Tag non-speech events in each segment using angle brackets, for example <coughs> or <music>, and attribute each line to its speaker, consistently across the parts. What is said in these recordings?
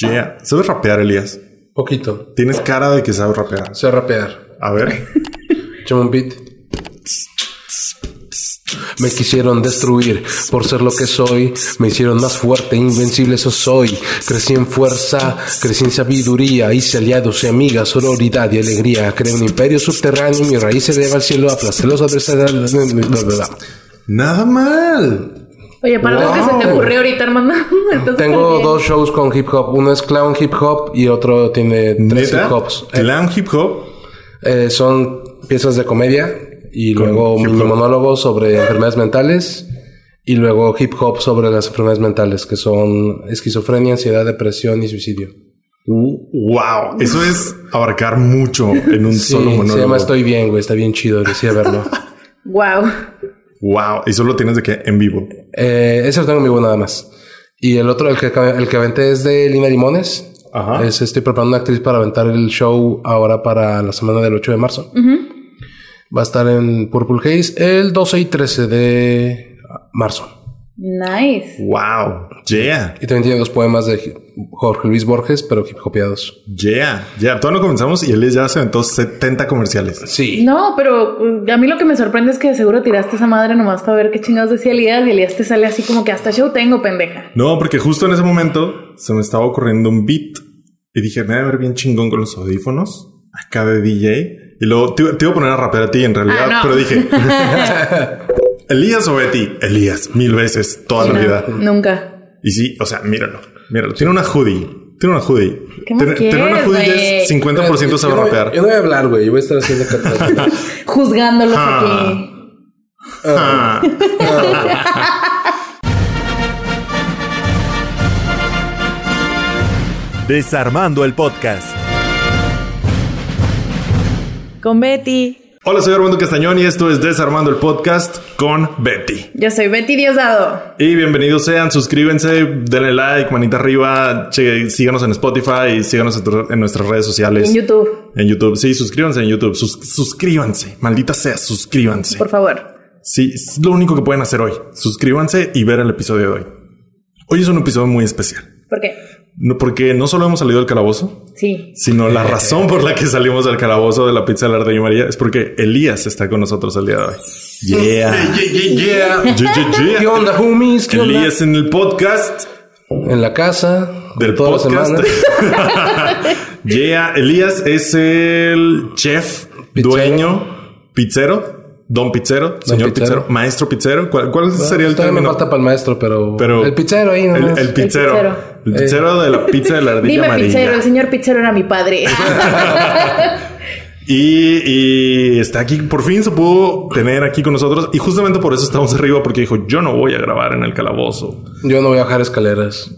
Speaker 1: Yeah. ¿Sabes rapear, Elías?
Speaker 2: Poquito.
Speaker 1: Tienes cara de que sabes rapear.
Speaker 2: Sé rapear.
Speaker 1: A ver.
Speaker 2: Echame un beat. Me quisieron destruir por ser lo que soy. Me hicieron más fuerte, invencible eso soy. Crecí en fuerza, crecí en sabiduría. Hice aliados y amigas, sororidad y alegría. Creé un imperio subterráneo y mi raíz se eleva al cielo a placer los adversarios. bla, bla, bla.
Speaker 1: Nada mal.
Speaker 3: Oye, para lo que se te
Speaker 2: Wow.
Speaker 3: ocurrió ahorita, hermano. <laughs> Estás
Speaker 2: Tengo
Speaker 3: súper
Speaker 2: dos shows con hip hop. Uno es clown hip hop y otro tiene tres
Speaker 1: ¿Neta? Ah,
Speaker 2: hip hops. Eh,
Speaker 1: Clown hip hop.
Speaker 2: eh, son piezas de comedia y
Speaker 1: Con
Speaker 2: luego
Speaker 1: hip
Speaker 2: mini
Speaker 1: hop.
Speaker 2: monólogo sobre enfermedades mentales y luego hip hop sobre las enfermedades mentales que son esquizofrenia, ansiedad, depresión y suicidio.
Speaker 1: Wow. Eso es abarcar mucho en un
Speaker 2: <laughs> Sí,
Speaker 1: solo
Speaker 2: se
Speaker 1: monólogo.
Speaker 2: llama Estoy Bien, güey. Está bien chido, decía
Speaker 1: <laughs>
Speaker 2: verlo.
Speaker 3: bien. Wow.
Speaker 1: Wow. Y solo tienes de que en vivo.
Speaker 2: eh, ese lo tengo en vivo nada más. Y el otro, el que, el que aventé es de Lina Limones.
Speaker 1: Ajá.
Speaker 2: Es- estoy preparando una actriz para aventar el show ahora para la semana del 8 de marzo. Va a estar en Purple Haze el 12 y 13 de marzo.
Speaker 3: Nice.
Speaker 1: Wow. Yeah.
Speaker 2: Y también tiene dos poemas de Hi- Jorge Luis Borges, pero hip hopeados.
Speaker 1: Yeah. Yeah. Todavía no comenzamos y Elías ya se aventó 70 comerciales.
Speaker 2: Sí.
Speaker 3: No, pero mm, a mí lo que me sorprende es que de seguro tiraste esa madre nomás para ver qué chingados decía Elías y Elías te sale así como que hasta show tengo, pendeja.
Speaker 1: No, porque justo en ese momento se me estaba ocurriendo un beat y dije, me voy a ver bien chingón con los audífonos acá de DJ. Y luego te, te iba a poner a rapear a ti en realidad,
Speaker 3: Ah, no.
Speaker 1: pero
Speaker 3: <laughs>
Speaker 1: dije, <laughs> Elías o Betty, Elías, mil veces toda la vida.
Speaker 3: Nunca.
Speaker 1: Y sí, o sea, míralo, míralo. Tiene una hoodie, tiene una hoodie.
Speaker 3: ¿Qué más
Speaker 1: Tiene, tiene
Speaker 3: quieres,
Speaker 1: una hoodie
Speaker 3: güey?
Speaker 1: ya es 50% sabe
Speaker 2: Yo no-
Speaker 1: rapear.
Speaker 2: Yo no voy a hablar, güey. Yo voy a
Speaker 1: <laughs>
Speaker 2: estar haciendo cantar.
Speaker 3: Juzgándolos
Speaker 1: Ah.
Speaker 3: aquí.
Speaker 1: Ah.
Speaker 4: Desarmando el podcast.
Speaker 5: Con Betty.
Speaker 1: Hola, soy Armando Castañón y esto es Desarmando el Podcast con Betty.
Speaker 3: Yo soy Betty Diosdado.
Speaker 1: Y bienvenidos sean, suscríbanse, denle like, manita arriba, che- síganos en Spotify y síganos en, tu- en nuestras redes sociales.
Speaker 3: En YouTube,
Speaker 1: En YouTube, sí, suscríbanse en YouTube. Sus- suscríbanse, maldita sea, suscríbanse.
Speaker 3: por favor.
Speaker 1: Sí, es lo único que pueden hacer hoy. Suscríbanse y ver el episodio de hoy. Hoy es un episodio muy especial.
Speaker 3: ¿Por qué?
Speaker 1: No, porque no solo hemos salido del calabozo,
Speaker 3: Sí.
Speaker 1: sino la razón por la que salimos del calabozo de la pizza de la Arte y María es porque Elías está con nosotros el día de hoy. Yeah.
Speaker 2: yeah, yeah.
Speaker 1: Yeah, yeah, yeah.
Speaker 2: ¿Qué onda, homies? ¿Qué onda?
Speaker 1: Elías en el podcast.
Speaker 2: En la casa.
Speaker 1: del
Speaker 2: toda la semana.
Speaker 1: <laughs> podcast. <laughs> yeah, Elías es el chef,
Speaker 2: Pizzero.
Speaker 1: dueño, pizzero, don pizzero, señor
Speaker 2: pizzero.
Speaker 1: pizzero. maestro pizzero. ¿Cuál, cuál sería el
Speaker 2: Todavía me
Speaker 1: término?
Speaker 2: falta para el maestro, pero,
Speaker 1: Pero
Speaker 2: el pizzero ahí
Speaker 1: el,
Speaker 2: nomás.
Speaker 1: el pizzero.
Speaker 3: pizzero.
Speaker 1: El pizzero de la pizza de la ardilla
Speaker 3: Dime
Speaker 1: amarilla.
Speaker 3: pizzero, el señor pizzero era
Speaker 1: <laughs>
Speaker 3: mi padre.
Speaker 1: Y, y está aquí, por fin se pudo tener aquí con nosotros. Y justamente por eso estamos arriba, porque dijo: Yo no voy a grabar en el calabozo.
Speaker 2: Yo no voy a
Speaker 1: <laughs>
Speaker 2: bajar escaleras.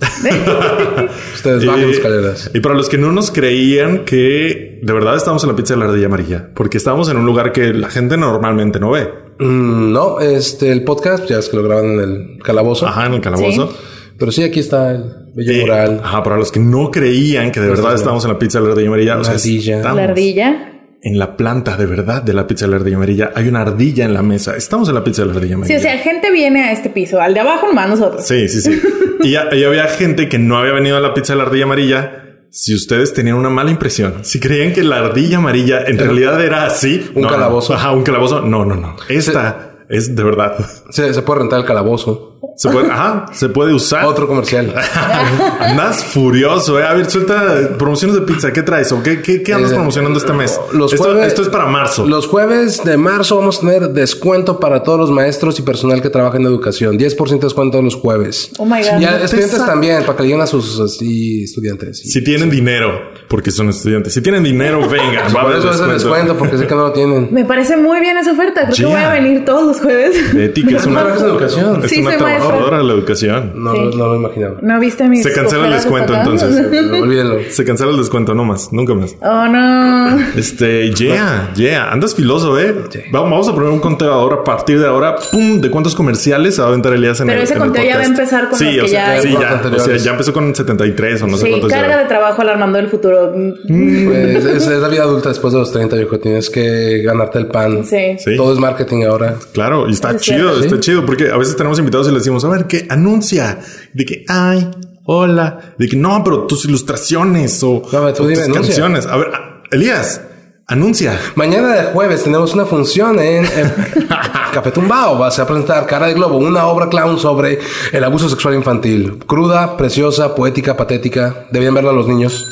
Speaker 2: Ustedes bajen escaleras.
Speaker 1: Y para los que no nos creían que de verdad estábamos en la pizza de la ardilla amarilla, porque estábamos en un lugar que la gente normalmente no ve.
Speaker 2: Mm, no, este, el podcast, ya es que lo graban en el calabozo.
Speaker 1: Ajá, en el calabozo.
Speaker 3: Sí.
Speaker 2: Pero sí, aquí está el bello
Speaker 1: Eh,
Speaker 2: mural.
Speaker 1: ajá, para los que no creían que de verdad estábamos en la pizza de la ardilla amarilla, o sea,
Speaker 2: Una ardilla.
Speaker 1: estamos
Speaker 3: La ardilla.
Speaker 1: en la planta de verdad de la pizza de la ardilla amarilla. Hay una ardilla en la mesa. Estamos en la pizza de la ardilla
Speaker 3: Sí,
Speaker 1: amarilla.
Speaker 3: o sea, gente viene a este piso, al de abajo nomás nosotros.
Speaker 1: Sí, sí,
Speaker 2: <laughs>
Speaker 1: sí. y, a- y había gente que no había venido a la pizza de la ardilla amarilla. Si ustedes tenían una mala impresión, si creían que la ardilla amarilla en realidad era así,
Speaker 2: Un
Speaker 1: no, no.
Speaker 2: calabozo.
Speaker 1: Ajá, un calabozo. No, no, no. Esta es de verdad.
Speaker 2: Se, se puede rentar el calabozo.
Speaker 1: Se puede, ajá, se puede usar.
Speaker 2: Otro comercial.
Speaker 1: <laughs> Andas furioso. eh. A ver, suelta promociones de pizza. ¿Qué traes o qué, qué, qué andas
Speaker 2: Eh,
Speaker 1: promocionando este mes?
Speaker 2: Los
Speaker 1: esto,
Speaker 2: jueves-
Speaker 1: esto es para marzo.
Speaker 2: Los jueves de marzo vamos a tener descuento para todos los maestros y personal que trabaja en educación. 10% de descuento los jueves.
Speaker 3: Oh my God.
Speaker 2: Y a
Speaker 3: No te
Speaker 2: estudiantes
Speaker 1: sa-
Speaker 2: también, para que le digan a sus así, estudiantes.
Speaker 1: Si tienen dinero, porque son estudiantes. Si tienen dinero, vengan. Va a
Speaker 2: <laughs> Por
Speaker 1: haber
Speaker 2: eso es el descuento, porque sé que no lo
Speaker 3: <laughs>
Speaker 2: tienen.
Speaker 3: Me parece muy bien esa oferta. Creo que voy a
Speaker 1: Yeah.
Speaker 3: venir todos los jueves.
Speaker 1: Betty, que es una,
Speaker 2: Trabajas en educación.
Speaker 1: es
Speaker 3: Sí,
Speaker 1: una
Speaker 3: soy maestra.
Speaker 1: trabajadora de la educación.
Speaker 2: No,
Speaker 3: Sí.
Speaker 2: no lo imaginaba.
Speaker 3: <laughs> <laughs> ¿No viste mis
Speaker 1: Se cancela el
Speaker 3: ojeras
Speaker 1: descuento,
Speaker 3: de patadas?
Speaker 1: entonces.
Speaker 2: Olvídenlo.
Speaker 1: Se cancela el descuento, no más, nunca más.
Speaker 3: <laughs> Oh, no.
Speaker 1: Este, yeah, yeah, andas filoso, eh. Va- Vamos a poner un conteo ahora a partir de ahora, pum, de cuántos comerciales se va a aventar Elías en
Speaker 3: Pero
Speaker 1: el
Speaker 3: ese
Speaker 1: en el
Speaker 3: conteo ya va a
Speaker 1: podcast.
Speaker 3: empezar con
Speaker 1: sí,
Speaker 3: los
Speaker 1: o
Speaker 3: que
Speaker 1: sea,
Speaker 3: ya-
Speaker 1: Sí, ya,
Speaker 2: Los
Speaker 1: o sea,
Speaker 2: anteriores.
Speaker 1: ya empezó con 73 o no sé
Speaker 3: Sí,
Speaker 1: cuántos
Speaker 3: carga
Speaker 1: lleva.
Speaker 3: de trabajo al Armando del futuro. Mm,
Speaker 2: Pues, es, es la vida adulta después de los 30, viejo. Tienes que ganarte el pan.
Speaker 3: Sí.
Speaker 1: Sí.
Speaker 2: Todo es marketing ahora.
Speaker 1: Claro, y está
Speaker 3: Es
Speaker 1: chido,
Speaker 3: cierto.
Speaker 1: está chido, porque a veces tenemos invitados y les decimos, a ver, ¿qué anuncia? De que, ay, hola. De que no, pero tus ilustraciones o,
Speaker 2: No, tú
Speaker 1: o
Speaker 2: dime,
Speaker 1: tus
Speaker 2: anuncia.
Speaker 1: canciones. A ver, a- Elías, anuncia.
Speaker 2: Mañana de jueves tenemos una función
Speaker 1: <laughs>
Speaker 2: en, en Cafetumbao. Vas a presentar Cara de Globo, una obra clown sobre el abuso sexual infantil. Cruda, preciosa, poética, patética. Debían verla los niños.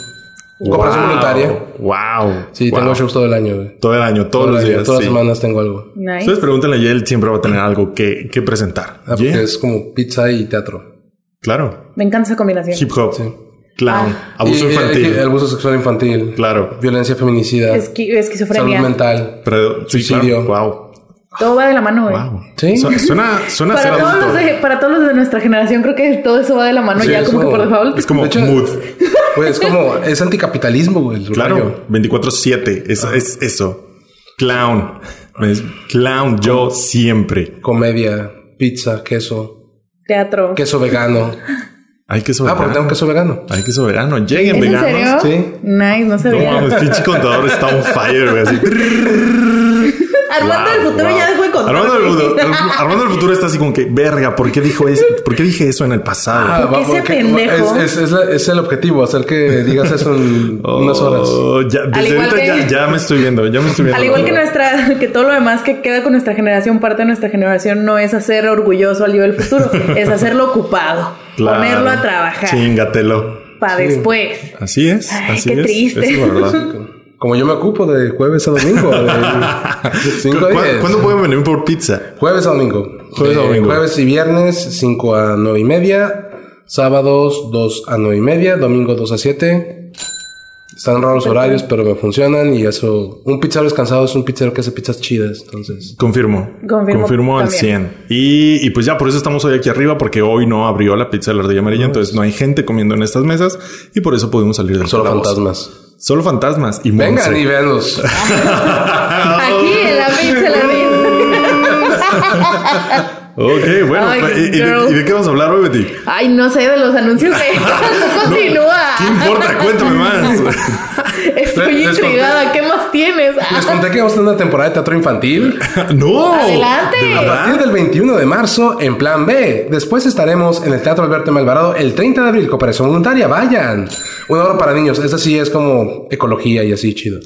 Speaker 2: Cooperación voluntaria.
Speaker 1: Wow.
Speaker 2: Sí,
Speaker 1: Wow.
Speaker 2: tengo shows todo el año. güey.
Speaker 1: Todo el año, todos
Speaker 2: Todo el
Speaker 1: los
Speaker 2: año,
Speaker 1: días.
Speaker 2: Todas
Speaker 1: sí.
Speaker 2: las semanas tengo algo.
Speaker 3: Nice.
Speaker 1: Ustedes pregúntenle y él siempre va a tener algo que, que presentar.
Speaker 2: Ah, porque
Speaker 1: Yeah,
Speaker 2: es como pizza y teatro.
Speaker 1: Claro.
Speaker 3: Me encanta esa combinación.
Speaker 1: Hip hop,
Speaker 2: Sí. Ah.
Speaker 1: clown, abuso
Speaker 2: Y- eh, y-
Speaker 1: infantil.
Speaker 2: y- abuso sexual infantil.
Speaker 1: Claro.
Speaker 2: Violencia feminicida.
Speaker 1: pues,
Speaker 3: Esqui-
Speaker 2: salud
Speaker 3: esquizofrenia.
Speaker 2: mental.
Speaker 1: Pero, sí,
Speaker 2: Suicidio.
Speaker 1: claro. Wow.
Speaker 3: Todo va de la mano, güey.
Speaker 1: Wow.
Speaker 2: Sí.
Speaker 1: Su- Suena, suena a ser
Speaker 3: Para todos,
Speaker 1: adulto.
Speaker 3: los de, para todos los de nuestra generación, creo que todo eso va de la mano
Speaker 2: Sí,
Speaker 3: ya, como
Speaker 2: eso-
Speaker 3: que por default.
Speaker 1: Es como
Speaker 2: De hecho-
Speaker 1: mood.
Speaker 2: Güey, es como, es anticapitalismo, güey. el rollo.
Speaker 1: Claro. 24-7. Es,
Speaker 2: Ah.
Speaker 1: es eso. Clown. Es clown yo siempre.
Speaker 2: Comedia, pizza, queso,
Speaker 3: Teatro.
Speaker 2: queso vegano.
Speaker 1: Hay queso
Speaker 2: Ah,
Speaker 1: vegano.
Speaker 2: porque tengo queso vegano.
Speaker 1: Hay queso vegano. Lleguen
Speaker 3: ¿Es en
Speaker 1: veganos.
Speaker 3: serio?
Speaker 2: Sí.
Speaker 3: Nice, no se
Speaker 1: No
Speaker 3: veía.
Speaker 1: mames, pinche contador está on fire, güey. Así.
Speaker 3: <laughs> Armando del
Speaker 1: Wow,
Speaker 3: futuro
Speaker 1: wow.
Speaker 3: ya dejó de contar.
Speaker 1: Armando del futuro,
Speaker 3: <laughs>
Speaker 1: Armando del futuro está así como que, verga, ¿por qué dijo eso? ¿Por qué dije eso en el pasado?
Speaker 2: Ah,
Speaker 3: ¿Por qué
Speaker 2: va,
Speaker 3: ese pendejo?
Speaker 2: Es, es- es la- es el objetivo, hacer que digas eso <laughs> en unas horas.
Speaker 1: Oh, ya, desde
Speaker 3: igual
Speaker 1: ahorita ya,
Speaker 3: que-
Speaker 1: ya me estoy viendo, ya me estoy viendo.
Speaker 3: Al igual que nuestra, que todo lo demás que queda con nuestra generación, parte de nuestra generación no es hacer orgulloso al yo del
Speaker 1: <laughs>
Speaker 3: futuro, es hacerlo ocupado,
Speaker 1: Claro.
Speaker 3: ponerlo a trabajar
Speaker 1: Chingatelo.
Speaker 3: para después.
Speaker 1: Así es,
Speaker 3: Ay,
Speaker 1: así
Speaker 3: qué
Speaker 1: es.
Speaker 3: triste.
Speaker 1: Esa es la verdad.
Speaker 2: Como yo me ocupo de jueves a domingo. De <laughs> 5 a
Speaker 1: ¿Cu-
Speaker 2: 10.
Speaker 1: ¿Cuándo pueden venir por pizza?
Speaker 2: Jueves a domingo. Eh,
Speaker 1: Jueves a domingo.
Speaker 2: Jueves y viernes, 5 a 9 y media. Sábados, 2 a 9 y media. Domingo, 2 a 7. Están raros horarios, pero me funcionan. Y eso, un pizzero descansado es un pizzero que hace pizzas chidas. Entonces,
Speaker 1: Confirmo.
Speaker 3: Confirmo
Speaker 1: al
Speaker 3: también.
Speaker 1: 100. Y, y pues ya por eso estamos hoy aquí arriba, porque hoy no abrió la pizza de la ardilla amarilla, entonces no hay gente comiendo en estas mesas y por eso pudimos salir del
Speaker 2: solo
Speaker 1: calabozo.
Speaker 2: fantasmas.
Speaker 1: Solo fantasmas y
Speaker 2: Vengan
Speaker 1: Monse.
Speaker 2: y véanlos.
Speaker 1: Ah.
Speaker 3: Aquí en la pizza, la vi.
Speaker 1: <laughs> Ok, bueno.
Speaker 3: Ay,
Speaker 1: pues, ¿y- y, de-
Speaker 3: girl.
Speaker 1: y de qué vamos a hablar hoy, Betty?
Speaker 3: Ay, no sé de los anuncios
Speaker 1: <laughs>
Speaker 3: que no continúa.
Speaker 1: ¿Qué importa? Cuéntame
Speaker 3: <laughs>
Speaker 1: más.
Speaker 3: Estoy
Speaker 2: Les- les
Speaker 3: intrigada. ¿Qué más tienes? Ah.
Speaker 2: Les conté que vamos a tener una temporada de teatro infantil.
Speaker 1: no.
Speaker 3: Adelante.
Speaker 1: ¿De
Speaker 2: A
Speaker 1: verdad?
Speaker 2: partir del 21 de marzo en Plan B. Después estaremos en el Teatro Alberto M. Alvarado el 30 de abril, cooperación voluntaria, vayan. Una obra para niños, esta sí es como ecología y así chido.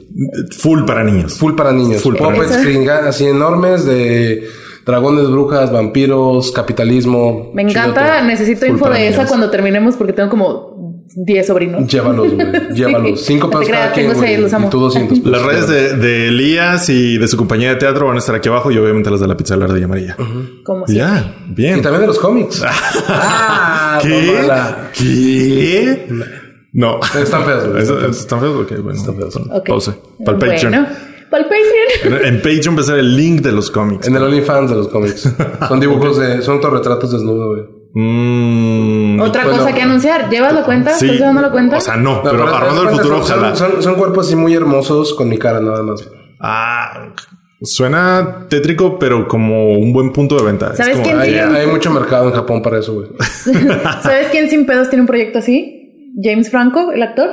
Speaker 1: Full para niños.
Speaker 2: Full para niños.
Speaker 1: Full para
Speaker 2: Puppets
Speaker 3: niños.
Speaker 2: gringa- así enormes de dragones, brujas, vampiros, capitalismo.
Speaker 3: Me encanta.
Speaker 2: chidote.
Speaker 3: Necesito
Speaker 1: Full
Speaker 3: info
Speaker 1: para
Speaker 3: de esa
Speaker 1: niños.
Speaker 3: cuando terminemos porque tengo como 10 sobrinos.
Speaker 2: Llévalos,
Speaker 3: <laughs>
Speaker 2: güey. Llévalos.
Speaker 3: Sí.
Speaker 2: Cinco
Speaker 3: No te
Speaker 2: pesos cada
Speaker 3: creas,
Speaker 2: quien,
Speaker 3: tengo
Speaker 2: güey.
Speaker 3: seis, los
Speaker 2: Y
Speaker 3: amo.
Speaker 2: tú
Speaker 1: <laughs>
Speaker 2: 200 pesos.
Speaker 1: Las redes de, de Elías y de su compañía de teatro van a estar aquí abajo y obviamente las de la pizza de la ardilla amarilla.
Speaker 3: Como
Speaker 1: Ya,
Speaker 3: si.
Speaker 1: bien.
Speaker 2: Y también de los
Speaker 1: <laughs>
Speaker 2: cómics. ah,
Speaker 1: ¿Qué?
Speaker 2: mamala.
Speaker 1: ¿Qué? No.
Speaker 2: Están feos, güey.
Speaker 1: Eso- ¿Están feos? Ok, bueno. Están feos.
Speaker 3: Ok.
Speaker 1: Pausa. Para el Patreon.
Speaker 3: Bueno, para el Patreon.
Speaker 1: <laughs> En, en Patreon va a ser el link de los cómics.
Speaker 2: En el OnlyFans de los cómics.
Speaker 1: <laughs>
Speaker 2: Son dibujos de. Son autorretratos desnudos, güey.
Speaker 1: Mm,
Speaker 3: Otra
Speaker 2: Bueno.
Speaker 3: cosa que anunciar. ¿Llevas la cuenta?
Speaker 1: sí.
Speaker 3: ¿Estás llevando la cuenta?
Speaker 1: O sea, no, pero,
Speaker 2: te das
Speaker 1: Armando del
Speaker 2: cuenta,
Speaker 1: Futuro,
Speaker 2: son-
Speaker 1: ojalá.
Speaker 2: Son, son- son cuerpos así muy hermosos con mi cara nada más.
Speaker 1: Ah, suena tétrico, pero como un buen punto de venta. Es
Speaker 3: ¿Sabes
Speaker 1: como,
Speaker 3: quién
Speaker 1: ay,
Speaker 2: Hay,
Speaker 3: tiene
Speaker 2: hay mucho mercado en Japón para eso, güey.
Speaker 3: ¿Sabes quién sin pedos tiene un proyecto así? James Franco, el actor.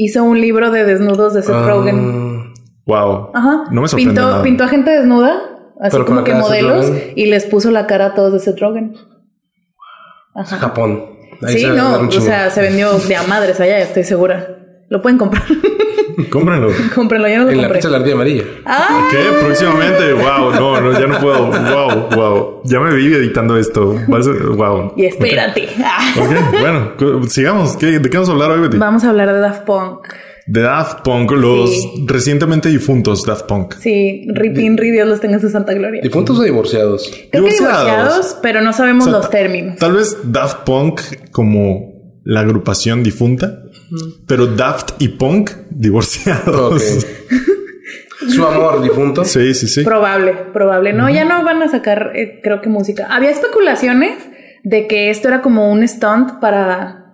Speaker 3: Hizo un libro de desnudos de Seth
Speaker 2: Ah,
Speaker 3: Rogen.
Speaker 1: Wow.
Speaker 3: Ajá.
Speaker 1: No me sorprende.
Speaker 3: pintó,
Speaker 1: nada.
Speaker 3: pintó a gente desnuda, así
Speaker 2: Pero con
Speaker 3: como
Speaker 2: la
Speaker 3: que
Speaker 2: cara de Seth
Speaker 3: modelos,
Speaker 2: Rogen.
Speaker 3: y les puso la cara a todos de Seth Rogen. Ajá.
Speaker 2: Ah, Japón. Ahí
Speaker 3: Sí,
Speaker 2: se va a
Speaker 3: no,
Speaker 2: ganar un
Speaker 3: o
Speaker 2: chingo.
Speaker 3: sea, se vendió de a madres allá, estoy segura. Lo pueden comprar. <laughs>
Speaker 1: Cómprenlo.
Speaker 3: Cómprenlo, yo no lo
Speaker 2: En la
Speaker 3: compré.
Speaker 2: pizza de la ardilla amarilla.
Speaker 3: Ah,
Speaker 1: ¿Qué? Próximamente. Wow, no, no, ya no puedo. Wow, wow. Ya me vi editando esto. Va a ser- Wow.
Speaker 3: y espérate. Ah.
Speaker 1: Ok, bueno, cu- sigamos. ¿Qué- ¿De qué vamos a hablar hoy, Betty?
Speaker 3: Vamos a hablar de Daft Punk.
Speaker 1: De Daft Punk, los
Speaker 3: Sí.
Speaker 1: recientemente difuntos Daft Punk.
Speaker 3: Sí, Rip Inri, Dios los tenga en su santa gloria.
Speaker 2: ¿Difuntos o divorciados?
Speaker 3: Creo que
Speaker 1: Divorciados.
Speaker 3: divorciados, pero no sabemos
Speaker 1: O sea,
Speaker 3: los términos.
Speaker 1: Tal vez Daft Punk como la agrupación difunta, pero Daft y Punk divorciados.
Speaker 2: Ok. <laughs> Su amor
Speaker 1: <laughs>
Speaker 2: difunto.
Speaker 1: Sí, sí, sí.
Speaker 3: Probable, probable. No, ya no van a sacar, eh, creo que música. Había especulaciones de que esto era como un stunt para,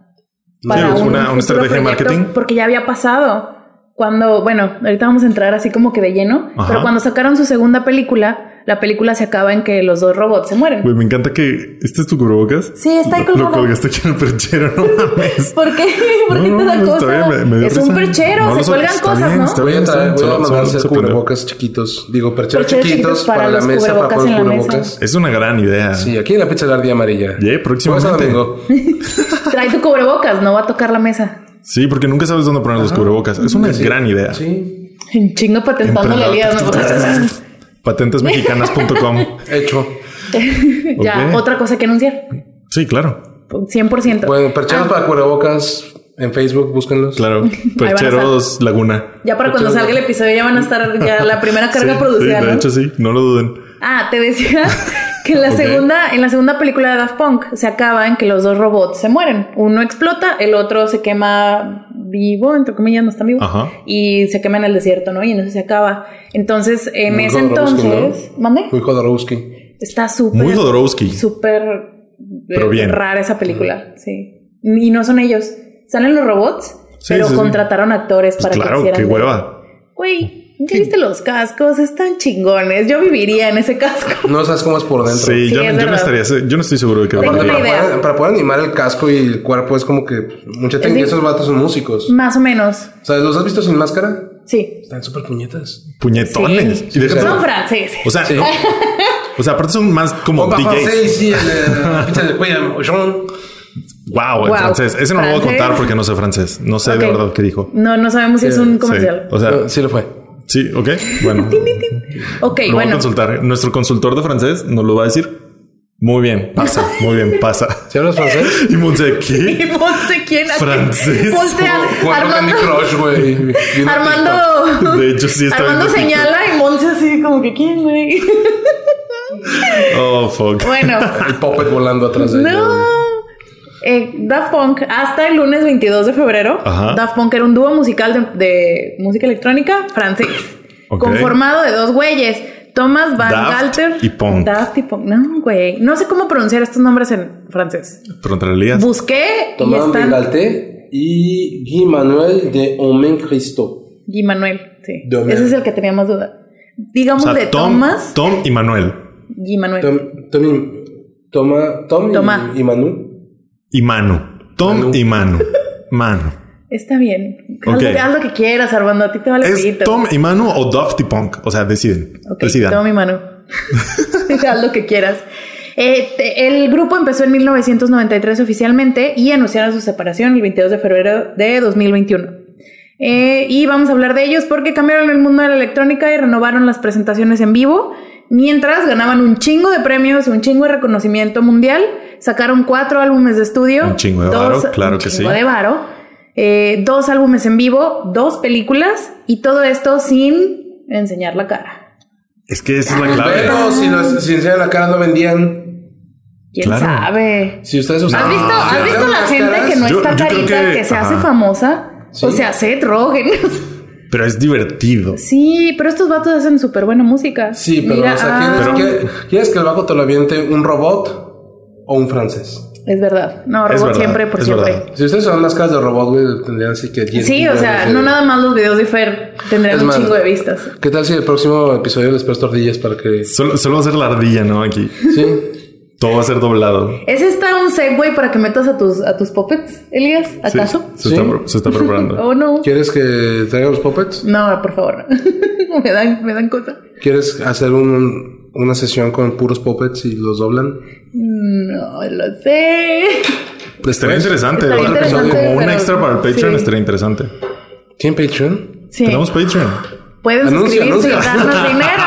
Speaker 3: para
Speaker 1: pues, una- una
Speaker 3: futuro
Speaker 1: estrategia de
Speaker 3: proyecto,
Speaker 1: marketing.
Speaker 3: Porque ya había pasado. Cuando, bueno, ahorita vamos a entrar así como que de lleno,
Speaker 1: Ajá.
Speaker 3: pero cuando sacaron su segunda película, la película se acaba en que los dos robots se mueren.
Speaker 1: Güey, me encanta que este es tu cubrebocas.
Speaker 3: Sí, está ahí
Speaker 1: Lo- Lo
Speaker 3: colgado.
Speaker 1: colgaste aquí en el perchero,
Speaker 3: <laughs>
Speaker 1: no mames.
Speaker 3: ¿Por qué? ¿Por qué
Speaker 1: No, no,
Speaker 3: te da
Speaker 1: no, está
Speaker 3: cosa?
Speaker 1: bien, me- me dio
Speaker 3: es un
Speaker 1: risa.
Speaker 3: perchero,
Speaker 1: No, lo
Speaker 3: se
Speaker 1: sé,
Speaker 3: cuelgan
Speaker 1: está
Speaker 3: cosas,
Speaker 1: bien,
Speaker 3: ¿no?
Speaker 1: está bien.
Speaker 2: Voy a traer, voy
Speaker 1: Son-
Speaker 2: a
Speaker 1: son-
Speaker 2: mandar
Speaker 1: son-
Speaker 2: hacer
Speaker 1: son-
Speaker 2: cubrebocas chiquitos. Digo, percheros
Speaker 3: Percheros
Speaker 2: chiquitos para, la
Speaker 3: los
Speaker 2: mesa, para
Speaker 3: cubrebocas
Speaker 2: poner
Speaker 3: en la mesa.
Speaker 2: cubrebocas.
Speaker 1: Es una gran idea.
Speaker 2: Sí, aquí en la pizzería amarilla.
Speaker 1: Yeah, próximamente.
Speaker 2: Pues, amigo,
Speaker 3: Trae tu cubrebocas, no va a tocar la mesa. <laughs>
Speaker 1: Sí, porque nunca sabes dónde poner los cubrebocas. Es una
Speaker 2: Sí.
Speaker 1: gran idea.
Speaker 2: Sí,
Speaker 3: En chingo patentando la liga.
Speaker 1: Emprendedor. Patentesmexicanas.com.
Speaker 2: hecho.
Speaker 3: <laughs> ya,
Speaker 1: Ok.
Speaker 3: otra cosa que anunciar.
Speaker 1: Sí, claro.
Speaker 3: 100%.
Speaker 2: Bueno, percheros
Speaker 3: Ah,
Speaker 2: para cubrebocas en Facebook, búsquenlos.
Speaker 1: Claro. Percheros Laguna.
Speaker 3: Ya para cuando
Speaker 2: Percheros.
Speaker 3: salga el episodio ya van a estar ya la primera carga
Speaker 1: <laughs> Sí,
Speaker 3: producida,
Speaker 1: sí, de
Speaker 3: ¿no?
Speaker 1: hecho, sí. No lo duden.
Speaker 3: Ah, te
Speaker 1: <laughs>
Speaker 3: decía que en la
Speaker 1: Ok.
Speaker 3: segunda, en la segunda película de Daft Punk se acaba en que los dos robots se mueren. Uno explota, el otro se quema vivo, entre comillas, no está vivo.
Speaker 1: Ajá.
Speaker 3: Y se quema en el desierto, ¿no? Y en eso se acaba. Entonces, en
Speaker 2: Muy
Speaker 3: ese
Speaker 2: Jodorowsky,
Speaker 3: entonces,
Speaker 2: ¿no?
Speaker 3: ¿mande?
Speaker 2: Muy Jodorowsky.
Speaker 3: Está súper.
Speaker 1: Muy Jodorowsky.
Speaker 3: Súper eh,
Speaker 1: Pero bien.
Speaker 3: rara esa película, sí. Y no son ellos. Salen los robots,
Speaker 1: Sí,
Speaker 3: pero
Speaker 1: sí, sí.
Speaker 3: contrataron actores
Speaker 1: Pues
Speaker 3: para
Speaker 1: claro,
Speaker 3: que hicieran.
Speaker 1: qué
Speaker 3: de-
Speaker 1: hueva.
Speaker 3: Güey, ¿ya viste los cascos? Están chingones. Yo viviría en ese casco.
Speaker 2: No sabes cómo es por dentro.
Speaker 1: Sí,
Speaker 3: Sí,
Speaker 1: yo,
Speaker 3: es
Speaker 1: yo no
Speaker 3: verdad.
Speaker 1: estaría, se- yo no estoy seguro de que
Speaker 3: Tengo
Speaker 2: Aparte,
Speaker 3: una
Speaker 1: valdría.
Speaker 2: para,
Speaker 3: idea.
Speaker 2: poder, para poder animar el casco y el cuerpo es como que mucha
Speaker 3: Es Mm.
Speaker 2: técnica.
Speaker 3: de-
Speaker 2: Esos vatos son músicos.
Speaker 3: Más o menos.
Speaker 2: O sea, ¿los has visto sin máscara?
Speaker 3: Sí.
Speaker 2: Están súper puñetas.
Speaker 1: puñetones.
Speaker 3: Sí.
Speaker 1: Y deja
Speaker 2: Claro.
Speaker 1: tú-
Speaker 3: Son franceses.
Speaker 1: o sea,
Speaker 3: <laughs>
Speaker 2: Sí.
Speaker 1: no- o sea, aparte son más como
Speaker 2: Opa,
Speaker 1: DJs.
Speaker 2: sí, sí,
Speaker 1: <laughs>
Speaker 2: el, eh, pizza de William John.
Speaker 1: Wow, en
Speaker 3: Wow.
Speaker 1: francés. Ese no lo voy a
Speaker 3: Francés.
Speaker 1: contar porque no sé francés. No sé de
Speaker 3: Ok.
Speaker 1: verdad Pues, qué dijo. Eh,
Speaker 3: No, no sabemos si es un comercial.
Speaker 1: Sí. O sea,
Speaker 2: No, Ah, sí lo fue.
Speaker 1: sí, ok.
Speaker 3: <laughs>
Speaker 1: Bueno,
Speaker 3: Ok,
Speaker 1: lo voy a
Speaker 3: bueno. <laughs>
Speaker 1: consultar. Nuestro consultor de francés nos lo va a decir. Muy bien, pasa. Muy bien, pasa.
Speaker 2: ¿Sí hablas
Speaker 3: <laughs>
Speaker 2: francés?
Speaker 1: Y Monse, ¿qué?
Speaker 3: Y Ponte quién aquí.
Speaker 1: Francés.
Speaker 3: Voltea.
Speaker 2: Juego Candy
Speaker 3: Armando.
Speaker 2: Crush, güey. Y una TikTok.
Speaker 3: Armando.
Speaker 1: De hecho, sí está
Speaker 3: Armando
Speaker 1: bien difícil.
Speaker 3: señala y Monse así como que quién, güey. <laughs>
Speaker 1: Oh, fuck.
Speaker 3: Bueno.
Speaker 2: El puppet volando atrás de ella,
Speaker 3: No.
Speaker 2: güey.
Speaker 3: Eh, Daft Punk, hasta el lunes 22 de febrero,
Speaker 1: Ajá.
Speaker 3: Daft Punk era un dúo musical de, de música electrónica francés,
Speaker 1: <sniffs> Ok.
Speaker 3: conformado de dos güeyes, Thomas Van
Speaker 1: Daft
Speaker 3: Galter
Speaker 1: y Punk.
Speaker 3: Daft y Punk. No, güey. No sé cómo pronunciar estos nombres en francés.
Speaker 1: Pregúntale a Elías.
Speaker 3: Busqué y
Speaker 2: Tomás de
Speaker 3: están.
Speaker 2: Galté y Guy Manuel de Omen Cristo.
Speaker 3: Y Manuel, sí.
Speaker 2: De Homero.
Speaker 3: Ese es el que tenía más duda.
Speaker 1: O
Speaker 3: Digamos
Speaker 1: sea,
Speaker 3: de
Speaker 1: Tom,
Speaker 3: Thomas
Speaker 1: Tom y Manuel.
Speaker 3: y Manuel.
Speaker 2: Tom, Tom y, Toma, Tom y-
Speaker 3: Tomá.
Speaker 2: y Manu.
Speaker 1: Y Manu. Tom
Speaker 2: Manu.
Speaker 1: y Manu. Manu.
Speaker 3: Está bien.
Speaker 1: Ok.
Speaker 3: Haz, haz lo que quieras, Armando. A ti te vale
Speaker 1: ¿Es
Speaker 3: pito.
Speaker 1: Tom y Manu o Daft y Punk? O sea, deciden.
Speaker 3: Ok,
Speaker 1: Decidan.
Speaker 3: toma
Speaker 1: <laughs>
Speaker 3: mi mano. Haz lo que quieras. Eh, te- el grupo empezó en 1993 oficialmente y anunciaron su separación el 22 de febrero de 2021. Eh, y vamos a hablar de ellos porque cambiaron el mundo de la electrónica y renovaron las presentaciones en vivo. Mientras ganaban un chingo de premios, un chingo de reconocimiento mundial, sacaron cuatro álbumes de estudio.
Speaker 1: Un chingo de
Speaker 3: dos-
Speaker 1: varo, claro
Speaker 3: un
Speaker 1: que
Speaker 3: chingo
Speaker 1: sí.
Speaker 3: de varo, eh, dos álbumes en vivo, dos películas y todo esto sin enseñar la cara.
Speaker 1: Es que esa es la clave.
Speaker 2: Pero si nos si enseñan la cara no vendían.
Speaker 3: ¿Quién
Speaker 1: Claro.
Speaker 3: sabe?
Speaker 2: Si ustedes
Speaker 3: ¿Has
Speaker 2: usaban- Ah,
Speaker 3: visto,
Speaker 2: si
Speaker 3: has
Speaker 2: usaban
Speaker 3: visto la gente
Speaker 2: máscaras,
Speaker 3: que no
Speaker 1: Yo-
Speaker 3: está
Speaker 1: yo creo
Speaker 3: carita, que,
Speaker 1: que-
Speaker 3: se hace
Speaker 1: ajá.
Speaker 3: famosa?
Speaker 2: Sí.
Speaker 3: O sea, Seth Rogen. <laughs>
Speaker 1: Pero es divertido.
Speaker 3: sí, pero estos vatos hacen súper buena música.
Speaker 2: Sí, pero
Speaker 3: Mira,
Speaker 2: o sea,
Speaker 3: ah,
Speaker 2: ¿quieres, que, ¿quieres que el bajo te lo aviente un robot o un francés?
Speaker 3: Es verdad. No,
Speaker 1: Es
Speaker 3: robot
Speaker 1: verdad,
Speaker 3: siempre por
Speaker 1: es
Speaker 3: siempre.
Speaker 1: verdad.
Speaker 2: Si ustedes usaban máscaras de robot, güey, tendrían así que 10
Speaker 3: Sí, o
Speaker 2: millones
Speaker 3: sea,
Speaker 2: de-
Speaker 3: no nada más los videos de Fer tendrán
Speaker 2: Es
Speaker 3: un
Speaker 2: más,
Speaker 3: chingo de vistas.
Speaker 2: ¿Qué tal si el próximo episodio les presto ardillas para que.
Speaker 1: Solo, solo va a ser la ardilla, ¿no? Aquí.
Speaker 2: Sí.
Speaker 1: Todo va a ser doblado.
Speaker 3: ¿Es esta un segue para que metas a tus, a tus puppets, Elías?
Speaker 1: Sí,
Speaker 3: ¿Acaso?
Speaker 1: se,
Speaker 2: Sí.
Speaker 1: Está, pro- se está
Speaker 3: <laughs>
Speaker 1: preparando.
Speaker 3: ¿O no?
Speaker 2: ¿Quieres que traiga los puppets?
Speaker 3: No, por favor. <laughs> me dan, me dan cosa.
Speaker 2: ¿Quieres hacer un- una sesión con puros puppets y los doblan?
Speaker 3: No lo sé.
Speaker 1: estaría interesante.
Speaker 3: Estaría
Speaker 1: otro episodio,
Speaker 2: interesante,
Speaker 1: como un
Speaker 3: pero-
Speaker 1: extra para el Patreon
Speaker 3: sí.
Speaker 1: estaría interesante.
Speaker 2: ¿Tiene Patreon?
Speaker 3: Sí.
Speaker 1: Tenemos Patreon.
Speaker 3: Pueden
Speaker 2: Anuncia,
Speaker 3: suscribirse
Speaker 2: anuncia.
Speaker 3: y darnos
Speaker 1: <laughs>
Speaker 3: dinero.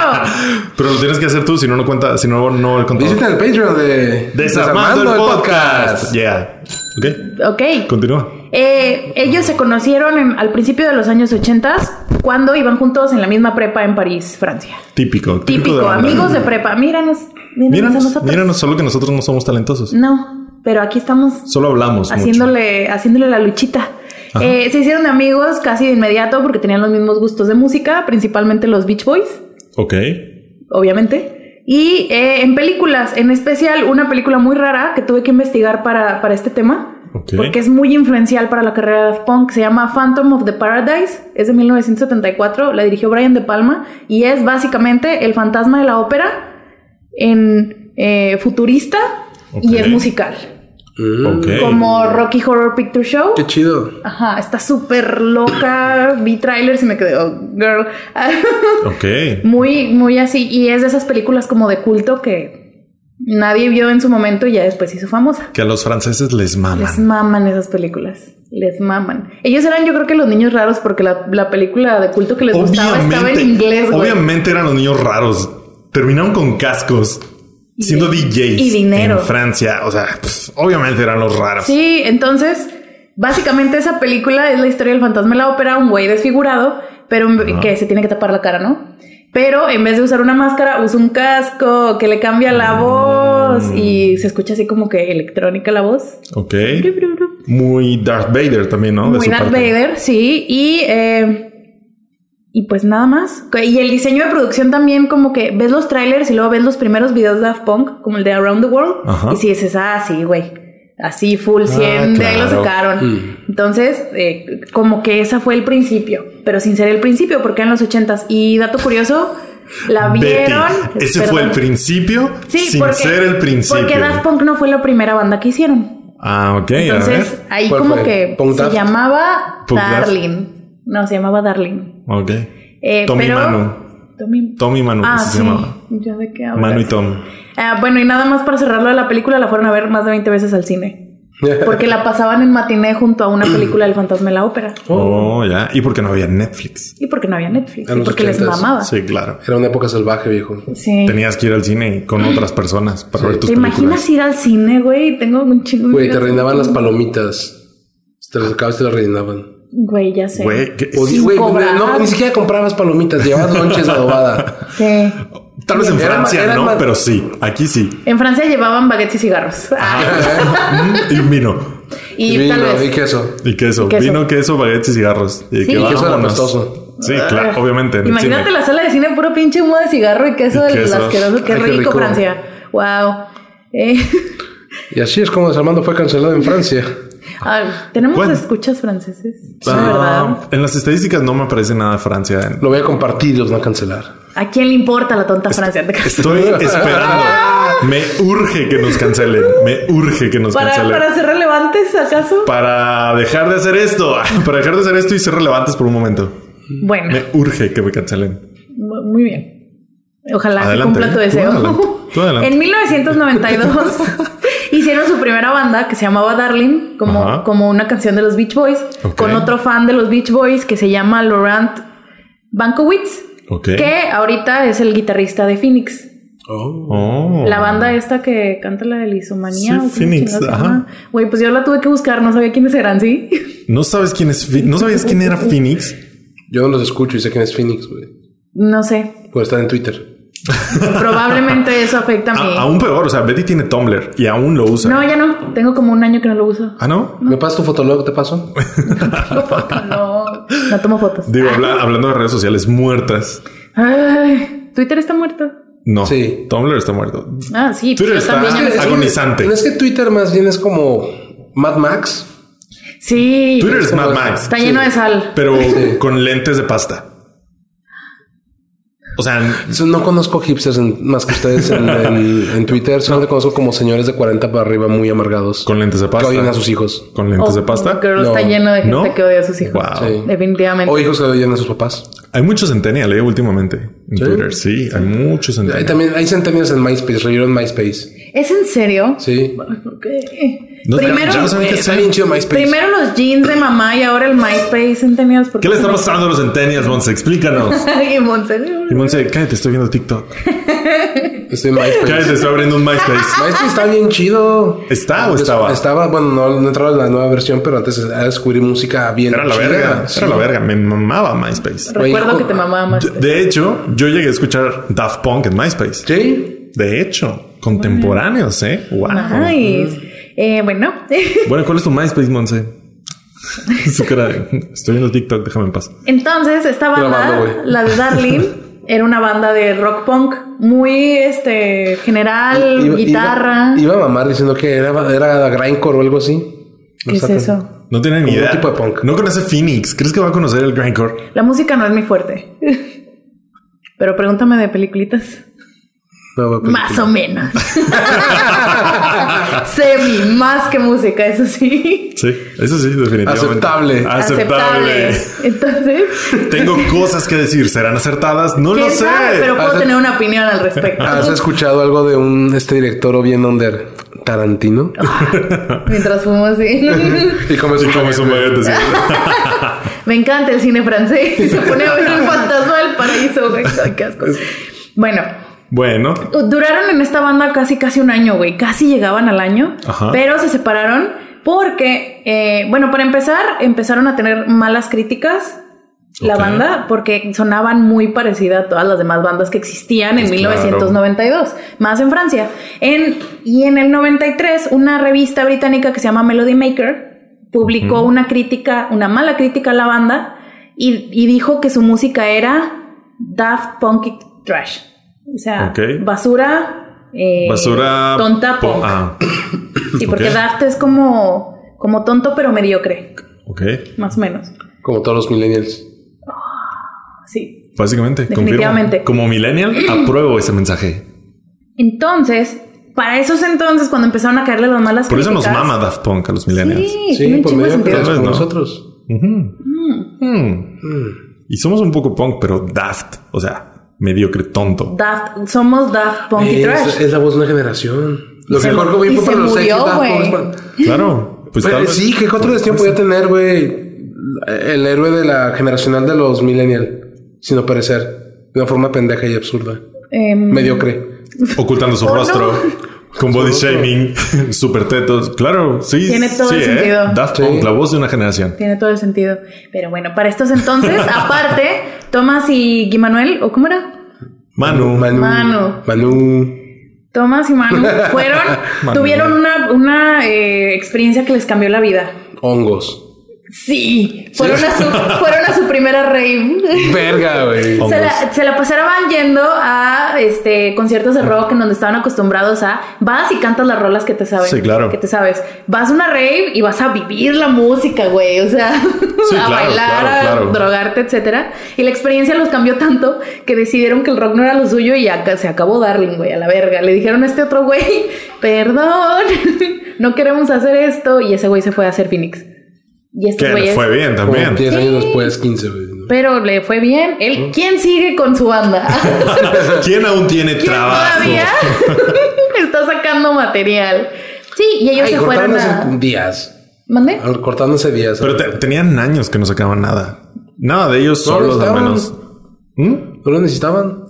Speaker 1: Pero lo tienes que hacer tú, si no, no cuenta, si no, no el contador.
Speaker 2: Visiten el Patreon de
Speaker 1: Desarmando el podcast. Yeah. Ok,
Speaker 3: Ok.
Speaker 1: continúa.
Speaker 3: Eh, ellos se conocieron en- al principio de los años 80 cuando iban juntos en la misma prepa en París, Francia.
Speaker 1: Típico. Típico,
Speaker 3: Típico,
Speaker 1: de la banda.
Speaker 3: amigos de prepa. Míranos, míranos, a
Speaker 1: Míranos,
Speaker 3: nosotros.
Speaker 1: míranos, solo que nosotros no somos talentosos.
Speaker 3: No, pero aquí estamos
Speaker 1: Solo hablamos. mucho.
Speaker 3: haciéndole, haciéndole la luchita. Eh, se hicieron amigos casi de inmediato porque tenían los mismos gustos de música, principalmente los Beach Boys.
Speaker 1: Ok.
Speaker 3: obviamente. Y eh, en películas, en especial una película muy rara que tuve que investigar para, para este tema.
Speaker 1: Ok.
Speaker 3: porque es muy influencial para la carrera de Daft Punk. Se llama Phantom of the Paradise, es de 1974, la dirigió Brian De Palma y es básicamente el fantasma de la ópera en eh, futurista y
Speaker 1: Ok.
Speaker 3: es musical,
Speaker 2: Mm,
Speaker 1: Ok.
Speaker 3: como Rocky Horror Picture Show.
Speaker 2: Qué chido.
Speaker 3: Ajá, está súper loca. Vi trailers y me quedé, oh, girl. <laughs>
Speaker 1: Ok.
Speaker 3: muy, muy así. Y es de esas películas como de culto que nadie vio en su momento y ya después hizo famosa.
Speaker 1: Que a los franceses les
Speaker 3: Les
Speaker 1: maman.
Speaker 3: maman esas películas. Les maman. Ellos eran, yo creo que los niños raros, porque la, la película de culto que les gustaba estaba en inglés. güey.
Speaker 1: obviamente eran los niños raros. Terminaron con cascos, siendo DJs.
Speaker 3: y dinero.
Speaker 1: En Francia. O sea, pues, obviamente eran los raros.
Speaker 3: Sí, entonces, básicamente esa película es la historia del fantasma de la ópera, un güey desfigurado, pero en-
Speaker 1: Ajá.
Speaker 3: que se tiene que tapar la cara, ¿no? Pero en vez de usar una máscara, usa un casco que le cambia la
Speaker 1: Mm.
Speaker 3: voz y se escucha así como que electrónica la voz.
Speaker 1: Ok. Muy Darth Vader también, ¿no? De
Speaker 3: Muy
Speaker 1: su
Speaker 3: Darth
Speaker 1: parte.
Speaker 3: Vader, sí. Y, eh, y pues nada más. Y el diseño de producción también, como que ves los trailers y luego ves los primeros videos de Daft Punk, como el de Around the World.
Speaker 1: Ajá. Ah,
Speaker 3: Y si dices, ah, sí, güey. Así, full 100 de ahí lo
Speaker 1: claro.
Speaker 3: sacaron.
Speaker 2: Mm.
Speaker 3: Entonces, eh, como que esa fue el principio, pero sin ser el principio, porque eran los ochentas. Y dato curioso, la
Speaker 1: Betty.
Speaker 3: vieron.
Speaker 1: Ese
Speaker 3: perdón.
Speaker 1: fue el principio
Speaker 3: Sí,
Speaker 1: sin
Speaker 3: porque-
Speaker 1: ser el principio.
Speaker 3: Porque Daft Punk no fue la primera banda que hicieron.
Speaker 1: Ah, ok. a
Speaker 3: Entonces,
Speaker 1: ver.
Speaker 3: ahí
Speaker 2: ¿Cuál
Speaker 3: como
Speaker 2: fue?
Speaker 3: que
Speaker 2: ¿Punk
Speaker 3: se
Speaker 2: Daft?
Speaker 3: llamaba
Speaker 1: ¿Punk Daft?
Speaker 3: Darling. No, se llamaba Darling.
Speaker 1: Ok.
Speaker 3: Eh,
Speaker 1: Tommy
Speaker 3: pero-
Speaker 1: Manu.
Speaker 3: Tommy.
Speaker 1: Tom y Manu.
Speaker 3: ah,
Speaker 1: así
Speaker 3: sí.
Speaker 1: se llamaba.
Speaker 3: Yo de qué hablas.
Speaker 1: Manu y Tom.
Speaker 3: Ah, bueno, y nada más para cerrarlo de la película, la fueron a ver más de 20 veces al cine. Porque la pasaban en matiné junto a una película del fantasma de la ópera.
Speaker 1: Oh, ya. Y porque no había Netflix.
Speaker 3: Y porque no había Netflix.
Speaker 2: En
Speaker 3: Y
Speaker 2: los
Speaker 3: porque les
Speaker 2: 80s,
Speaker 3: mamaba.
Speaker 1: Sí, claro.
Speaker 2: Era una época salvaje, viejo.
Speaker 3: Sí.
Speaker 1: Tenías que ir al cine con otras personas para ver tus
Speaker 3: ¿Te
Speaker 1: películas.
Speaker 3: imaginas ir al cine, güey? Tengo un chingo de
Speaker 2: Güey, te
Speaker 3: ganas.
Speaker 2: reinaban las palomitas. Te las acabas y te las reinaban.
Speaker 3: Güey, ya sé.
Speaker 1: Güey, que-
Speaker 2: O-
Speaker 3: Sin
Speaker 2: güey,
Speaker 3: cobrar.
Speaker 2: no, ni siquiera comprabas palomitas, llevabas lonches de adobada.
Speaker 3: Sí.
Speaker 1: tal vez en
Speaker 2: Era ma-
Speaker 1: Francia
Speaker 2: era
Speaker 1: no,
Speaker 2: ma-
Speaker 1: pero sí, aquí
Speaker 3: <laughs>
Speaker 1: sí.
Speaker 3: En Francia llevaban baguettes y cigarros.
Speaker 1: Mm, y vino.
Speaker 3: <laughs> y tal
Speaker 2: Vino
Speaker 3: vez.
Speaker 2: y queso.
Speaker 1: Ah. Y queso.
Speaker 3: Y queso.
Speaker 1: Vino, queso, baguettes y cigarros. Y,
Speaker 3: Sí. Y
Speaker 2: queso era
Speaker 1: vámonos.
Speaker 2: apestoso.
Speaker 1: Sí, claro, obviamente. en el
Speaker 3: Imagínate
Speaker 1: cine. Ah,
Speaker 3: la sala de cine, puro pinche humo de cigarro y queso
Speaker 1: Y
Speaker 3: del
Speaker 1: quesos.
Speaker 3: asqueroso. Qué
Speaker 2: Ay, qué
Speaker 3: rico,
Speaker 2: rico.
Speaker 3: Francia. Wow. Eh, <laughs>
Speaker 2: Y así es como Desarmando fue cancelado en Francia.
Speaker 3: ay, tenemos
Speaker 1: Bueno.
Speaker 3: escuchas franceses. Sí, ¿verdad?
Speaker 1: Ah, en las estadísticas no me aparece nada de Francia. en-
Speaker 2: Lo voy a compartir y los va a cancelar.
Speaker 3: ¿A quién le importa la tonta Francia?
Speaker 2: <laughs>
Speaker 1: Estoy esperando. Me urge que nos cancelen. Me urge que nos
Speaker 3: Para,
Speaker 1: cancelen.
Speaker 3: para ser relevantes, ¿acaso?
Speaker 1: Para dejar de hacer esto. <laughs> Para dejar de hacer esto y ser relevantes por un momento.
Speaker 3: Bueno,
Speaker 1: Me urge que me cancelen.
Speaker 3: mu- muy bien. Ojalá se
Speaker 1: Adelante, ¿eh?
Speaker 3: cumpla tu
Speaker 1: tú
Speaker 3: deseo. <laughs>
Speaker 1: adelante, tú adelante. <laughs>
Speaker 3: En 1992 hicieron su primera banda que se llamaba Darling, como,
Speaker 1: Ajá.
Speaker 3: como una canción de los Beach Boys,
Speaker 1: Ok.
Speaker 3: con otro fan de los Beach Boys que se llama Laurent Bankowitz.
Speaker 1: Ok.
Speaker 3: Que ahorita es el guitarrista de Phoenix.
Speaker 1: Oh.
Speaker 3: La banda esta que canta la de
Speaker 1: Sí,
Speaker 3: Lisomanía.
Speaker 1: Phoenix, ajá.
Speaker 3: Güey, pues yo la tuve que buscar, no sabía quiénes eran, ¿sí? <laughs>
Speaker 1: ¿No sabes quién es? Phe- ¿No sabías quién era Phoenix?
Speaker 2: Yo no los escucho y sé quién es Phoenix, güey.
Speaker 1: <laughs>
Speaker 3: No sé.
Speaker 2: Puede estar en Twitter.
Speaker 3: Probablemente eso afecta a
Speaker 1: A-
Speaker 3: mí.
Speaker 1: aún peor, o sea, Betty tiene Tumblr y aún lo usa.
Speaker 3: No, ya no. Tengo como un año que no lo uso.
Speaker 1: Ah, no.
Speaker 2: ¿Me pasas tu fotolog? ¿Te paso?
Speaker 3: No, Ah, no tomo fotos.
Speaker 1: Digo, habla- hablando de redes sociales muertas.
Speaker 3: Ay, Twitter está muerto.
Speaker 1: No.
Speaker 2: Sí.
Speaker 1: Tumblr está muerto.
Speaker 3: Ah, sí.
Speaker 1: Twitter
Speaker 3: yo
Speaker 1: está-
Speaker 3: también.
Speaker 1: Es que- Agonizante.
Speaker 2: No es que Twitter más bien es como Mad Max.
Speaker 3: Sí.
Speaker 1: Twitter es Mad
Speaker 2: como-
Speaker 1: Max,
Speaker 3: Está lleno de sal.
Speaker 1: pero
Speaker 2: Sí.
Speaker 1: con lentes de pasta. O sea,
Speaker 2: Eso No conozco hipsters en- más que ustedes
Speaker 1: <laughs>
Speaker 2: en, en- en Twitter. Solo conozco como señores de 40 para arriba muy amargados.
Speaker 1: con lentes de
Speaker 2: que
Speaker 1: pasta.
Speaker 2: odian a sus hijos.
Speaker 1: Con lentes de
Speaker 3: Oh,
Speaker 1: pasta.
Speaker 3: Girl,
Speaker 2: No.
Speaker 3: Está lleno de gente
Speaker 1: ¿No?
Speaker 3: que odia a sus hijos.
Speaker 1: Wow.
Speaker 2: Sí.
Speaker 3: Definitivamente.
Speaker 2: O hijos que odian a sus papás.
Speaker 1: Hay muchos Centennial eh, últimamente en Twitter. Sí, hay muchos
Speaker 2: Hay
Speaker 1: Centennial.
Speaker 2: también, hay centenias en MySpace, revieron MySpace.
Speaker 3: ¿Es en serio?
Speaker 2: Sí.
Speaker 3: Ok.
Speaker 1: No,
Speaker 3: primero,
Speaker 1: ya no saben qué
Speaker 2: Está
Speaker 1: hacer.
Speaker 2: bien chido MySpace.
Speaker 3: primero los jeans de mamá y ahora el MySpace Centennials. ¿por
Speaker 1: ¿Qué le está
Speaker 3: no? <laughs>
Speaker 1: pasando a los Centennials, Monse? Explícanos.
Speaker 2: <laughs>
Speaker 3: Y Monse,
Speaker 1: Y Monse, cállate, estoy viendo TikTok.
Speaker 2: Estoy en MySpace.
Speaker 1: Cállate, estoy abriendo un MySpace.
Speaker 2: MySpace está bien chido.
Speaker 1: ¿Está o estaba?
Speaker 2: Estaba, bueno, no, no entraba la nueva versión, pero antes era descubrir música bien.
Speaker 1: Era la
Speaker 2: chida.
Speaker 1: verga.
Speaker 2: Sí.
Speaker 1: Era la verga. Me mamaba MySpace.
Speaker 3: Recuerdo
Speaker 2: hijo.
Speaker 3: que te mamaba más.
Speaker 1: Yo- De hecho, yo llegué a escuchar Daft Punk en MySpace.
Speaker 2: Sí.
Speaker 1: De hecho, contemporáneos, ¿eh? Wow. Ah.
Speaker 3: Nice. Eh, bueno, <laughs>
Speaker 1: Bueno, ¿cuál es tu MySpace, Monse? <laughs> Su cara de, Estoy viendo TikTok, déjame en paz.
Speaker 3: entonces esta banda,
Speaker 2: Grabando, güey.
Speaker 3: la de Darling,
Speaker 1: <laughs>
Speaker 3: era una banda de rock punk muy este general,
Speaker 2: Iba-
Speaker 3: guitarra.
Speaker 2: Iba, iba a mamar diciendo que era, era grindcore o algo así.
Speaker 1: No
Speaker 3: ¿Qué es
Speaker 1: saben.
Speaker 3: eso?
Speaker 1: No tienen ni
Speaker 2: Como un
Speaker 1: idea.
Speaker 2: tipo de punk.
Speaker 1: No conoce Phoenix. ¿Crees que va a conocer el grindcore?
Speaker 3: La música no es mi fuerte. <laughs> Pero pregúntame de peliculitas.
Speaker 2: No, güey, película.
Speaker 3: Más o menos. <laughs> Semi, más que música, eso sí.
Speaker 1: Sí, eso sí, definitivamente.
Speaker 2: Aceptable.
Speaker 1: Aceptable.
Speaker 3: Entonces,
Speaker 1: Tengo cosas que decir. ¿Serán acertadas? No lo
Speaker 3: quién
Speaker 1: sé.
Speaker 3: sabe, pero puedo
Speaker 2: Hace-
Speaker 3: tener una opinión al respecto.
Speaker 2: ¿Has escuchado algo de un este director o bien under Tarantino?
Speaker 3: Mientras fumo así.
Speaker 2: y
Speaker 1: <laughs>
Speaker 2: como
Speaker 1: Y como es un baguette, sí.
Speaker 3: Me encanta el cine francés.
Speaker 1: <laughs>
Speaker 3: Y se pone a ver el fantasma del paraíso, güey. Ay, qué asco. Bueno,
Speaker 1: Bueno,
Speaker 3: duraron en esta banda casi casi un año, güey. Casi llegaban al año,
Speaker 1: Ajá.
Speaker 3: pero se separaron porque, eh, bueno, para empezar, empezaron a tener malas críticas. La
Speaker 1: Ok.
Speaker 3: banda, porque sonaban muy parecida a todas las demás bandas que existían en
Speaker 1: Pues claro.
Speaker 3: 1992, más en Francia. En, y en el 93, una revista británica que se llama Melody Maker publicó una crítica, una mala crítica a la banda y, y dijo que su música era Daft Punk y Trash. O sea,
Speaker 1: Ok.
Speaker 3: basura. eh,
Speaker 1: basura.
Speaker 3: Tonta
Speaker 1: po-
Speaker 3: punk.
Speaker 1: Ah,
Speaker 3: sí, porque
Speaker 1: ok.
Speaker 3: Daft es como, como tonto pero mediocre,
Speaker 1: ok.
Speaker 3: más o menos.
Speaker 2: Como todos los millennials.
Speaker 3: Sí.
Speaker 1: Básicamente, confirmo.
Speaker 3: Definitivamente.
Speaker 1: Como
Speaker 3: <clears throat>
Speaker 1: millennial, apruebo ese mensaje.
Speaker 3: Entonces, para esos entonces, cuando empezaron a caerle las malas
Speaker 1: Por eso nos
Speaker 3: críticas-
Speaker 1: mama Daft Punk a los millennials.
Speaker 3: Sí, tiene un
Speaker 2: por
Speaker 3: chingo de
Speaker 2: pues medio
Speaker 1: Tal
Speaker 2: de
Speaker 3: sentido.
Speaker 1: vez,
Speaker 2: como
Speaker 1: ¿no?
Speaker 2: nosotros.
Speaker 1: Ujú. Mm. Y somos un poco punk, pero daft. O sea, mediocre tonto.
Speaker 3: Daft- somos Daft Punk y
Speaker 2: Eh,
Speaker 3: Trash.
Speaker 2: es, es la voz de una generación. Lo
Speaker 3: Y se-
Speaker 2: que Kurt Cobain
Speaker 3: y
Speaker 2: fue
Speaker 3: se
Speaker 2: para los
Speaker 3: murió,
Speaker 2: X, Daft Punk
Speaker 3: güey.
Speaker 2: es para-
Speaker 1: Claro. Pues
Speaker 2: Pero
Speaker 1: tal vez-
Speaker 2: sí, ¿qué otro destino podía tener, güey? El héroe de la generacional de los millennial, sin aparecer. De una forma pendeja y absurda.
Speaker 3: Em,
Speaker 2: Mediocre.
Speaker 1: Ocultando su
Speaker 3: ¿O
Speaker 1: rostro. Con body
Speaker 2: rostro.
Speaker 1: shaming, <laughs> super tetos. Claro, sí.
Speaker 3: Tiene todo
Speaker 1: sí,
Speaker 3: el
Speaker 1: ¿eh?
Speaker 3: sentido.
Speaker 1: Daft
Speaker 2: Sí.
Speaker 1: Punk, la voz de una generación.
Speaker 3: Tiene todo el sentido. Pero bueno, para estos entonces, aparte, Tomás y Guimanuel, ¿o cómo era?
Speaker 1: Manu.
Speaker 2: Manu.
Speaker 3: Manu.
Speaker 2: Manu.
Speaker 3: Tomás y Manu fueron,
Speaker 1: Manu.
Speaker 3: tuvieron una, una eh, experiencia que les cambió la vida.
Speaker 2: Hongos.
Speaker 3: Sí, fueron, A, su, fueron a su primera rave.
Speaker 2: Verga, güey.
Speaker 1: Hongos.
Speaker 3: Se la, se la pasaban yendo a este conciertos de rock en donde estaban acostumbrados a vas y cantas las rolas que te saben.
Speaker 1: Sí, claro.
Speaker 3: Que te sabes. Vas a una rave y vas a vivir la música, güey. O sea, <laughs> a
Speaker 1: claro,
Speaker 3: bailar,
Speaker 1: claro, claro.
Speaker 3: a drogarte, etcétera. Y la experiencia los cambió tanto que decidieron que el rock no era lo suyo y acá se acabó Darling, güey, a la verga. Le dijeron a este otro güey, <laughs> perdón, <laughs> no queremos hacer esto. Y ese güey se fue a hacer Phoenix. Y este
Speaker 1: Que
Speaker 3: güey
Speaker 1: le fue bien
Speaker 2: Como
Speaker 1: también.
Speaker 2: 10 años después, 15, güey. ¿no?
Speaker 3: pero le fue bien. Él, ¿quién sigue con su banda?
Speaker 1: <laughs> <laughs> ¿Quién aún tiene
Speaker 3: ¿Quién
Speaker 1: trabajo?
Speaker 3: todavía <laughs> está sacando material? Sí, y ellos
Speaker 2: Ay,
Speaker 3: se fueron
Speaker 2: cortándose
Speaker 3: a.
Speaker 2: días.
Speaker 3: ¿Mandé?
Speaker 2: Cortándose días.
Speaker 1: Pero te- tenían años que no sacaban nada. Nada de ellos
Speaker 2: No,
Speaker 1: solos, al
Speaker 2: estaban-
Speaker 1: menos. ¿Mm?
Speaker 2: ¿No lo necesitaban?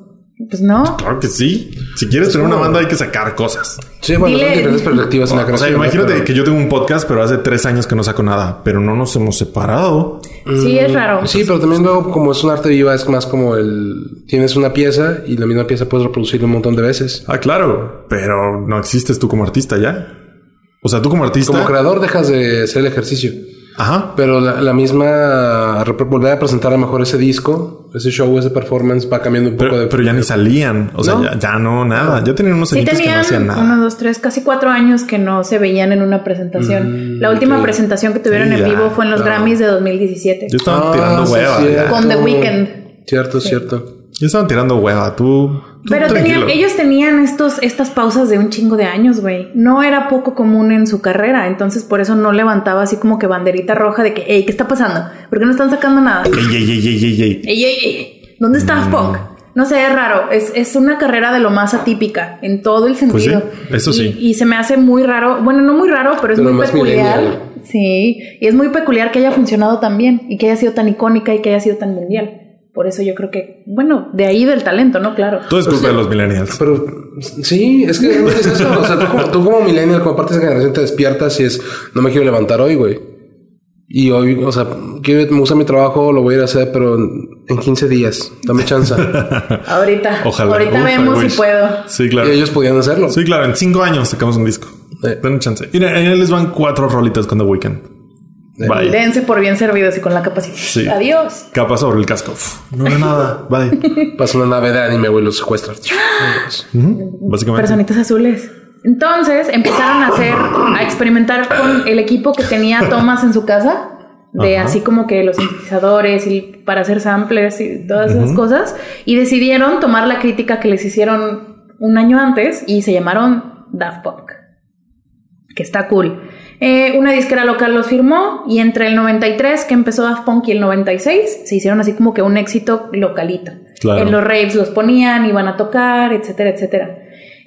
Speaker 3: Pues no.
Speaker 1: Claro que sí. Si quieres tener una banda, hay que sacar cosas.
Speaker 2: Sí, bueno,
Speaker 3: Dile-
Speaker 2: son diferentes perspectivas en la
Speaker 1: O sea,
Speaker 2: creación. ¿no?
Speaker 1: imagínate
Speaker 2: Pero-
Speaker 1: que yo tengo un podcast, pero hace tres años que no saco nada, pero no nos hemos separado.
Speaker 3: Sí,
Speaker 1: Mm,
Speaker 3: es raro.
Speaker 2: Sí, pero también luego, como es un arte viva, es más como el... Tienes una pieza y la misma pieza puedes reproducirla un montón de veces.
Speaker 1: Ah, claro, pero no existes tú como artista ya. O sea, tú como artista.
Speaker 2: Como creador dejas de hacer el ejercicio.
Speaker 1: Ajá.
Speaker 2: Pero la, la misma... rep- Volver a presentar a lo mejor ese disco, ese show, ese performance va cambiando un poco de...
Speaker 1: Pero, pero ya ni salían. O sea,
Speaker 2: No.
Speaker 1: ya, ya no, nada. Ya tenían unos
Speaker 3: Sí
Speaker 1: añitos que no
Speaker 3: tenían
Speaker 1: hacían nada.
Speaker 3: uno, dos, tres, casi cuatro años que no se veían en una presentación. La última
Speaker 2: ok.
Speaker 3: presentación que tuvieron
Speaker 1: Mm, Sí,
Speaker 3: en
Speaker 1: ya,
Speaker 3: vivo fue en los Grammys de 2017.
Speaker 1: Ya estaban
Speaker 2: Ah,
Speaker 1: tirando
Speaker 2: sí,
Speaker 1: hueva.
Speaker 2: cierto.
Speaker 1: ya.
Speaker 3: Con The Weeknd.
Speaker 2: Cierto, cierto.
Speaker 1: Ya estaban tirando hueva. Tú. tú
Speaker 3: Pero tenían-
Speaker 1: tranquilo.
Speaker 3: ellos tenían estos, estas pausas de un chingo de años, güey. No era poco común en su carrera, entonces por eso no levantaba así como que banderita roja de que, hey, ¿qué está pasando? ¿Por qué no están sacando nada?
Speaker 1: Ey, ey, ey, ey, ey, ey.
Speaker 3: Ey, ey, ey, ¿Dónde está
Speaker 1: Mm.
Speaker 3: Daft Punk? No sé, es raro. Es, es una carrera de lo más atípica en todo el sentido.
Speaker 1: Pues sí, eso
Speaker 3: Y-
Speaker 1: sí.
Speaker 3: Y se me hace muy raro. Bueno, no muy raro, pero es
Speaker 2: De lo
Speaker 3: muy
Speaker 2: más
Speaker 3: peculiar.
Speaker 2: millennial.
Speaker 3: Sí. Y es muy peculiar que haya funcionado tan bien y que haya sido tan icónica y que haya sido tan mundial. Por eso yo creo que, bueno, de ahí del talento, ¿no? Claro.
Speaker 1: Todo es culpa
Speaker 2: Pues
Speaker 1: de los millennials.
Speaker 2: Pero sí, es que es eso. O sea, tú como, tú como millennial, como parte de esa generación, te despiertas y es, no me quiero levantar hoy, güey. Y hoy, o sea, quiero- me gusta mi trabajo, lo voy a ir a hacer, pero en en 15 días,
Speaker 1: <laughs>
Speaker 2: dame chance.
Speaker 3: Ahorita.
Speaker 1: Ojalá.
Speaker 3: Ahorita
Speaker 1: Uf,
Speaker 3: vemos
Speaker 1: I
Speaker 3: si
Speaker 1: wish.
Speaker 3: puedo.
Speaker 1: Sí,
Speaker 2: y
Speaker 1: claro.
Speaker 2: ellos podían hacerlo.
Speaker 1: Sí, claro. En cinco años sacamos un disco.
Speaker 2: Eh.
Speaker 1: Den un chance. Mira, ahí les van cuatro rolitas con The Weeknd.
Speaker 2: Eh.
Speaker 1: Bye.
Speaker 3: Dense por bien servidos y con la capacidad.
Speaker 1: Sí.
Speaker 3: Adiós.
Speaker 1: Capa sobre el casco. Uf, No era nada. Bye. <gasps>
Speaker 2: Pasa una nave de anime, güey, los secuestra.
Speaker 1: Ujú, Básicamente.
Speaker 3: Personitas azules. Entonces empezaron a hacer, a experimentar con el equipo que tenía Thomas en su casa, de
Speaker 1: Ajá.
Speaker 3: así como que los sintetizadores y para hacer samplers y todas esas
Speaker 1: Ujú.
Speaker 3: cosas, y decidieron tomar la crítica que les hicieron un año antes y se llamaron Daft Punk, que está cool. Eh, una disquera local los firmó y entre el 93 que empezó Daft Punk y el 96 se hicieron así como que un éxito localito.
Speaker 1: Claro.
Speaker 3: En los raves los ponían, iban a tocar, etcétera, etcétera.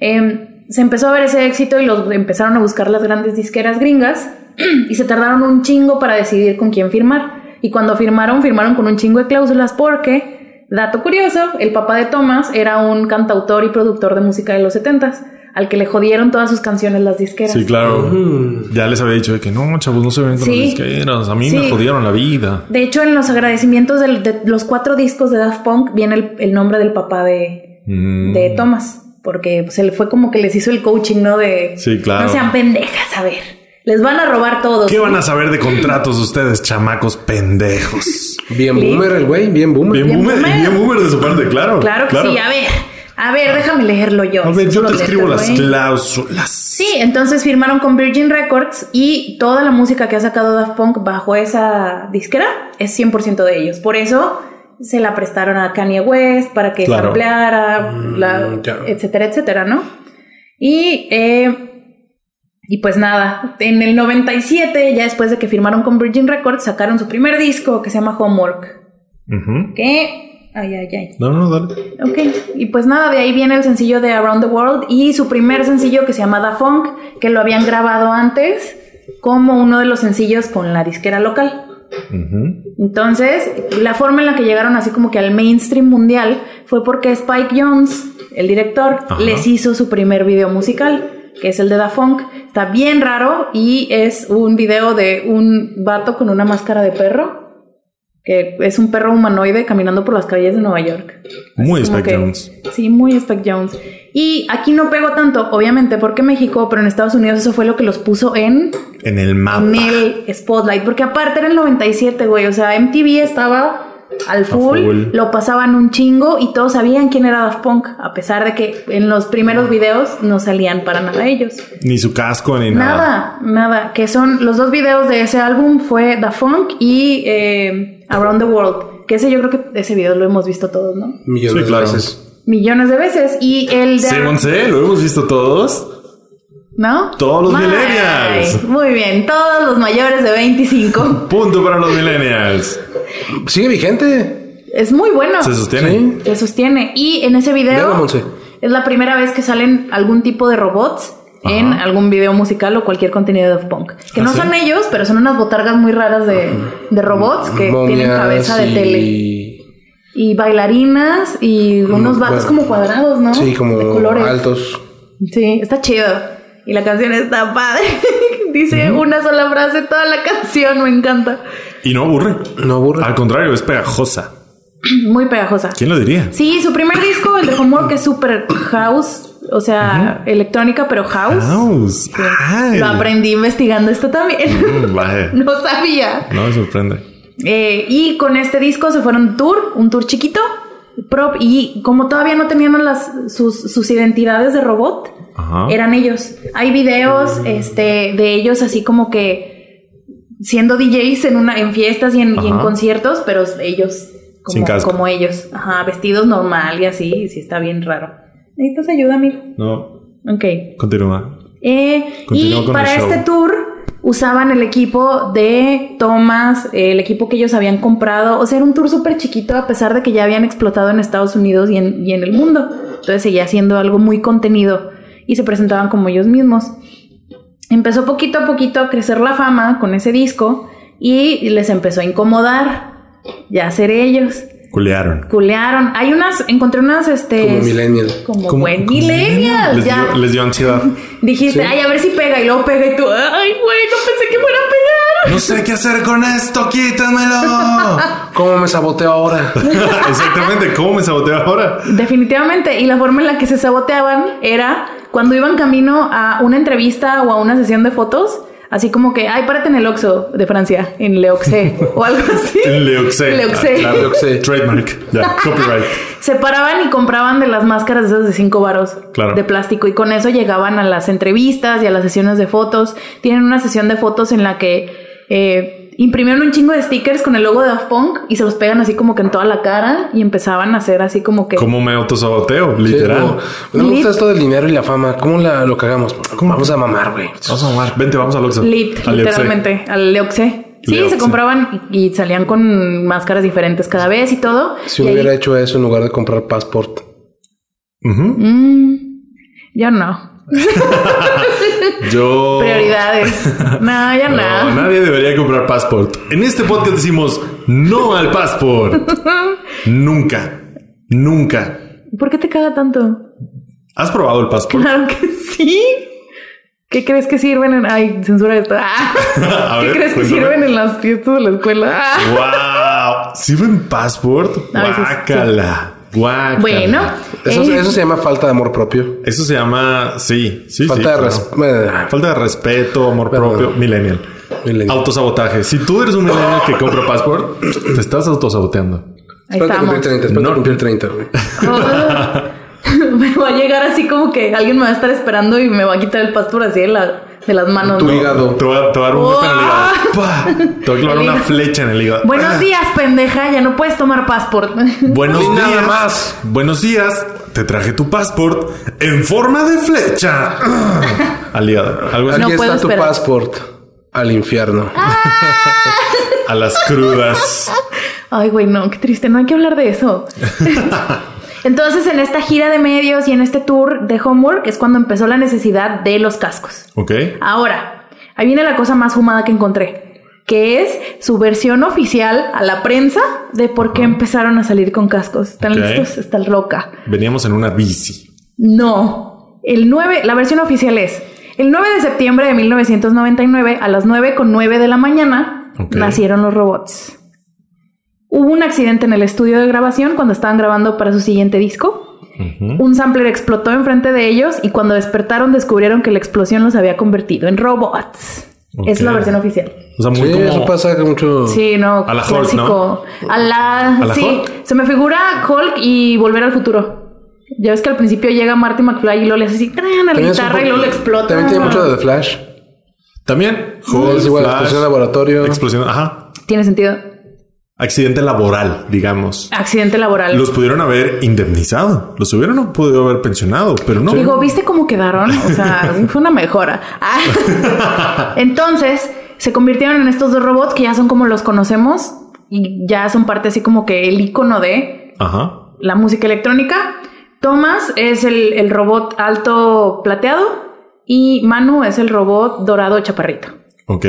Speaker 3: Eh, se empezó a ver ese éxito y los empezaron a buscar las grandes disqueras gringas <clears throat> y se tardaron un chingo para decidir con quién firmar. Y cuando firmaron, firmaron con un chingo de cláusulas porque, dato curioso, el papá de Thomas era un cantautor y productor de música de los 70s, al que le jodieron todas sus canciones las disqueras.
Speaker 1: Sí, claro.
Speaker 2: Mm.
Speaker 1: Ya les había dicho de que no, chavos, no se ven con
Speaker 3: Sí.
Speaker 1: las disqueras. A mí
Speaker 3: Sí.
Speaker 1: me jodieron la vida.
Speaker 3: De hecho, en los agradecimientos del- de los cuatro discos de Daft Punk viene el, el nombre del papá de,
Speaker 1: Mm.
Speaker 3: de Thomas, porque se le fue como que les hizo el coaching, ¿no? De
Speaker 1: Sí, claro.
Speaker 3: no sean pendejas, a ver, les van a robar todos.
Speaker 1: ¿Qué van a saber de contratos ustedes, chamacos pendejos?
Speaker 2: Bien
Speaker 3: Sí.
Speaker 2: boomer el güey, bien boomer.
Speaker 1: Bien,
Speaker 3: <laughs> Bien
Speaker 1: boomer, y
Speaker 3: boomer.
Speaker 1: bien boomer de su parte, claro.
Speaker 3: Claro que sí, a ver, a ver, déjame leerlo yo.
Speaker 1: A ver, yo te escribo las
Speaker 3: Güey.
Speaker 1: cláusulas.
Speaker 3: Sí, entonces firmaron con Virgin Records y toda la música que ha sacado Daft Punk bajo esa disquera es 100% de ellos. Por eso se la prestaron a Kanye West para que
Speaker 1: Claro. Mm,
Speaker 3: sampleara, la-
Speaker 2: ya.
Speaker 3: etcétera, etcétera, ¿no? Y, eh, y pues nada, en el 97, ya después de que firmaron con Virgin Records, sacaron su primer disco que se llama Homework.
Speaker 1: Ujú.
Speaker 3: Que, ay, ay, ay.
Speaker 1: No, no, dale.
Speaker 3: Ok, y pues nada, de ahí viene el sencillo de Around the World y su primer sencillo que se llama Da Funk, que lo habían grabado antes como uno de los sencillos con la disquera local.
Speaker 1: Ujú.
Speaker 3: Entonces, la forma en la que llegaron así como que al mainstream mundial fue porque Spike Jones, el director,
Speaker 1: Ajá.
Speaker 3: les hizo su primer video musical, que es el de Da Funk. Está bien raro y es un video de un vato con una máscara de perro, que es un perro humanoide caminando por las calles de Nueva York.
Speaker 1: Muy
Speaker 3: Como
Speaker 1: Spike
Speaker 3: que-
Speaker 1: Jones.
Speaker 3: Sí, muy Spec Jones. Y aquí no pegó tanto, obviamente, porque México, pero en Estados Unidos eso fue lo que los puso en,
Speaker 1: En el mapa.
Speaker 3: en el spotlight. Porque aparte era el 97, güey. O sea, MTV estaba al full,
Speaker 1: full.
Speaker 3: lo pasaban un chingo y todos sabían quién era Daft Punk, a pesar de que en los primeros videos no salían para nada ellos.
Speaker 1: Ni su casco ni nada.
Speaker 3: Nada, nada. Que son los dos videos de ese álbum fue The Funk y eh, Around the World. Que ese yo creo que ese video lo hemos visto todos, ¿no?
Speaker 2: Millones
Speaker 1: Sí, claro.
Speaker 2: de veces.
Speaker 3: Millones de veces. Y el de.
Speaker 1: Según sé, lo hemos visto todos.
Speaker 3: ¿No?
Speaker 1: Todos los
Speaker 3: Ay,
Speaker 1: millennials.
Speaker 3: Muy bien, todos los mayores de 25.
Speaker 1: Punto para los millennials.
Speaker 2: Sigue vigente.
Speaker 3: Es muy bueno.
Speaker 1: Se sostiene.
Speaker 2: Sí.
Speaker 3: Se sostiene. Y en ese video
Speaker 2: Velo, Monse.
Speaker 3: es la primera vez que salen algún tipo de robots
Speaker 1: Ajá.
Speaker 3: en algún video musical o cualquier contenido de Daft Punk. Que
Speaker 1: ¿Ah,
Speaker 3: no
Speaker 1: sí?
Speaker 3: son ellos, pero son unas botargas muy raras de, de robots que tienen
Speaker 2: Momias
Speaker 3: cabeza de
Speaker 2: y-
Speaker 3: tele. Y bailarinas y unos vatos
Speaker 2: bueno.
Speaker 3: como cuadrados, ¿no?
Speaker 2: Sí, como
Speaker 3: de colores.
Speaker 2: altos.
Speaker 3: Sí, está chido. Y la canción está padre. <laughs> Dice una sola frase toda la <laughs> canción, me encanta.
Speaker 1: Y no aburre.
Speaker 2: No aburre.
Speaker 1: Al contrario, es pegajosa.
Speaker 3: Muy pegajosa.
Speaker 1: ¿Quién lo diría?
Speaker 3: Sí, su primer disco, el de Homework, que es super house, o sea, electrónica, pero house.
Speaker 1: House.
Speaker 3: Sí.
Speaker 1: Ay.
Speaker 3: Lo aprendí investigando esto también.
Speaker 1: Mm, vaya.
Speaker 3: <laughs> no sabía.
Speaker 1: No me sorprende.
Speaker 3: Eh, y con este disco se fueron tour, un tour chiquito, prop, y como todavía no tenían las, sus, sus identidades de robot,
Speaker 1: Ajá. Mm.
Speaker 3: eran ellos. Hay videos este, de ellos así como que siendo DJs en una, en fiestas y en, y en
Speaker 1: Ajá.
Speaker 3: conciertos, pero ellos como,
Speaker 1: Sin casco.
Speaker 3: como ellos. Ajá, vestidos normal y así, y sí está bien raro. Necesitas ayuda, amigo.
Speaker 1: No,
Speaker 3: Ok.
Speaker 1: continúa.
Speaker 3: Eh,
Speaker 1: Continúa
Speaker 3: y
Speaker 1: con
Speaker 3: para
Speaker 1: el show.
Speaker 3: este tour usaban el equipo de Thomas, eh, el equipo que ellos habían comprado. O sea, era un tour súper chiquito a pesar de que ya habían explotado en Estados Unidos y en, y en el mundo. Entonces seguía siendo algo muy contenido y se presentaban como ellos mismos. Empezó poquito a poquito a crecer la fama con ese disco y les empezó a incomodar ya ser ellos.
Speaker 1: Culearon.
Speaker 3: Culearon. Hay unas, encontré unas, este...
Speaker 2: Como millennial.
Speaker 3: como
Speaker 1: Como-
Speaker 3: buen
Speaker 1: como
Speaker 3: millennial.
Speaker 1: Les,
Speaker 3: ya.
Speaker 1: dio, les dio
Speaker 3: <laughs>
Speaker 1: ansiedad.
Speaker 3: Dijiste,
Speaker 2: Sí.
Speaker 3: ay, a ver si pega y luego pega y tú, ay, güey, no pensé que fuera a
Speaker 1: No sé qué hacer con esto,
Speaker 3: <laughs>
Speaker 1: quítamelo.
Speaker 2: ¿Cómo me saboteo ahora?
Speaker 1: Exactamente, ¿cómo me saboteo ahora?
Speaker 3: pegar. Definitivamente, y la forma en la que se saboteaban era cuando iban camino a una entrevista o a una sesión de fotos, así como que, ay, párate en el Oxxo de Francia, en Leoxé o algo así.
Speaker 1: En Leoxé.
Speaker 3: Leoxé.
Speaker 1: Ah, claro.
Speaker 2: Leoxé.
Speaker 3: <laughs>
Speaker 1: Trademark. Ya, copyright.
Speaker 3: se paraban y compraban de las máscaras esas de cinco varos
Speaker 1: Claro.
Speaker 3: de plástico y con eso llegaban a las entrevistas y a las sesiones de fotos. Tienen una sesión de fotos en la que eh, imprimieron un chingo de stickers con el logo de Daft Punk y se los pegan así como que en toda la cara y empezaban a hacer así como que...
Speaker 1: ¿Cómo me autosaboteo? <laughs>
Speaker 2: Sí,
Speaker 1: Literal.
Speaker 2: como, me gusta esto del dinero y la fama. ¿Cómo la, lo cagamos? Vamos a mamar, güey.
Speaker 1: Vamos a mamar. Vente, vamos al Oxxo.
Speaker 3: Lit,
Speaker 1: Al Oxxo.
Speaker 3: literalmente, al Leoxe. Sí,
Speaker 1: Leoxe.
Speaker 3: se compraban y, y salían con máscaras diferentes cada vez y todo.
Speaker 2: Si
Speaker 3: Y ahí-
Speaker 2: hubiera hecho eso en lugar de comprar passport.
Speaker 1: Ujú.
Speaker 3: Mm, yo no. <laughs>
Speaker 1: Yo... <laughs>
Speaker 3: Prioridades. No, yo
Speaker 1: Oh. No,
Speaker 3: no.
Speaker 1: nadie debería comprar Passport. En este podcast decimos no al
Speaker 3: <laughs>
Speaker 1: Passport. nunca. Nunca.
Speaker 3: ¿Por qué te caga tanto?
Speaker 1: ¿Has probado el Passport?
Speaker 3: Claro que sí. ¿Qué crees que sirven en... Ay, censura esto. Ah.
Speaker 1: <laughs> A
Speaker 3: ¿Qué
Speaker 1: ver,
Speaker 3: crees que
Speaker 1: cuéntame.
Speaker 3: sirven en las fiestas de la escuela? Ah.
Speaker 1: ¡Wow! ¿Sirven Passport?
Speaker 3: A veces,
Speaker 1: Guácala. Guácala.
Speaker 3: Bueno.
Speaker 2: Eso,
Speaker 3: eh,
Speaker 2: eso se llama falta de amor propio.
Speaker 1: Eso se llama, sí, sí, sí,
Speaker 2: falta de
Speaker 1: claro.
Speaker 2: respeto.
Speaker 1: Falta de respeto, amor
Speaker 2: Perdón.
Speaker 1: propio, millennial.
Speaker 2: Millennial.
Speaker 1: Autosabotaje. Si tú eres un millennial que compra passport, te estás autosaboteando.
Speaker 3: ahí
Speaker 2: Espérate cumplir
Speaker 3: estamos.
Speaker 2: 30, espérate
Speaker 1: No.
Speaker 2: cumplir 30, güey. <laughs>
Speaker 3: me va a llegar así como que alguien me va a estar esperando y me va a quitar el pastor así de, la- de las manos.
Speaker 2: Tu
Speaker 3: Ah, ¿no?
Speaker 2: hígado.
Speaker 1: Te voy a, te voy a dar un golpe en el hígado. ¡Pah! Te voy a clavar
Speaker 3: El <laughs>
Speaker 1: una
Speaker 3: hígado.
Speaker 1: flecha en el hígado.
Speaker 3: Buenos
Speaker 2: Ah.
Speaker 3: días, pendeja. Ya no puedes tomar passport.
Speaker 1: Buenos
Speaker 2: Ni
Speaker 1: días.
Speaker 2: nada más.
Speaker 1: Buenos días. Te traje tu passport en forma de flecha.
Speaker 3: <laughs>
Speaker 1: Al hígado. Algo así.
Speaker 2: Aquí
Speaker 3: No puedo
Speaker 2: está tu
Speaker 3: esperar.
Speaker 2: passport al infierno.
Speaker 1: Ah. A las crudas.
Speaker 3: <laughs> Ay, güey, no, qué triste. No hay que hablar
Speaker 2: <laughs>
Speaker 3: de eso. Entonces, en esta gira de medios y en este tour de homework es cuando empezó la necesidad de los cascos.
Speaker 1: Ok.
Speaker 3: Ahora, ahí viene la cosa más fumada que encontré, que es su versión oficial a la prensa de por qué empezaron a salir con cascos. ¿Están
Speaker 1: Ok.
Speaker 3: listos? Está loca.
Speaker 1: Veníamos en una bici.
Speaker 3: No. El 9, la versión oficial es el 9 de septiembre de 1999 a las 9 con 9 de la mañana
Speaker 1: Ok.
Speaker 3: nacieron los robots. Hubo un accidente en el estudio de grabación cuando estaban grabando para su siguiente disco.
Speaker 1: Ujú.
Speaker 3: Un sampler explotó enfrente de ellos y cuando despertaron descubrieron que la explosión los había convertido en robots. Es
Speaker 1: Ok.
Speaker 3: la versión oficial.
Speaker 1: O sea, muy
Speaker 2: Sí,
Speaker 1: como.
Speaker 2: eso pasa que mucho.
Speaker 3: Sí, no,
Speaker 1: A la Hulk,
Speaker 3: clásico. A la,
Speaker 1: ¿A la
Speaker 3: sí,
Speaker 1: Hulk?
Speaker 3: se me figura Hulk y Volver al Futuro. Ya ves que al principio llega Marty McFly y lo le hace así, tran, a la
Speaker 2: También es un
Speaker 3: guitarra y
Speaker 2: poco-
Speaker 3: luego le explota.
Speaker 2: También tiene mucho de The Flash.
Speaker 1: También.
Speaker 2: es igual,
Speaker 1: Flash,
Speaker 2: explosión de laboratorio.
Speaker 1: Explosión. Ajá.
Speaker 3: Tiene sentido.
Speaker 1: Accidente laboral, digamos.
Speaker 3: Accidente laboral.
Speaker 1: Los pudieron haber indemnizado. Los hubieran podido haber pensionado, pero no.
Speaker 3: Digo, ¿viste cómo quedaron? O sea, fue una mejora. Ah. Entonces, se convirtieron en estos dos robots que ya son como los conocemos y ya son parte así como que el icono de
Speaker 1: Ajá.
Speaker 3: la música electrónica. Thomas es el, el robot alto plateado y Manu es el robot dorado chaparrito.
Speaker 1: Ok.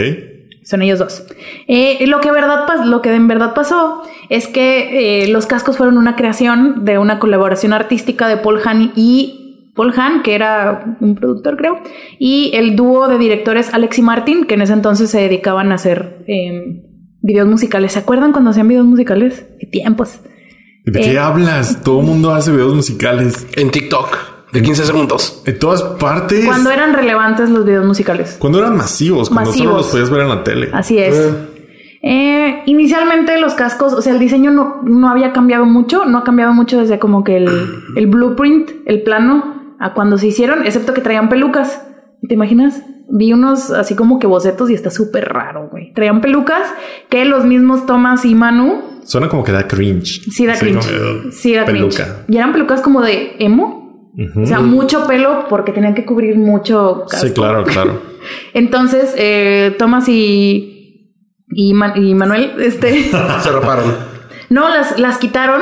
Speaker 3: Son ellos dos. Eh, y lo, que verdad, pas- lo que en verdad pasó es que eh, los cascos fueron una creación de una colaboración artística de Paul Han y Paul Han, que era un productor creo, y el dúo de directores Alex y Martin, que en ese entonces se dedicaban a hacer eh, videos musicales. ¿Se acuerdan cuando hacían videos musicales? ¿Qué tiempos?
Speaker 1: ¿De qué
Speaker 3: Eh.
Speaker 1: hablas? Todo el mundo hace videos musicales.
Speaker 2: En TikTok de 15 segundos.
Speaker 1: En todas partes.
Speaker 3: Cuando eran relevantes los videos musicales.
Speaker 1: Cuando eran masivos, cuando solo
Speaker 3: Masivos.
Speaker 1: los podías ver en la tele.
Speaker 3: Así es.
Speaker 2: Eh.
Speaker 3: Eh, inicialmente los cascos, o sea, el diseño no, no había cambiado mucho, no ha cambiado mucho desde
Speaker 1: <clears throat>
Speaker 3: como que el, el blueprint, el plano, a cuando se hicieron, excepto que traían pelucas. ¿Te imaginas? Vi unos así como que bocetos y está súper raro, güey. Traían pelucas que los mismos Thomas y Manu
Speaker 1: Suena como que da cringe.
Speaker 3: sí da
Speaker 1: Así como,
Speaker 3: cringe.
Speaker 1: eh,
Speaker 3: Sí da
Speaker 1: peluca. Mm.
Speaker 3: cringe. Y eran pelucas como de emo. O sea, mucho pelo porque tenían que cubrir mucho casco.
Speaker 1: Sí,
Speaker 3: <laughs>
Speaker 1: claro, claro.
Speaker 3: Entonces, eh, Tomás y, y, Ma- y Manuel, este,
Speaker 1: <laughs>
Speaker 2: Se raparon.
Speaker 3: no, las, las quitaron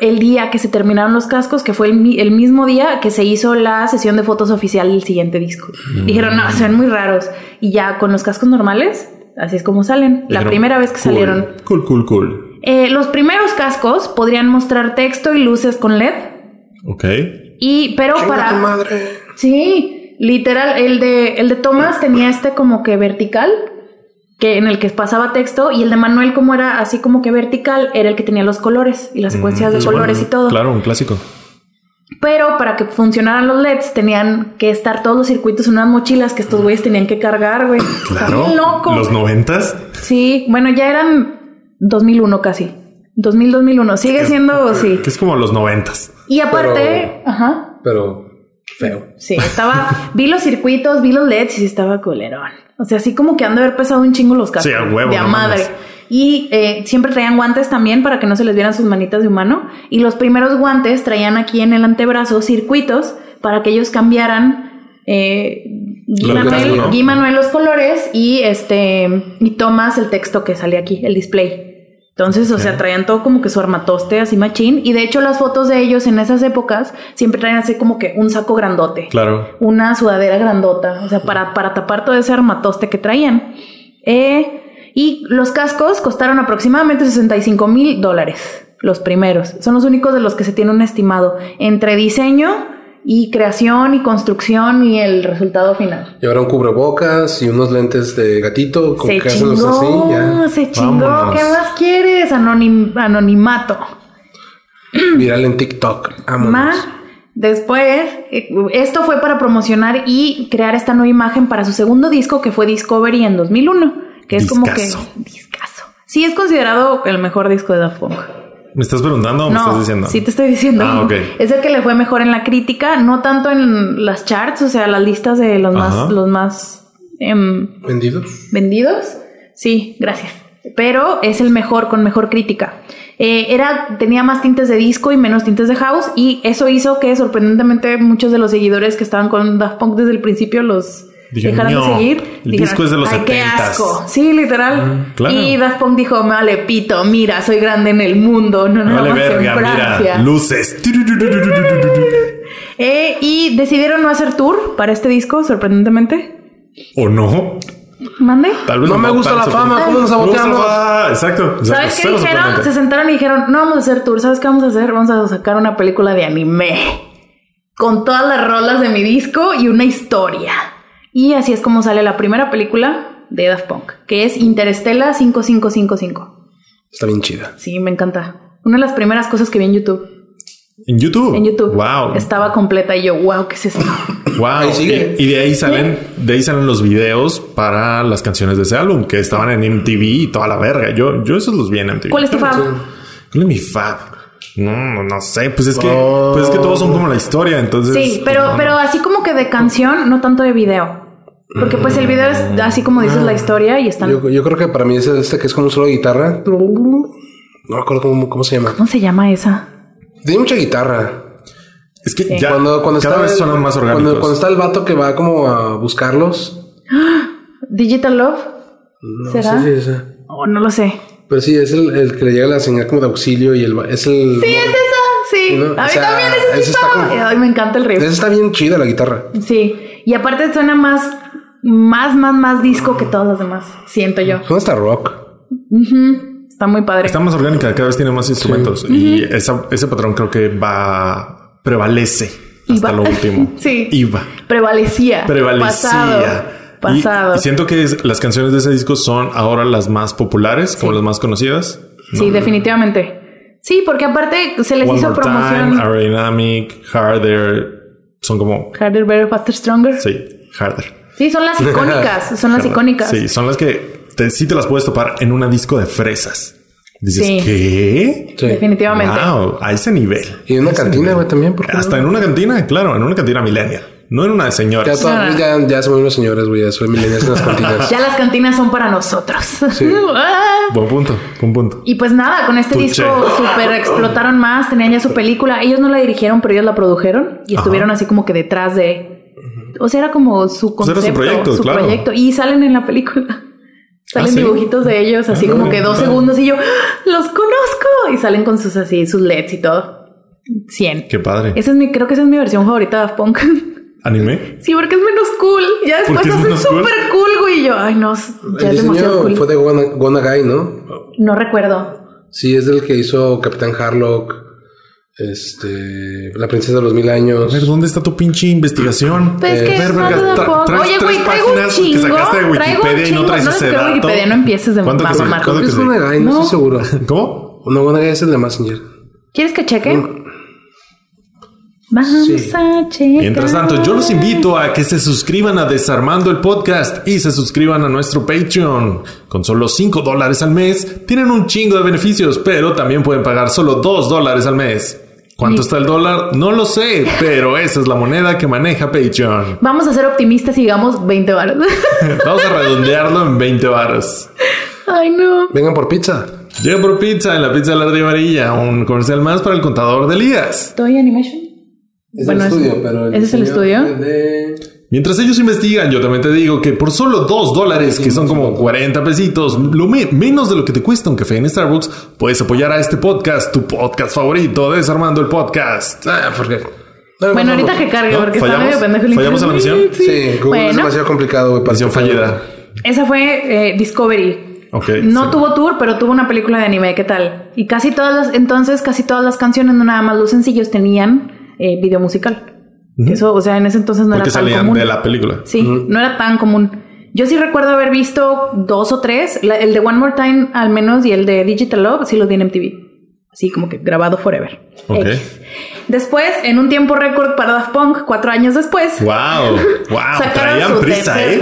Speaker 3: el día que se terminaron los cascos, que fue el, mi- el mismo día que se hizo la sesión de fotos oficial del siguiente disco. Dijeron, no, se ven muy raros. Y ya con los cascos normales, así es como salen. La
Speaker 1: Dijeron,
Speaker 3: primera vez que
Speaker 1: "Cool,
Speaker 3: salieron.
Speaker 1: Cool, cool, cool.
Speaker 3: Eh, los primeros cascos podrían mostrar texto y luces con LED.
Speaker 1: Ok.
Speaker 3: Y, pero
Speaker 2: Chinga
Speaker 3: para.
Speaker 2: tu madre.
Speaker 3: Sí, literal, el de, el de Tomás tenía este como que vertical, que en el que pasaba texto, y el de Manuel como era así como que vertical, era el que tenía los colores y las secuencias de
Speaker 1: Pues
Speaker 3: colores
Speaker 1: bueno,
Speaker 3: y todo.
Speaker 1: Claro, un clásico.
Speaker 3: Pero para que funcionaran los LEDs tenían que estar todos los circuitos en unas mochilas que estos güeyes tenían que cargar, güey. Está
Speaker 1: Mm. <clears throat> Claro.
Speaker 3: bien loco.
Speaker 1: Los noventas.
Speaker 3: Sí, bueno, ya eran 2001 casi. 2000-2001. Sigue siendo, sí.
Speaker 1: Que es como los noventas.
Speaker 3: Y aparte, ajá.
Speaker 2: Pero feo.
Speaker 3: Sí, estaba.
Speaker 1: <laughs>
Speaker 3: vi los circuitos, vi los LEDs y estaba colerón. O sea, así como que han de haber pesado un chingo los cascos.
Speaker 1: Sí, a huevo,
Speaker 3: De a
Speaker 1: no
Speaker 3: madre.
Speaker 1: mames.
Speaker 3: Y eh, siempre traían guantes también para que no se les vieran sus manitas de humano. Y los primeros guantes traían aquí en el antebrazo circuitos para que ellos cambiaran. Eh, Guy
Speaker 1: Lo que
Speaker 3: Manuel-
Speaker 1: tengo, ¿no?
Speaker 3: Guy Manuel los colores y este y tomas el texto que sale aquí, el display. Entonces, o sea,
Speaker 1: Ok.
Speaker 3: traían todo como que su armatoste así machín. Y de hecho, las fotos de ellos en esas épocas siempre traían así como que un saco grandote
Speaker 1: Claro.
Speaker 3: una sudadera grandota, o sea, para, para tapar todo ese armatoste que traían. Eh, y los cascos costaron aproximadamente 65 mil dólares, los primeros. Son los únicos de los que se tiene un estimado entre diseño y creación y construcción y el resultado final.
Speaker 2: Y ahora un cubrebocas y unos lentes de gatito, como
Speaker 3: Se
Speaker 2: que hacen los así,
Speaker 3: chingó,
Speaker 2: ya.
Speaker 3: <clears throat> se chingó.
Speaker 1: Vámonos.
Speaker 3: ¿Qué más quieres? Anonim- anonimato.
Speaker 2: Viral en TikTok. Vámonos.
Speaker 3: Ma, después, eh, esto fue para promocionar y crear esta nueva imagen para su segundo disco que fue Discovery en 2001, que es como que
Speaker 1: Discazo.
Speaker 3: discazo. Sí es considerado el mejor disco de Daft Punk.
Speaker 1: ¿Me estás preguntando o me estás diciendo?
Speaker 3: sí te estoy diciendo.
Speaker 1: Ah, ok.
Speaker 3: Es el que le fue mejor en la crítica, no tanto en las charts, o sea, las listas de los
Speaker 1: Ajá.
Speaker 3: más los más em,
Speaker 2: Vendidos.
Speaker 3: vendidos. Sí, gracias. Pero es el mejor, con mejor crítica. Eh, era, tenía más tintes de disco y menos tintes de house, y eso hizo que sorprendentemente muchos de los seguidores que estaban con Daft Punk desde el principio los
Speaker 1: Dijeron,
Speaker 3: dejaron
Speaker 1: "No,
Speaker 3: de seguir.
Speaker 1: el disco es de los
Speaker 3: "Ay, qué
Speaker 1: 70s".
Speaker 3: asco. Sí, literal.
Speaker 1: Mm, claro.
Speaker 3: Y Daft Punk dijo: Me vale pito, mira, soy grande en el mundo, no, no,
Speaker 1: Vale verga,
Speaker 3: en Francia.
Speaker 1: mira. Luces.
Speaker 3: <laughs> Eh, y decidieron no hacer tour para este disco, sorprendentemente.
Speaker 1: ¿O no?
Speaker 3: Mande.
Speaker 1: Tal vez
Speaker 2: No me
Speaker 1: va
Speaker 2: gusta
Speaker 1: tan
Speaker 2: la
Speaker 1: sorprendente.
Speaker 2: fama, ¿cómo nos
Speaker 1: No me gusta
Speaker 2: saboteamos?
Speaker 1: la fama. Exacto. exacto.
Speaker 3: ¿Sabes qué
Speaker 1: Cero
Speaker 3: dijeron?
Speaker 1: sorprendente.
Speaker 3: Se sentaron y dijeron, no vamos a hacer tour, ¿sabes qué vamos a hacer? Vamos a sacar una película de anime con todas las rolas de mi disco y una historia. Y así es como sale la primera película de Daft Punk, que es Interestela 5555.
Speaker 2: Está bien chida.
Speaker 3: Sí, me encanta. Una de las primeras cosas que vi en YouTube.
Speaker 1: En YouTube.
Speaker 3: En YouTube.
Speaker 1: Oh, Wow.
Speaker 3: Estaba completa y yo, wow, ¿qué
Speaker 1: <laughs>
Speaker 3: es esto?
Speaker 1: Wow.
Speaker 2: Ahí sigue.
Speaker 1: Y, y de ahí salen, de ahí salen los videos para las canciones de ese álbum que estaban en MTV y toda la verga. Yo, yo esos los vi en MTV.
Speaker 3: ¿Cuál es tu
Speaker 2: Sí.
Speaker 3: fav?
Speaker 1: ¿Cuál es mi fab? No, no sé. Pues es que,
Speaker 2: Oh.
Speaker 1: pues es que todos son como la historia. Entonces. pues,
Speaker 3: Sí, pero,
Speaker 1: no, no.
Speaker 3: pero así como que de canción, no tanto de video. Porque pues el video es así como dices
Speaker 1: Ah.
Speaker 3: la historia y están...
Speaker 2: Yo, yo creo que para mí es este que es como un solo de guitarra. No me acuerdo cómo, cómo se llama.
Speaker 3: ¿Cómo se llama esa?
Speaker 2: Tiene mucha guitarra.
Speaker 1: Es que ya
Speaker 2: cuando, cuando
Speaker 1: cada
Speaker 2: está
Speaker 1: vez
Speaker 2: el-
Speaker 1: suenan más
Speaker 2: cuando-
Speaker 1: orgánicos.
Speaker 2: Cuando, está el vato que va como a buscarlos.
Speaker 3: Digital Love.
Speaker 2: No
Speaker 3: ¿Será?
Speaker 2: sé si es esa.
Speaker 3: Oh, no lo sé.
Speaker 2: Pero sí, es el, el que le llega la señal como de auxilio y el, va- es el...
Speaker 3: Sí, es esa. Ah, Sí.
Speaker 2: No,
Speaker 3: a
Speaker 2: o
Speaker 3: mí
Speaker 2: sea,
Speaker 3: también ese
Speaker 2: ese
Speaker 3: es mi
Speaker 2: está
Speaker 3: favor.
Speaker 2: como-
Speaker 3: Ay, me encanta el riff.
Speaker 2: Esa está bien chida la guitarra.
Speaker 3: Sí. Y aparte suena más, más, más, más disco que todos los demás. Siento yo.
Speaker 2: Suena hasta rock.
Speaker 3: Ujú. Está muy padre.
Speaker 1: Está más orgánica, cada vez tiene más instrumentos. Y esa- ese patrón creo que va, prevalece hasta
Speaker 3: Iba.
Speaker 1: lo último.
Speaker 3: <laughs> Sí.
Speaker 1: Iba.
Speaker 3: Prevalecía. Pasado.
Speaker 1: Prevalecía. Y-
Speaker 3: Pasado.
Speaker 1: Y, siento que es- las canciones de ese disco son ahora las más populares, como las más conocidas.
Speaker 3: sí, definitivamente. Sí, porque aparte se les
Speaker 1: One
Speaker 3: hizo
Speaker 1: More
Speaker 3: promoción.
Speaker 1: Time, Aerodynamic, Harder. Son como.
Speaker 3: Harder, Better, Faster, Stronger. Sí,
Speaker 1: Sí, Harder.
Speaker 3: son las icónicas. Son las icónicas.
Speaker 1: Sí, son las que te, sí te las puedes topar en una disco de fresas. Dices,
Speaker 3: Sí.
Speaker 1: ¿qué?
Speaker 2: Sí.
Speaker 3: Definitivamente.
Speaker 1: Wow, a ese nivel.
Speaker 2: Y en una cantina, güey, también. ¿por qué no?
Speaker 1: Hasta en una cantina, claro, en una cantina millennial, no en una de
Speaker 2: Ya,
Speaker 1: señores.
Speaker 2: to-
Speaker 3: No, no.
Speaker 2: ya, ya se volvieron los señores, güey. Ya soy milenias en
Speaker 3: <laughs>
Speaker 2: las cantinas.
Speaker 3: Ya las cantinas son para nosotros. <laughs>
Speaker 2: Sí.
Speaker 3: Ah.
Speaker 1: Buen punto, buen punto.
Speaker 3: Y pues nada, con este
Speaker 1: Puche.
Speaker 3: disco super explotaron más, tenían ya su película. Ellos no la dirigieron, pero ellos la produjeron y
Speaker 1: Ajá.
Speaker 3: estuvieron así como que detrás de. O sea, era como su
Speaker 1: Pues era su
Speaker 3: concepto,
Speaker 1: proyecto, claro. Ah,
Speaker 3: proyecto. Y salen en la película. Salen
Speaker 1: ¿sí?
Speaker 3: dibujitos de ellos, así
Speaker 1: Ah,
Speaker 3: como
Speaker 1: no,
Speaker 3: que dos
Speaker 1: no.
Speaker 3: segundos y yo ¡Ah! los conozco y salen con sus así, sus LEDs y todo. 100.
Speaker 1: Qué padre.
Speaker 3: Esa es mi, creo que esa es mi versión favorita de Daft Punk. <laughs>
Speaker 1: Anime.
Speaker 3: sí, porque es menos cool. Ya después
Speaker 1: Porque es
Speaker 3: hacen
Speaker 1: menos cool.
Speaker 3: súper cool, güey. Y yo, ay, no, ya
Speaker 2: El
Speaker 3: es demasiado
Speaker 2: diseño
Speaker 3: cool.
Speaker 2: fue de Gona, Gona Guy, ¿no?
Speaker 3: No recuerdo.
Speaker 2: Sí, es del que hizo Capitán Harlock, este, La Princesa de los Mil
Speaker 1: A ver,
Speaker 2: Años.
Speaker 1: ¿dónde está tu pinche investigación?
Speaker 3: Pues
Speaker 1: Eh,
Speaker 3: que
Speaker 1: ver,
Speaker 3: es más
Speaker 1: verga,
Speaker 3: de
Speaker 1: tra-
Speaker 3: poco.
Speaker 1: traes
Speaker 3: Oye,
Speaker 1: tres
Speaker 3: güey, traigo un
Speaker 1: páginas
Speaker 3: chingo.
Speaker 1: que sacaste de
Speaker 3: traigo un
Speaker 1: Wikipedia y no
Speaker 3: chingo.
Speaker 1: traes
Speaker 3: No,
Speaker 1: ese
Speaker 3: es que
Speaker 1: dato.
Speaker 3: Wikipedia no empieces de
Speaker 1: ¿Cuánto que
Speaker 3: mamar,
Speaker 1: sí? ¿Cuánto
Speaker 2: Creo
Speaker 1: que
Speaker 2: que es
Speaker 1: sí?
Speaker 2: Gona Guy, no,
Speaker 3: No.
Speaker 2: estoy seguro.
Speaker 1: ¿Cómo?
Speaker 2: No, Gona Guy es el de Messenger.
Speaker 3: ¿Quieres que cheque? Vamos
Speaker 2: Sí.
Speaker 3: a checar.
Speaker 1: Mientras tanto, yo los invito a que se suscriban a Desarmando el Podcast y se suscriban a nuestro Patreon. Con solo 5 dólares al mes tienen un chingo de beneficios, pero también pueden pagar solo 2 dólares al mes. ¿Cuánto
Speaker 3: Sí.
Speaker 1: está el dólar? No lo sé, pero esa es la moneda que maneja Patreon.
Speaker 3: Vamos a ser optimistas y digamos
Speaker 1: <laughs>
Speaker 3: 20 baros.
Speaker 1: Vamos a redondearlo en 20 varos.
Speaker 3: Ay, no.
Speaker 2: Vengan por pizza.
Speaker 1: Llega por pizza en la pizza Lardi Amarilla, un comercial más para el contador de Elías.
Speaker 3: Toy Animation. Bueno, ese- ¿ese es el
Speaker 2: diseño
Speaker 3: estudio?
Speaker 2: de-
Speaker 1: Mientras ellos investigan, yo también te digo que por solo 2 dólares, que son como 40 pesitos, lo me- menos de lo que te cuesta un café en Starbucks, puedes apoyar a este podcast, tu podcast favorito, Desarmando el Podcast.
Speaker 2: Ah, porque. No,
Speaker 3: Bueno,
Speaker 2: no, no.
Speaker 3: ahorita que cargue,
Speaker 1: ¿No?
Speaker 3: porque está
Speaker 1: ¿Fallamos?
Speaker 3: medio pendejo el
Speaker 1: ¿Fallamos a la
Speaker 3: internet.
Speaker 1: misión?
Speaker 2: Sí, Google es
Speaker 3: Bueno.
Speaker 2: demasiado complicado, güey. para-
Speaker 1: Misión fallida.
Speaker 3: Esa fue eh, Discovery.
Speaker 1: Ok.
Speaker 3: No
Speaker 1: sí.
Speaker 3: tuvo tour, pero tuvo una película de anime. ¿Qué tal? Y casi todas las, entonces, casi todas las canciones, no nada más los sencillos, tenían eh, video musical. Eso, o sea, en ese entonces no
Speaker 1: Porque
Speaker 3: era tan
Speaker 1: salían
Speaker 3: común.
Speaker 1: de la película.
Speaker 3: Sí, no era tan común. Yo sí recuerdo haber visto dos o tres, la- el de One More Time al menos y el de Digital Love, sí los vi en MTV. Así como que grabado forever.
Speaker 1: Ok.
Speaker 3: X. Después, en un tiempo récord para Daft Punk, cuatro años después,
Speaker 1: Wow, wow,
Speaker 3: sacaron
Speaker 1: traían
Speaker 3: su
Speaker 1: prisa,
Speaker 3: tercer-
Speaker 1: eh.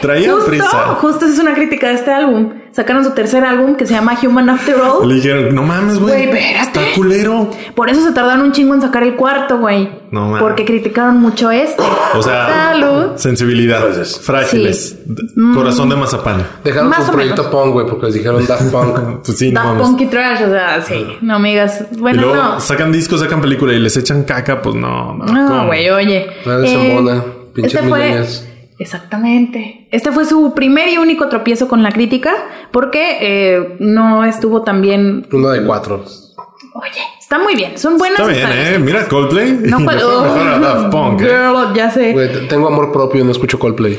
Speaker 3: Traían, justo,
Speaker 1: prisa.
Speaker 3: Justo esa es una crítica de este álbum. Sacaron su tercer álbum que se llama Human After
Speaker 1: Le
Speaker 3: All.
Speaker 1: dijeron, no mames,
Speaker 3: Güey,
Speaker 1: güey.
Speaker 3: espérate.
Speaker 1: Está culero.
Speaker 3: Por eso se tardaron un chingo en sacar el cuarto, güey.
Speaker 1: No mames.
Speaker 3: porque criticaron mucho este.
Speaker 1: O sea,
Speaker 3: Salud. Mm.
Speaker 1: sensibilidades frágiles, d- corazón de mazapán.
Speaker 2: Dejaron
Speaker 3: Más
Speaker 2: su
Speaker 3: o
Speaker 2: proyecto
Speaker 3: menos.
Speaker 2: punk, güey, porque les dijeron Daft
Speaker 3: <laughs>
Speaker 2: Punk.
Speaker 1: Pues sí, no
Speaker 3: Daft
Speaker 1: mames.
Speaker 3: Punk y Trash, o sea, sí. No, amigas.
Speaker 1: Y
Speaker 3: Bueno,
Speaker 1: luego
Speaker 3: no.
Speaker 1: sacan discos, sacan película y les echan caca, pues no, no.
Speaker 3: No,
Speaker 1: ¿cómo?
Speaker 3: güey, oye. Em, este
Speaker 2: Redes en bola, pinches
Speaker 3: Eh, fue,
Speaker 2: millennials.
Speaker 3: Exactamente. Este fue su primer y único tropiezo con la crítica porque eh, no estuvo tan bien.
Speaker 2: Uno de cuatro.
Speaker 3: Oye, está muy bien. Son buenas.
Speaker 1: Está bien,
Speaker 3: historias.
Speaker 1: eh. Mira Coldplay. <laughs>
Speaker 3: No,
Speaker 1: y
Speaker 3: cual- Oh.
Speaker 1: mejor, mejor a Daft Punk. eh.
Speaker 3: Girl, ya sé.
Speaker 2: Güey, t- tengo amor propio, no escucho Coldplay.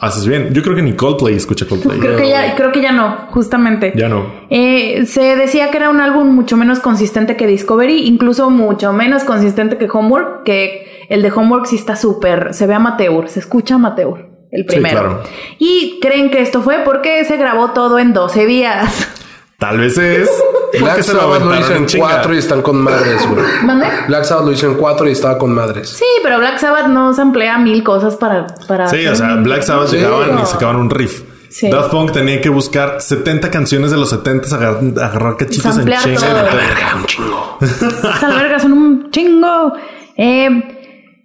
Speaker 1: Haces bien. Yo creo que ni Coldplay escucha Coldplay.
Speaker 3: Creo que ya, creo que ya no, justamente.
Speaker 1: ya no.
Speaker 3: Eh, se decía que era un álbum mucho menos consistente que Discovery, incluso mucho menos consistente que Homework, que el de Homework sí está súper, se ve amateur, se escucha amateur, el primero.
Speaker 1: claro.
Speaker 3: Y creen que esto fue porque se grabó todo en 12 días. <laughs>
Speaker 1: Tal vez es.
Speaker 2: Black
Speaker 1: porque se lo
Speaker 2: Sabbath lo hizo
Speaker 1: aventaron en
Speaker 2: en
Speaker 1: chinga.
Speaker 2: cuatro y están con madres, güey.
Speaker 3: ¿Mande?
Speaker 2: Black Sabbath lo hizo en cuatro y estaba con madres.
Speaker 3: Sí, pero Black Sabbath no se emplea mil cosas para... para
Speaker 1: Sí, o
Speaker 3: hacer
Speaker 1: sea,
Speaker 3: un-
Speaker 1: Black Sabbath
Speaker 2: Sí.
Speaker 1: llegaban y sacaban un riff.
Speaker 3: Sí.
Speaker 1: Daft Punk tenía que buscar 70 canciones de los 70, agar- agarrar cachitos en
Speaker 3: Samplear
Speaker 1: chinga.
Speaker 3: todo.
Speaker 1: y todo.
Speaker 3: Estas vergas son un chingo. Eh,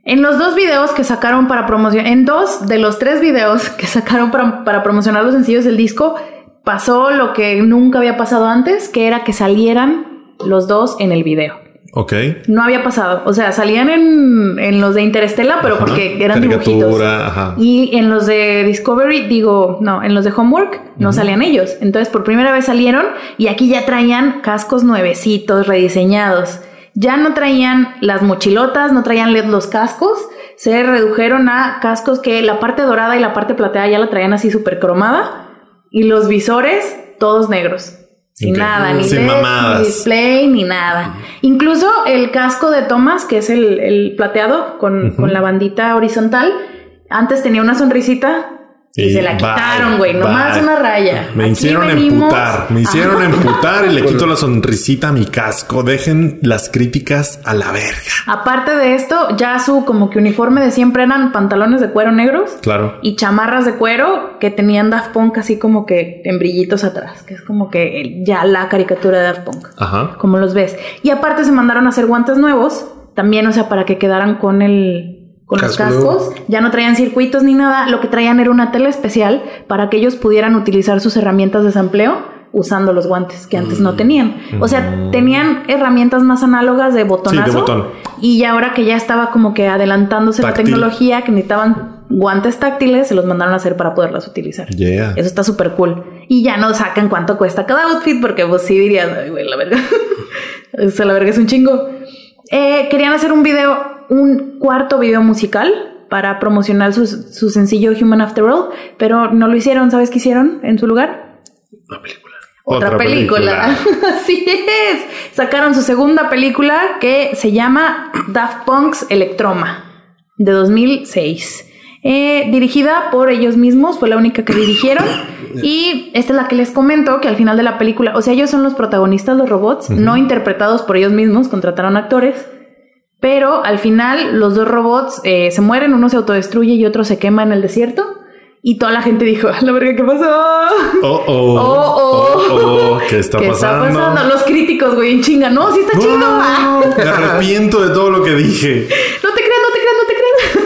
Speaker 3: en los dos videos que sacaron para promocionar, en dos de los tres videos que sacaron para, para promocionar los sencillos del disco, pasó lo que nunca había pasado antes, que era que salieran los dos en el video.
Speaker 1: Ok.
Speaker 3: No había pasado. O sea, salían en, en los de Interestela, pero
Speaker 1: Ajá.
Speaker 3: porque eran
Speaker 1: Caricatura,
Speaker 3: dibujitos.
Speaker 1: ajá.
Speaker 3: Y en los de Discovery, digo, no, en los de Homework no salían ellos. Entonces, por primera vez salieron y aquí ya traían cascos nuevecitos, rediseñados. Ya no traían las mochilotas, no traían LED los cascos. Se redujeron a cascos que la parte dorada y la parte plateada ya la traían así súper cromada. Y los visores, todos negros. Sin
Speaker 1: Ok.
Speaker 3: nada, ni
Speaker 1: Sin
Speaker 3: LED,
Speaker 1: mamadas.
Speaker 3: ni display, ni nada. Incluso el casco de Thomas, que es el, el plateado con, con la bandita horizontal, antes tenía una sonrisita y,
Speaker 1: Y
Speaker 3: se la
Speaker 1: bye,
Speaker 3: quitaron, güey. Nomás
Speaker 1: bye.
Speaker 3: una raya.
Speaker 1: Me
Speaker 3: Aquí
Speaker 1: hicieron
Speaker 3: venimos-
Speaker 1: emputar, me hicieron em-
Speaker 3: Ajá.
Speaker 1: emputar y <laughs> le quito la sonrisita a mi casco. Dejen las críticas a la verga.
Speaker 3: Aparte de esto, ya su como que uniforme de siempre eran pantalones de cuero negros
Speaker 1: Claro.
Speaker 3: y chamarras de cuero que tenían Daft Punk así como que en brillitos atrás, que es como que el- ya la caricatura de Daft Punk.
Speaker 1: Ajá.
Speaker 3: como los ves. Y aparte se mandaron a hacer guantes nuevos, también, o sea, para que quedaran con el con los
Speaker 2: Casco nuevo.
Speaker 3: cascos, ya no traían circuitos ni nada, lo que traían era una tela especial para que ellos pudieran utilizar sus herramientas de sampleo usando los guantes que antes
Speaker 1: Mm.
Speaker 3: no tenían. O sea, tenían herramientas más análogas de botonazo.
Speaker 1: botón.
Speaker 3: Y ya ahora que ya estaba como que adelantándose
Speaker 1: Táctil.
Speaker 3: la tecnología, que necesitaban guantes táctiles, se los mandaron a hacer para poderlas utilizar.
Speaker 1: Yeah.
Speaker 3: Eso está súper cool. Y ya no sacan cuánto cuesta cada outfit, porque pues sí dirías, "Ay, güey, la verga. <laughs> o sea, la verga es un chingo. Eh, querían hacer un video, un cuarto video musical para promocionar su, su sencillo Human After All, pero no lo hicieron. ¿Sabes qué hicieron en su lugar? Otra,
Speaker 1: Otra
Speaker 3: película. <laughs> Así es. Sacaron su segunda película que se llama Daft Punk's Electroma de 2006. Eh, dirigida por ellos mismos, fue la única que dirigieron. <laughs> Y esta es la que les comento que al final de la película, o sea, ellos son los protagonistas, los robots, no interpretados por ellos mismos, contrataron actores. Pero al final los dos robots eh, se mueren, uno se autodestruye y otro se quema en el desierto. Y toda la gente dijo, "A la verga, ¿qué pasó?
Speaker 1: Oh, oh.
Speaker 3: Oh, oh.
Speaker 1: Oh, oh, ¿Qué está
Speaker 3: ¿Qué
Speaker 1: pasando?
Speaker 3: está pasando? Los críticos, güey, en chinga. No, sí <laughs> está
Speaker 1: No,
Speaker 3: chido.
Speaker 1: no,
Speaker 3: Ah,
Speaker 1: no, no. Me arrepiento de todo lo que dije.
Speaker 3: No te creas, no te creas, no te creas.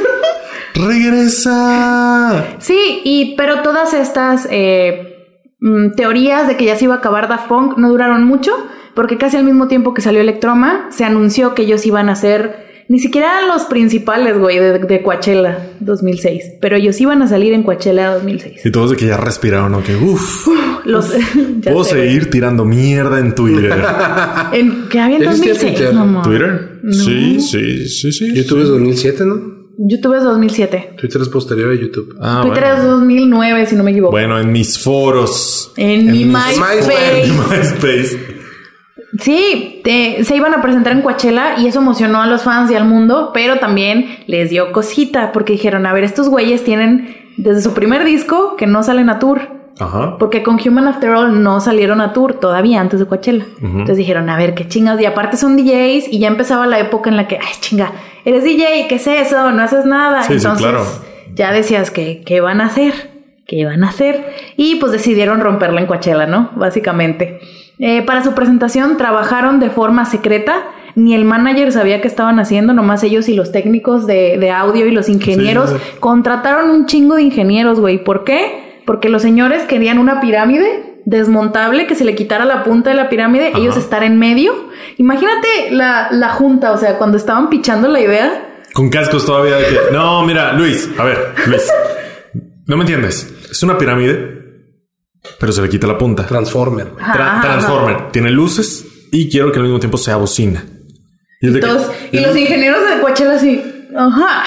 Speaker 1: Regresa.
Speaker 3: sí, y pero todas estas eh, mm, teorías de que ya se iba a acabar Daft Punk no duraron mucho, porque casi al mismo tiempo que salió Electroma, se anunció que ellos iban a ser ni siquiera los principales, güey, de, de Coachella 2006, pero ellos iban a salir en Coachella 2006.
Speaker 1: Y todos de que ya respiraron, ok. Uf.
Speaker 3: Los, <laughs> ya
Speaker 1: Puedo
Speaker 3: sé, güey.
Speaker 1: seguir tirando mierda en Twitter.
Speaker 3: En, que había en
Speaker 2: ¿Existe
Speaker 3: 2006,
Speaker 2: Twitter?
Speaker 3: no, amor.
Speaker 1: ¿Twitter?
Speaker 3: No.
Speaker 1: Sí, sí, sí, sí.
Speaker 2: YouTube es 2007, ¿no?
Speaker 3: YouTube es 2007.
Speaker 2: Twitter es posterior a YouTube.
Speaker 1: Ah,
Speaker 3: Twitter
Speaker 1: bueno.
Speaker 3: es 2009, si no me equivoco.
Speaker 1: Bueno, en mis foros.
Speaker 3: En mi
Speaker 1: mis- <laughs>
Speaker 3: MySpace.
Speaker 1: En mi MySpace.
Speaker 3: Sí, te- se iban a presentar en Coachella y eso emocionó a los fans y al mundo, pero también les dio cosita porque dijeron, a ver, estos güeyes tienen desde su primer disco que no salen a tour,
Speaker 1: Ajá.
Speaker 3: porque con Human After All no salieron a tour todavía antes de Coachella. Entonces dijeron, a ver, qué chingas, y aparte son DJs y ya empezaba la época en la que, ay, chinga, eres DJ, ¿qué es eso? No haces nada.
Speaker 1: Sí, sí,
Speaker 3: Entonces
Speaker 1: claro.
Speaker 3: ya decías que, ¿qué van a hacer? ¿Qué van a hacer? Y pues decidieron romperla en Coachella, ¿no? Básicamente. Eh, para su presentación trabajaron de forma secreta. Ni el manager sabía qué estaban haciendo, nomás ellos y los técnicos de, de audio y los ingenieros.
Speaker 1: Sí.
Speaker 3: Contrataron un chingo de ingenieros, güey. ¿Por qué? Porque los señores querían una pirámide desmontable que se le quitara la punta de la pirámide, ellos estar en medio. Imagínate la, la junta, o sea, cuando estaban pichando la idea.
Speaker 1: Con cascos todavía de que. No, mira, Luis, a ver, Luis. No me entiendes. Es una pirámide, pero se le quita la punta.
Speaker 2: Transformer. güey.
Speaker 1: Tra-
Speaker 3: Ajá.
Speaker 1: Transformer. Tiene luces y quiero que al mismo tiempo sea bocina. Y es de que-
Speaker 3: Entonces, y los ingenieros de Coachella así, ajá,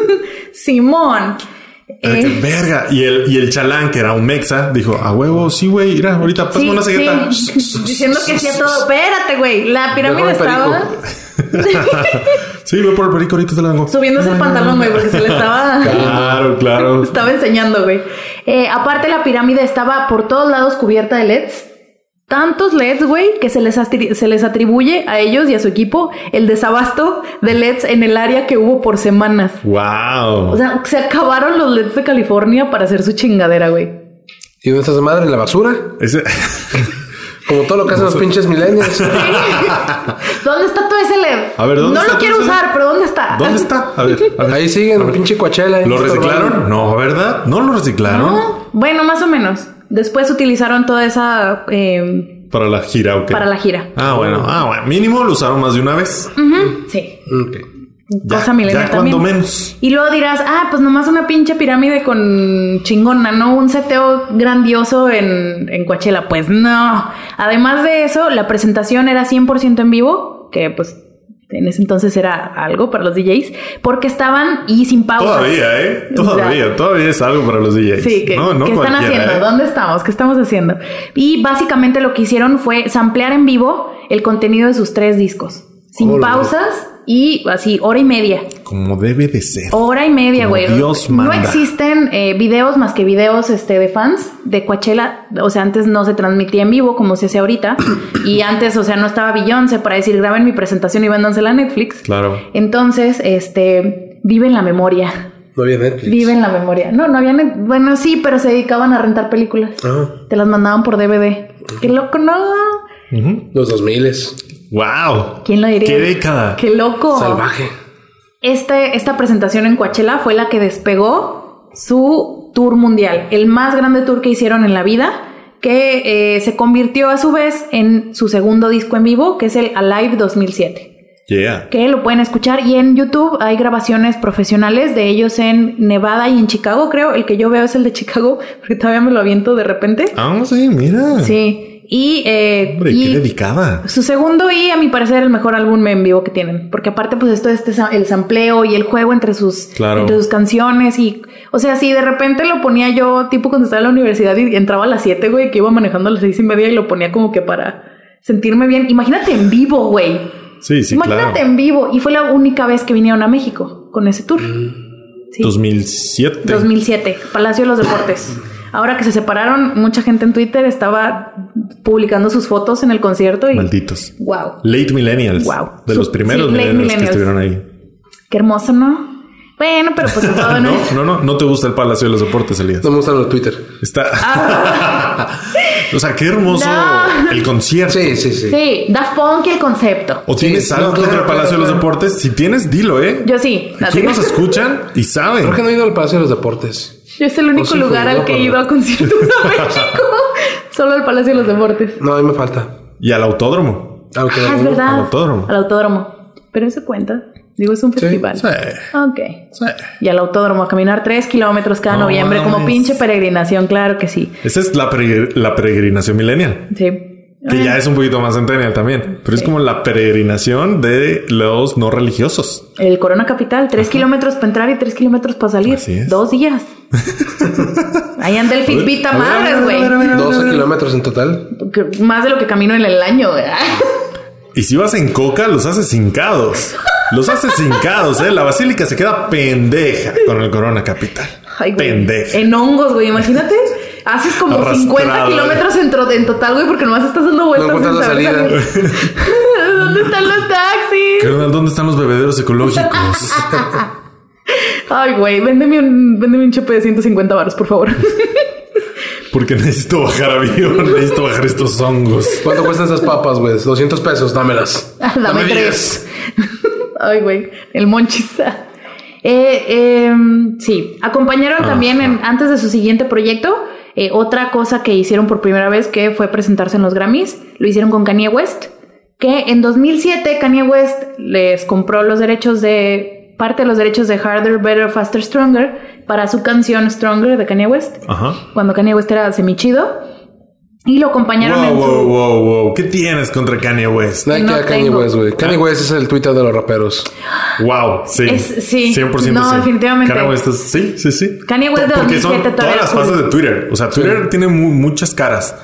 Speaker 3: <laughs> Simón.
Speaker 1: de que,
Speaker 3: Eh,
Speaker 1: verga. Y el, y el chalán, que era un mexa, dijo: A huevo, sí, güey, mira, ahorita pásame
Speaker 3: sí,
Speaker 1: una cegueta.
Speaker 3: sí, <laughs> diciendo
Speaker 1: <laughs>
Speaker 3: que sí a todo. Espérate, güey, la pirámide
Speaker 2: Déjame perico.
Speaker 3: estaba
Speaker 1: Sí, voy por el perico, ahorita te la vengo.
Speaker 3: subiéndose el pantalón, güey, porque se le
Speaker 1: <laughs>
Speaker 3: estaba... <laughs>
Speaker 1: Claro, claro.
Speaker 3: Estaba enseñando, güey. Eh, aparte, la pirámide estaba por todos lados cubierta de LEDs. Tantos LEDs, güey, que se les, atri- se les atribuye a ellos y a su equipo el desabasto de LEDs en el área que hubo por semanas.
Speaker 1: Wow.
Speaker 3: O sea, se acabaron los LEDs de California para hacer su chingadera,
Speaker 1: <laughs>
Speaker 3: güey.
Speaker 2: ¿Y dónde está esa madre? ¿En la basura?
Speaker 1: Ese-
Speaker 2: Como todo lo que hacen los
Speaker 1: <laughs>
Speaker 2: pinches millennials.
Speaker 3: ¿Dónde está todo ese LED?
Speaker 1: A ver, ¿dónde
Speaker 3: no
Speaker 1: está
Speaker 3: lo
Speaker 1: todo
Speaker 3: quiero
Speaker 1: ese LED?
Speaker 3: usar, pero ¿dónde está?
Speaker 1: ¿Dónde está?
Speaker 3: <laughs>
Speaker 1: A ver, a ver.
Speaker 2: Ahí siguen, pinche Coachella.
Speaker 1: ¿Lo reciclaron? No, ¿verdad? ¿No lo reciclaron?
Speaker 3: No, Bueno, más o menos. Después utilizaron toda esa eh,
Speaker 1: Para la gira, ¿o qué?
Speaker 3: para la gira.
Speaker 1: Ah, bueno. Ah, bueno. Mínimo lo usaron más de una vez.
Speaker 3: Ujú, Sí.
Speaker 1: Ya,
Speaker 3: Cosa milenial
Speaker 1: ya cuando
Speaker 3: también.
Speaker 1: menos.
Speaker 3: Y luego dirás, ah, pues nomás una pinche pirámide con chingona, ¿no? Un seteo grandioso en, en Coachella. Pues no. Además de eso, la presentación era 100% en vivo, que pues en ese entonces era algo para los DJs, porque estaban y sin pausa.
Speaker 1: Todavía, ¿eh? Todavía, todavía es algo para los DJs.
Speaker 3: Sí, que,
Speaker 1: no, no
Speaker 3: ¿qué están
Speaker 1: cualquiera,
Speaker 3: haciendo?
Speaker 1: ¿eh?
Speaker 3: ¿Dónde estamos? ¿Qué estamos haciendo? Y básicamente lo que hicieron fue samplear en vivo el contenido de sus tres discos, sin
Speaker 2: Órale.
Speaker 3: pausas y así, hora y media.
Speaker 1: Como debe de ser.
Speaker 3: Hora y media,
Speaker 1: Como
Speaker 3: güey.
Speaker 1: Dios
Speaker 3: no
Speaker 1: manda.
Speaker 3: existen eh, videos más que videos este, de fans de Coachella. O sea, antes no se transmitía en vivo como se
Speaker 1: <coughs>
Speaker 3: hace ahorita. y antes, o sea, no estaba Beyoncé para decir graben mi presentación y véndansela a Netflix.
Speaker 1: Claro.
Speaker 3: Entonces, este, vive en la memoria.
Speaker 2: No había Netflix.
Speaker 3: Vive en la memoria. No, no había. net- Bueno, sí, pero se dedicaban a rentar películas.
Speaker 2: Ah,
Speaker 3: Te las mandaban por DVD. Qué loco, no.
Speaker 2: los 2000
Speaker 1: Wow.
Speaker 3: ¿Quién lo diría?
Speaker 1: ¿Qué década?
Speaker 3: Qué loco.
Speaker 2: Salvaje.
Speaker 3: Este, esta presentación en Coachella fue la que despegó su tour mundial, el más grande tour que hicieron en la vida, que eh, se convirtió a su vez en su segundo disco en vivo, que es el Alive 2007,
Speaker 1: Yeah.
Speaker 3: que lo pueden escuchar y en YouTube hay grabaciones profesionales de ellos en Nevada y en Chicago, creo, el que yo veo es el de Chicago, <laughs> porque todavía me lo aviento de repente.
Speaker 1: Ah, sí, mira.
Speaker 3: Sí, y... eh,
Speaker 1: Hombre,
Speaker 3: y-
Speaker 1: qué dedicada.
Speaker 3: su segundo y a mi parecer el mejor álbum en vivo que tienen, porque aparte pues esto es el sampleo y el juego entre sus
Speaker 1: Claro.
Speaker 3: entre sus canciones y o sea, si de repente lo ponía yo tipo cuando estaba en la universidad y entraba a las 7, güey, que iba manejando a las seis y media y lo ponía como que para sentirme bien. Imagínate en vivo, güey.
Speaker 1: Sí, sí,
Speaker 3: Imagínate
Speaker 1: claro.
Speaker 3: en vivo y fue la única vez que vinieron a
Speaker 1: Mm.
Speaker 3: México con ese tour. Sí.
Speaker 1: 2007.
Speaker 3: 2007, Palacio de los Deportes. Ahora que se separaron, mucha gente en Twitter estaba publicando sus fotos en el concierto y.
Speaker 1: Malditos.
Speaker 3: Wow.
Speaker 1: Late Millennials.
Speaker 3: Wow.
Speaker 1: De los
Speaker 3: Sí,
Speaker 1: primeros
Speaker 3: late
Speaker 1: millennials, que
Speaker 3: millennials.
Speaker 1: estuvieron ahí.
Speaker 3: Qué hermoso, ¿no? Bueno, pero
Speaker 1: <laughs>
Speaker 3: pues todo no.
Speaker 1: No, no, no, no te gusta el Palacio de los Deportes, Elías.
Speaker 2: No me gustan los Twitter.
Speaker 1: Está. o sea, qué hermoso
Speaker 3: No.
Speaker 1: el concierto.
Speaker 2: Sí, sí, sí.
Speaker 3: Sí, Daft Punk y el concepto.
Speaker 1: O tienes
Speaker 2: Sí,
Speaker 1: algo
Speaker 2: no,
Speaker 1: contra
Speaker 2: claro,
Speaker 1: el Palacio
Speaker 2: claro,
Speaker 1: de los
Speaker 2: claro.
Speaker 1: Deportes. Si tienes, dilo, ¿eh?
Speaker 3: Yo sí. no
Speaker 1: Aquí
Speaker 3: te- <laughs>
Speaker 1: nos escuchan y saben.
Speaker 2: Creo que no he ido al Palacio de los Deportes.
Speaker 3: Yo es el único
Speaker 2: O sí,
Speaker 3: lugar
Speaker 2: fue,
Speaker 3: al
Speaker 2: no,
Speaker 3: que he
Speaker 2: pero-
Speaker 3: ido a conciertos
Speaker 1: <laughs>
Speaker 3: a México. Solo al Palacio de los Deportes.
Speaker 2: No, ahí me falta.
Speaker 1: Y al autódromo.
Speaker 2: Ah, ok.
Speaker 3: Ah, es verdad.
Speaker 1: al autódromo.
Speaker 3: Al autódromo. Pero eso cuenta. Digo, es un festival.
Speaker 1: Sí,
Speaker 3: Ok.
Speaker 1: sí.
Speaker 3: Y al autódromo, a caminar tres kilómetros cada
Speaker 1: No
Speaker 3: noviembre, como
Speaker 1: mames.
Speaker 3: pinche peregrinación, claro que sí.
Speaker 1: Esa es la, peregr- la peregrinación millennial.
Speaker 3: Sí.
Speaker 1: Que ya es un poquito más centennial también. Pero es como la peregrinación de los no religiosos.
Speaker 3: El Corona Capital, tres kilómetros para entrar y tres kilómetros para salir.
Speaker 1: Así es.
Speaker 3: Dos <laughs> días. Ahí anda el Fitbit a madres, güey.
Speaker 2: 12 kilómetros en total.
Speaker 3: Que- Más de lo que camino en el año. ¿verdad?
Speaker 1: Y si vas en coca, los haces hincados. Los haces hincados, ¿eh? La basílica se queda pendeja con el Corona Capital.
Speaker 3: Ay, güey. Eh.
Speaker 1: pendeja.
Speaker 3: En hongos, güey. Imagínate. Haces como
Speaker 1: Arrastrado,
Speaker 3: 50
Speaker 1: güey.
Speaker 3: kilómetros en, tro- en total, güey, porque nomás estás dando vueltas.
Speaker 2: encuentras
Speaker 3: sin
Speaker 2: la
Speaker 3: saber
Speaker 2: salida.
Speaker 3: salir. <laughs> ¿Dónde están los taxis?
Speaker 1: Carnal, ¿dónde están los bebederos
Speaker 3: <laughs>
Speaker 1: ecológicos?
Speaker 3: Ay, güey, véndeme un, véndeme un chope de 150 baros, por favor. <laughs>
Speaker 1: Porque necesito bajar avión, necesito bajar estos hongos.
Speaker 2: ¿Cuánto cuestan esas papas, güey? 200 pesos,
Speaker 3: <laughs>
Speaker 2: dámelas.
Speaker 3: Ah, Dame tres. Ay, güey, el monchis. <laughs> Ah. Eh, eh, sí,
Speaker 1: Ah,
Speaker 3: acompañaron también en- antes de su siguiente proyecto. eh, otra cosa que hicieron por primera vez que fue presentarse en los Grammys, lo hicieron con Kanye West, que en 2007 Kanye West les compró los derechos de parte de los derechos de Harder, Better, Faster, Stronger para su canción Stronger de Kanye West,
Speaker 1: Ajá.
Speaker 3: cuando Kanye West era semichido y lo acompañaron
Speaker 1: Wow,
Speaker 3: en su
Speaker 1: wow, wow, wow. ¿Qué tienes contra Kanye West?
Speaker 2: Nike
Speaker 3: No
Speaker 2: a Kanye
Speaker 3: tengo.
Speaker 2: West, güey. Kanye West es el Twitter de los raperos.
Speaker 1: Wow, sí.
Speaker 3: Es- sí.
Speaker 1: 100%.
Speaker 3: No,
Speaker 1: sí.
Speaker 3: definitivamente.
Speaker 1: Kanye West es- sí, sí, sí.
Speaker 3: Kanye West de
Speaker 1: Porque
Speaker 3: 2007
Speaker 1: son todas
Speaker 3: todavía
Speaker 1: las
Speaker 3: cool.
Speaker 1: fases de Twitter. O sea, Twitter tiene mu- muchas caras.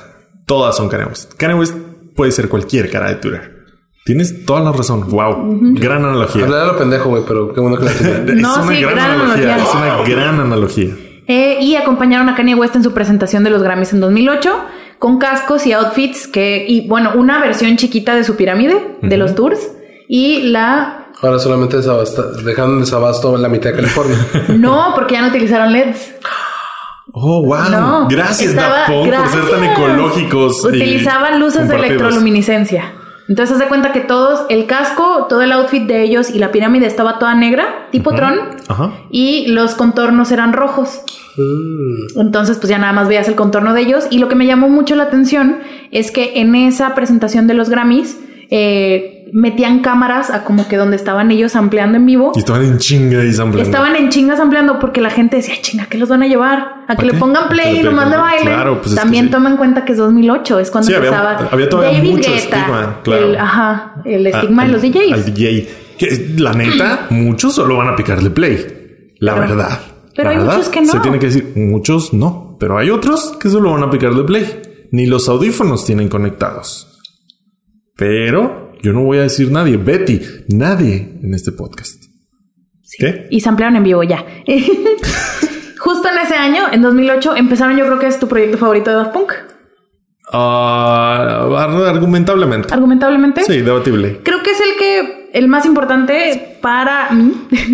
Speaker 1: Todas son Kanye West. Kanye West puede ser cualquier cara de Twitter. Tienes toda la razón. Wow. Gran analogía.
Speaker 2: Hablar a lo pendejo, güey, pero qué bueno que la <laughs> tiene.
Speaker 1: Es
Speaker 3: No,
Speaker 1: una
Speaker 3: sí,
Speaker 1: gran,
Speaker 3: gran
Speaker 1: analogía.
Speaker 3: analogía.
Speaker 1: Es una gran analogía.
Speaker 3: Eh, y acompañaron a Kanye West en su presentación de los Grammys en 2008 con cascos y outfits que y bueno una versión chiquita de su pirámide de los tours y la
Speaker 2: Ahora solamente desabasta, dejaron en desabasto la mitad de California.
Speaker 3: no porque ya no utilizaron LEDs
Speaker 1: Oh, wow.
Speaker 3: no
Speaker 1: gracias,
Speaker 3: Estaba-
Speaker 1: Daft Punk, por ser tan
Speaker 3: gracias.
Speaker 1: ecológicos. y
Speaker 3: utilizaban luces de
Speaker 1: compartidos.
Speaker 3: electroluminiscencia entonces haz de cuenta que todos el casco todo el outfit de ellos y la pirámide estaba toda negra tipo Tron
Speaker 1: Ajá.
Speaker 3: y los contornos eran rojos.
Speaker 1: Mm.
Speaker 3: Entonces, pues ya nada más veías el contorno de ellos. Y lo que me llamó mucho la atención es que en esa presentación de los Grammys eh, metían cámaras a como que donde estaban ellos ampliando en vivo.
Speaker 1: Y estaban en chinga y samplando.
Speaker 3: Estaban en chingas ampliando porque la gente decía, chinga, ¿qué los van a llevar? A que
Speaker 1: ¿A
Speaker 3: le
Speaker 1: qué?
Speaker 3: pongan
Speaker 1: A que
Speaker 3: play
Speaker 1: le
Speaker 3: y nomás le
Speaker 1: peguen.
Speaker 3: bailen.
Speaker 1: Claro, pues es que
Speaker 3: También
Speaker 1: sí.
Speaker 3: toma en cuenta que es 2008, es cuando
Speaker 1: Sí, había-
Speaker 3: empezaba
Speaker 1: había todavía
Speaker 3: David
Speaker 1: mucho
Speaker 3: Guetta,
Speaker 1: estigma, claro.
Speaker 3: el- ajá, el
Speaker 1: a-
Speaker 3: estigma
Speaker 1: Ah,
Speaker 3: de
Speaker 1: al-
Speaker 3: los DJs.
Speaker 1: Al DJ. Que, la neta, muchos solo van a picarle play. La
Speaker 3: Pero-
Speaker 1: verdad.
Speaker 3: pero
Speaker 1: La
Speaker 3: hay
Speaker 1: verdad,
Speaker 3: muchos que no.
Speaker 1: Se tiene que decir, muchos no. Pero hay otros que solo van a picarle play. Ni los audífonos tienen conectados. Pero yo no voy a decir nadie. Betty, nadie en este podcast. ¿Qué?
Speaker 3: Y se ampliaron en vivo ya. <laughs> Justo en ese año, en 2008, empezaron yo creo que es tu proyecto favorito de Daft Punk,
Speaker 1: Ah, argumentablemente.
Speaker 3: argumentablemente.
Speaker 1: Sí, debatible.
Speaker 3: Creo que es el que, el más importante para mí,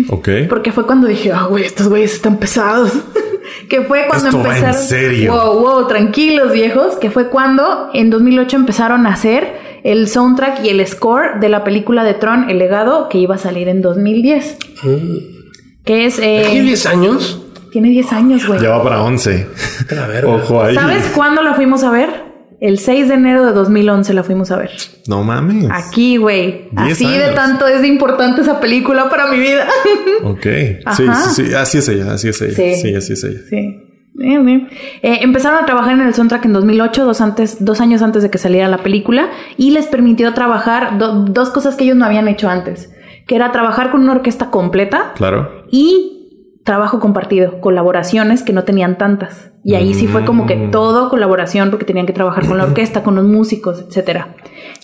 Speaker 1: Ok.
Speaker 3: porque fue cuando dije, ah, güey, estos güeyes están pesados. <laughs> que fue cuando
Speaker 1: Esto va en
Speaker 3: empezaron...
Speaker 1: serio.
Speaker 3: Wow, wow, tranquilos viejos, que fue cuando en 2008 empezaron a hacer el soundtrack y el score de la película de Tron, El Legado, que iba a salir en 2010.
Speaker 1: Mm.
Speaker 3: Que es... <laughs> eh,
Speaker 2: ¿Tiene 10 años?
Speaker 3: tiene 10 años, güey.
Speaker 1: Ya va para 11.
Speaker 2: A ver,
Speaker 1: Ojo ahí.
Speaker 3: ¿Sabes cuándo la fuimos a ver? El 6 de enero de 2011 la fuimos a ver.
Speaker 1: No mames.
Speaker 3: Aquí, güey.
Speaker 1: Pues, Diez
Speaker 3: Así de
Speaker 1: años.
Speaker 3: tanto es de importante esa película para mi vida. <laughs>
Speaker 1: Ok. Sí,
Speaker 3: Ajá.
Speaker 1: sí, sí. Así es ella. Así es ella.
Speaker 3: Sí.
Speaker 1: sí así es ella.
Speaker 3: sí. Eh, eh. Eh, empezaron a trabajar en el soundtrack en 2008, dos, antes, dos años antes de que saliera la película, y les permitió trabajar do- dos cosas que ellos no habían hecho antes, que era trabajar con una orquesta completa
Speaker 1: Claro.
Speaker 3: y trabajo compartido, colaboraciones que no tenían tantas. Y ahí sí fue como que
Speaker 1: Mm.
Speaker 3: todo colaboración, porque tenían que trabajar con la orquesta, con los músicos, etcétera.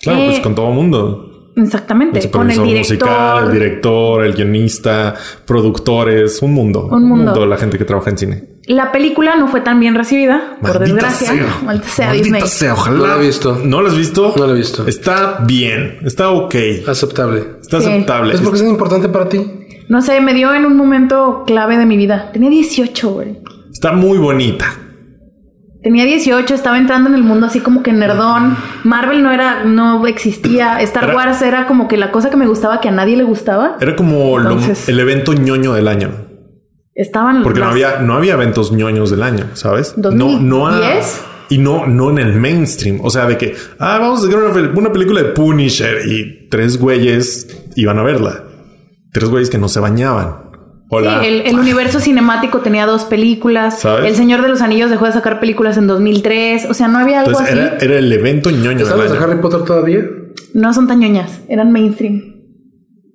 Speaker 1: Claro,
Speaker 3: Eh,
Speaker 1: pues con todo mundo.
Speaker 3: Exactamente,
Speaker 1: El
Speaker 3: con el
Speaker 1: supervisor
Speaker 3: director.
Speaker 1: musical, el director, el guionista, productores, un mundo.
Speaker 3: Un mundo.
Speaker 1: La gente que trabaja en cine.
Speaker 3: La película no fue tan bien recibida, por
Speaker 1: Maldita
Speaker 3: desgracia.
Speaker 1: sea.
Speaker 3: Maldita sea
Speaker 1: Maldita
Speaker 3: Disney.
Speaker 1: sea,
Speaker 2: No
Speaker 1: ojalá.
Speaker 2: lo he visto.
Speaker 1: ¿No lo has visto?
Speaker 2: No lo he visto.
Speaker 1: Está bien, está ok,
Speaker 2: Aceptable.
Speaker 1: está
Speaker 3: Sí.
Speaker 1: aceptable.
Speaker 2: ¿Es porque es importante para ti?
Speaker 3: No sé, me dio en un momento clave de mi vida. Tenía 18, güey.
Speaker 1: Está muy bonita.
Speaker 3: Tenía 18, estaba entrando en el mundo así como que nerdón. Marvel no era, no existía. Star
Speaker 1: Era-
Speaker 3: Wars era como que la cosa que me gustaba, que a nadie le gustaba.
Speaker 1: Era como lo-
Speaker 3: Entonces-
Speaker 1: el evento ñoño del año.
Speaker 3: Estaban
Speaker 1: Porque no
Speaker 3: las-
Speaker 1: había, no había eventos ñoños del año, ¿sabes? No, no ha-
Speaker 3: 2010?
Speaker 1: Y no, no en el mainstream. O sea, de que, ah, vamos a sacar una, fel- una película de Punisher y tres güeyes iban a verla. Tres güeyes que no se bañaban.
Speaker 3: Sí,
Speaker 1: Hola.
Speaker 3: el, el universo cinemático tenía dos películas.
Speaker 1: ¿Sabes?
Speaker 3: El Señor de los Anillos dejó de sacar películas en 2003. O sea, no había algo
Speaker 1: Entonces
Speaker 3: así.
Speaker 1: era, era el evento ñoño del
Speaker 2: ¿Están las de
Speaker 1: año.
Speaker 2: Harry Potter todavía?
Speaker 3: No son tan ñoñas, eran mainstream.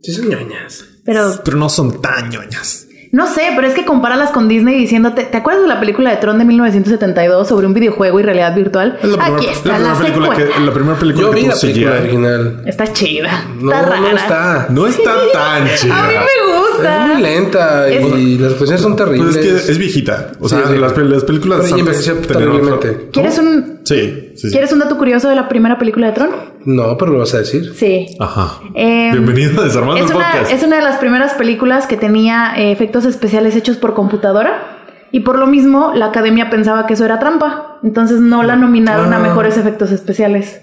Speaker 2: Sí, son ñoñas.
Speaker 3: Pero
Speaker 1: Pero no son tan ñoñas.
Speaker 3: no sé, pero es que compáralas con Disney diciéndote, ¿te acuerdas de la película de Tron de 1972 sobre un videojuego y realidad virtual?
Speaker 1: Es la primera-
Speaker 3: Aquí
Speaker 1: la
Speaker 3: está la,
Speaker 1: primera película
Speaker 3: secuela.
Speaker 1: que, la primera película
Speaker 2: Yo
Speaker 1: que
Speaker 2: vi la
Speaker 1: tuvo
Speaker 2: película
Speaker 1: CGI.
Speaker 2: original.
Speaker 3: Está chida.
Speaker 2: No,
Speaker 3: está rara.
Speaker 2: no está.
Speaker 1: No está tan chida.
Speaker 3: <laughs> A mí me gusta.
Speaker 2: Es muy lenta y,
Speaker 3: Es-
Speaker 2: y las actuaciones son terribles.
Speaker 1: Pues es que es viejita. O
Speaker 2: Sí,
Speaker 1: sea,
Speaker 2: sí.
Speaker 1: las, pel- las películas
Speaker 2: Pero ella
Speaker 1: antes
Speaker 2: envejeció
Speaker 1: tenían otro-
Speaker 2: terriblemente.
Speaker 3: ¿Quieres un,
Speaker 1: Sí, sí, sí.
Speaker 3: ¿Quieres un dato curioso de la primera película de Tron?
Speaker 2: No, pero lo vas a decir.
Speaker 3: Sí.
Speaker 1: Ajá.
Speaker 3: Em,
Speaker 1: Bienvenido a Desarmando
Speaker 3: es
Speaker 1: el
Speaker 3: una,
Speaker 1: Podcast.
Speaker 3: es una de las primeras películas que tenía eh, efectos especiales hechos por computadora. Y por lo mismo, la academia pensaba que eso era trampa. Entonces no la nominaron a
Speaker 2: Ah.
Speaker 3: mejores efectos especiales.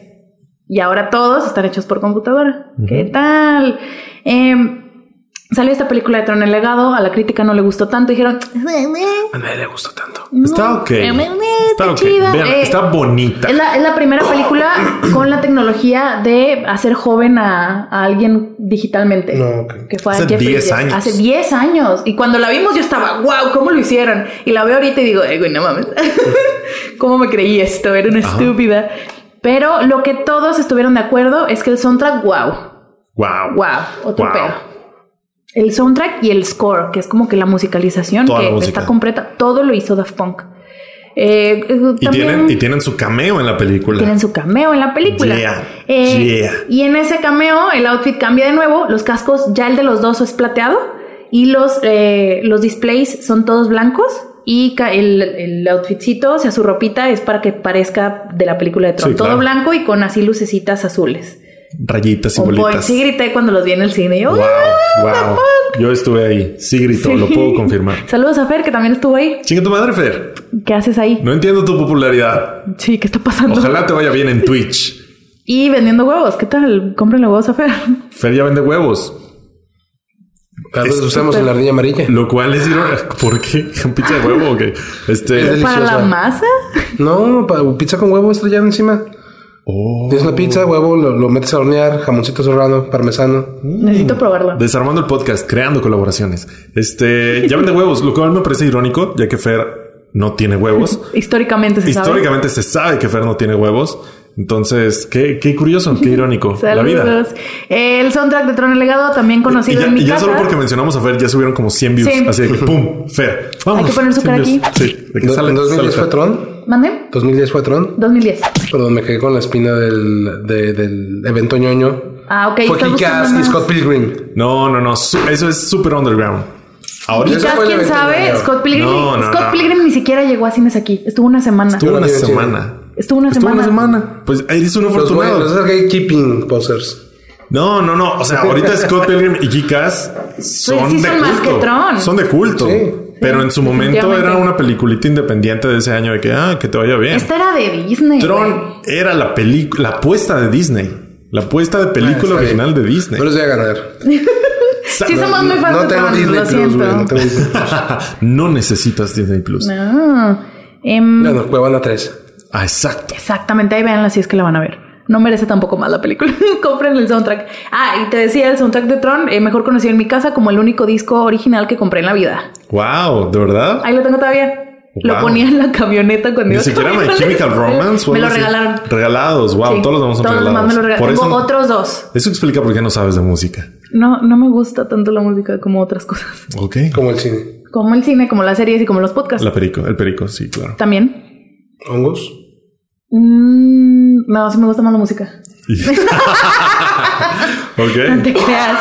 Speaker 3: Y ahora todos están hechos por computadora. ¿Qué tal? Em, salió esta película de Tron el legado. A la crítica no le gustó tanto. Dijeron,
Speaker 2: A nadie le gustó tanto.
Speaker 1: Está ok.
Speaker 3: Eh, me- me-
Speaker 1: Está
Speaker 3: está
Speaker 1: ok.
Speaker 3: chida.
Speaker 1: Vean,
Speaker 3: Eh,
Speaker 1: está bonita.
Speaker 3: es la, es la primera película con la tecnología de hacer joven a, a alguien digitalmente.
Speaker 2: No, ok.
Speaker 3: Que fue a
Speaker 1: Hace
Speaker 3: Jeffrey
Speaker 1: 10
Speaker 3: Jet-
Speaker 1: años.
Speaker 3: Hace 10 años. Y cuando la vimos yo estaba, wow, ¿cómo lo hicieron? Y la veo ahorita y digo, "Ay, güey, no mames. <laughs> ¿Cómo me creí esto? Era una estúpida. Pero lo que todos estuvieron de acuerdo es que el soundtrack, wow,
Speaker 1: Wow.
Speaker 3: wow, otro
Speaker 1: Wow.
Speaker 3: pedo. El soundtrack y el score, que es como que la musicalización
Speaker 1: Toda
Speaker 3: que
Speaker 1: la música.
Speaker 3: está completa, todo lo hizo Daft Punk. Eh, eh,
Speaker 1: Y,
Speaker 3: también-
Speaker 1: tienen, y tienen su cameo en la película.
Speaker 3: tienen su cameo en la película. Eh,
Speaker 1: Yeah, yeah.
Speaker 3: Y en ese cameo el outfit cambia de nuevo, los cascos ya el de los dos es plateado y los, eh, los displays son todos blancos y ca- el, el outfitcito, o sea, su ropita es para que parezca de la película de Tron.
Speaker 1: Sí,
Speaker 3: Todo
Speaker 1: claro.
Speaker 3: blanco y con así lucecitas azules.
Speaker 1: Rayitas y
Speaker 3: Con
Speaker 1: bolitas.
Speaker 3: points. Sí grité cuando los vi en el cine. Yo,
Speaker 1: Wow.
Speaker 3: Ah,
Speaker 1: Wow. Yo estuve ahí. Sí gritó, lo puedo confirmar.
Speaker 3: <laughs> Saludos a Fer, que también estuvo ahí.
Speaker 1: Chinga tu madre, Fer.
Speaker 3: ¿Qué haces ahí?
Speaker 1: No entiendo tu popularidad.
Speaker 3: Sí, ¿qué está pasando?
Speaker 1: Ojalá te vaya bien en Twitch.
Speaker 3: Y vendiendo huevos. ¿Qué tal? Cómprenle huevos a Fer.
Speaker 1: Fer ya vende huevos.
Speaker 2: Cada vez
Speaker 1: Es-
Speaker 2: usamos en la ardilla amarilla.
Speaker 1: Lo cual es irónico. <laughs> ¿Por qué? ¿Un pizza de huevo o qué? Este.
Speaker 3: ¿Para la
Speaker 2: deliciosa.
Speaker 3: masa?
Speaker 2: No, pa- pizza con huevo estrellado encima.
Speaker 1: Oh.
Speaker 2: Tienes una pizza, huevo, lo, lo metes a hornear, jamoncito serrano, parmesano.
Speaker 1: Mm.
Speaker 3: Necesito probarlo.
Speaker 1: Desarmando el podcast, creando colaboraciones. Este, ya vende huevos, lo cual me parece irónico, ya que Fer no tiene
Speaker 3: <laughs>
Speaker 1: huevos.
Speaker 3: Históricamente se sabe.
Speaker 1: Históricamente se sabe que Fer no tiene huevos. Entonces, qué, qué curioso, qué irónico. La vida.
Speaker 3: Saludos. El soundtrack de Tron el Legado, también
Speaker 1: Y
Speaker 3: conocido
Speaker 1: ya,
Speaker 3: en mi
Speaker 1: y ya
Speaker 3: casa.
Speaker 1: solo porque mencionamos a Fer, ya subieron como 100 views.
Speaker 3: Sí.
Speaker 1: Así de
Speaker 3: <laughs>
Speaker 1: que, ¡pum! Fer, vamos.
Speaker 3: Hay que poner su cara aquí.
Speaker 1: Sí, de que
Speaker 2: Do-
Speaker 1: sale.
Speaker 2: ¿En 2010
Speaker 1: sale
Speaker 2: fue
Speaker 1: Fer.
Speaker 2: Tron?
Speaker 3: ¿Mande?
Speaker 2: ¿2010 fue Tron?
Speaker 3: 2010.
Speaker 2: Perdón, me quedé con la espina del, de- del evento ñoño.
Speaker 3: Ah, ok.
Speaker 2: fue
Speaker 3: estás buscando
Speaker 2: Kikas y
Speaker 3: más.
Speaker 2: Scott Pilgrim.
Speaker 1: No, no, no. su- eso es súper underground. Ahorita
Speaker 2: Eso
Speaker 3: Kikas,
Speaker 2: fue el
Speaker 3: quién
Speaker 2: evento
Speaker 3: sabe,
Speaker 2: anterior.
Speaker 3: Scott Pilgrim.
Speaker 1: No, no,
Speaker 3: Scott
Speaker 1: no.
Speaker 3: Pilgrim ni siquiera llegó a cines aquí. Estuvo una semana.
Speaker 1: estuvo
Speaker 2: Yo
Speaker 1: una
Speaker 2: la vi en cine.
Speaker 1: semana.
Speaker 3: Estuvo una
Speaker 1: Estuvo una
Speaker 3: semana.
Speaker 1: semana. Pues eres un
Speaker 2: Los,
Speaker 1: afortunado.
Speaker 2: güey- los gatekeeping posers.
Speaker 1: No, no, no. O sea,
Speaker 3: <laughs>
Speaker 1: ahorita Scott Pilgrim y Kikas son
Speaker 3: Pues sí
Speaker 1: de culto.
Speaker 3: son más que Tron.
Speaker 1: Son de culto.
Speaker 2: Sí.
Speaker 1: Pero en su momento
Speaker 3: definitivamente.
Speaker 1: era una peliculita independiente de ese año de que, ah, que te vaya bien.
Speaker 3: Esta era de Disney. güey.
Speaker 1: Tron era la película, la apuesta de Disney. La apuesta de película
Speaker 2: Ah, Está bien.
Speaker 1: original de Disney.
Speaker 2: No les voy a ganar.
Speaker 3: Sí, somos muy fans
Speaker 2: No
Speaker 3: de
Speaker 2: tengo
Speaker 3: Tron,
Speaker 2: Disney
Speaker 3: lo
Speaker 2: Plus, güey. No
Speaker 3: siento.
Speaker 2: tengo Disney
Speaker 1: <laughs>
Speaker 2: Plus.
Speaker 1: no necesitas Disney Plus.
Speaker 3: No. Em,
Speaker 2: Bueno, Cuevana 3.
Speaker 1: Ah, exacto.
Speaker 3: Exactamente, ahí véanla si es que la van a ver. No merece tampoco más la película. <laughs> Compren el soundtrack. Ah, y te decía, el soundtrack de Tron, eh, mejor conocido en mi casa como el único disco original que compré en la vida.
Speaker 1: Wow, de verdad.
Speaker 3: Ahí lo tengo todavía. Lo
Speaker 1: Wow.
Speaker 3: ponía en la camioneta cuando
Speaker 1: Ni
Speaker 3: iba
Speaker 1: siquiera My
Speaker 3: caminando.
Speaker 1: Chemical Romance. o
Speaker 3: Me
Speaker 1: algo
Speaker 3: lo
Speaker 1: así.
Speaker 3: regalaron.
Speaker 1: Regalados. Wow,
Speaker 3: Sí,
Speaker 1: todos los demás son
Speaker 3: todos los
Speaker 1: regalados.
Speaker 3: demás me lo
Speaker 1: Por
Speaker 3: regalaron.
Speaker 1: eso,
Speaker 3: Tengo otros dos.
Speaker 1: eso explica por qué no sabes de música.
Speaker 3: No, no me gusta tanto la música como otras cosas. <laughs>
Speaker 1: Ok.
Speaker 3: Pues-
Speaker 2: Como el cine.
Speaker 3: Como el cine, como las series y como los podcasts.
Speaker 1: La perico, el perico, sí, claro.
Speaker 3: También.
Speaker 2: ¿Hongos?
Speaker 3: Mm, no, sí me gusta más la música. No te creas.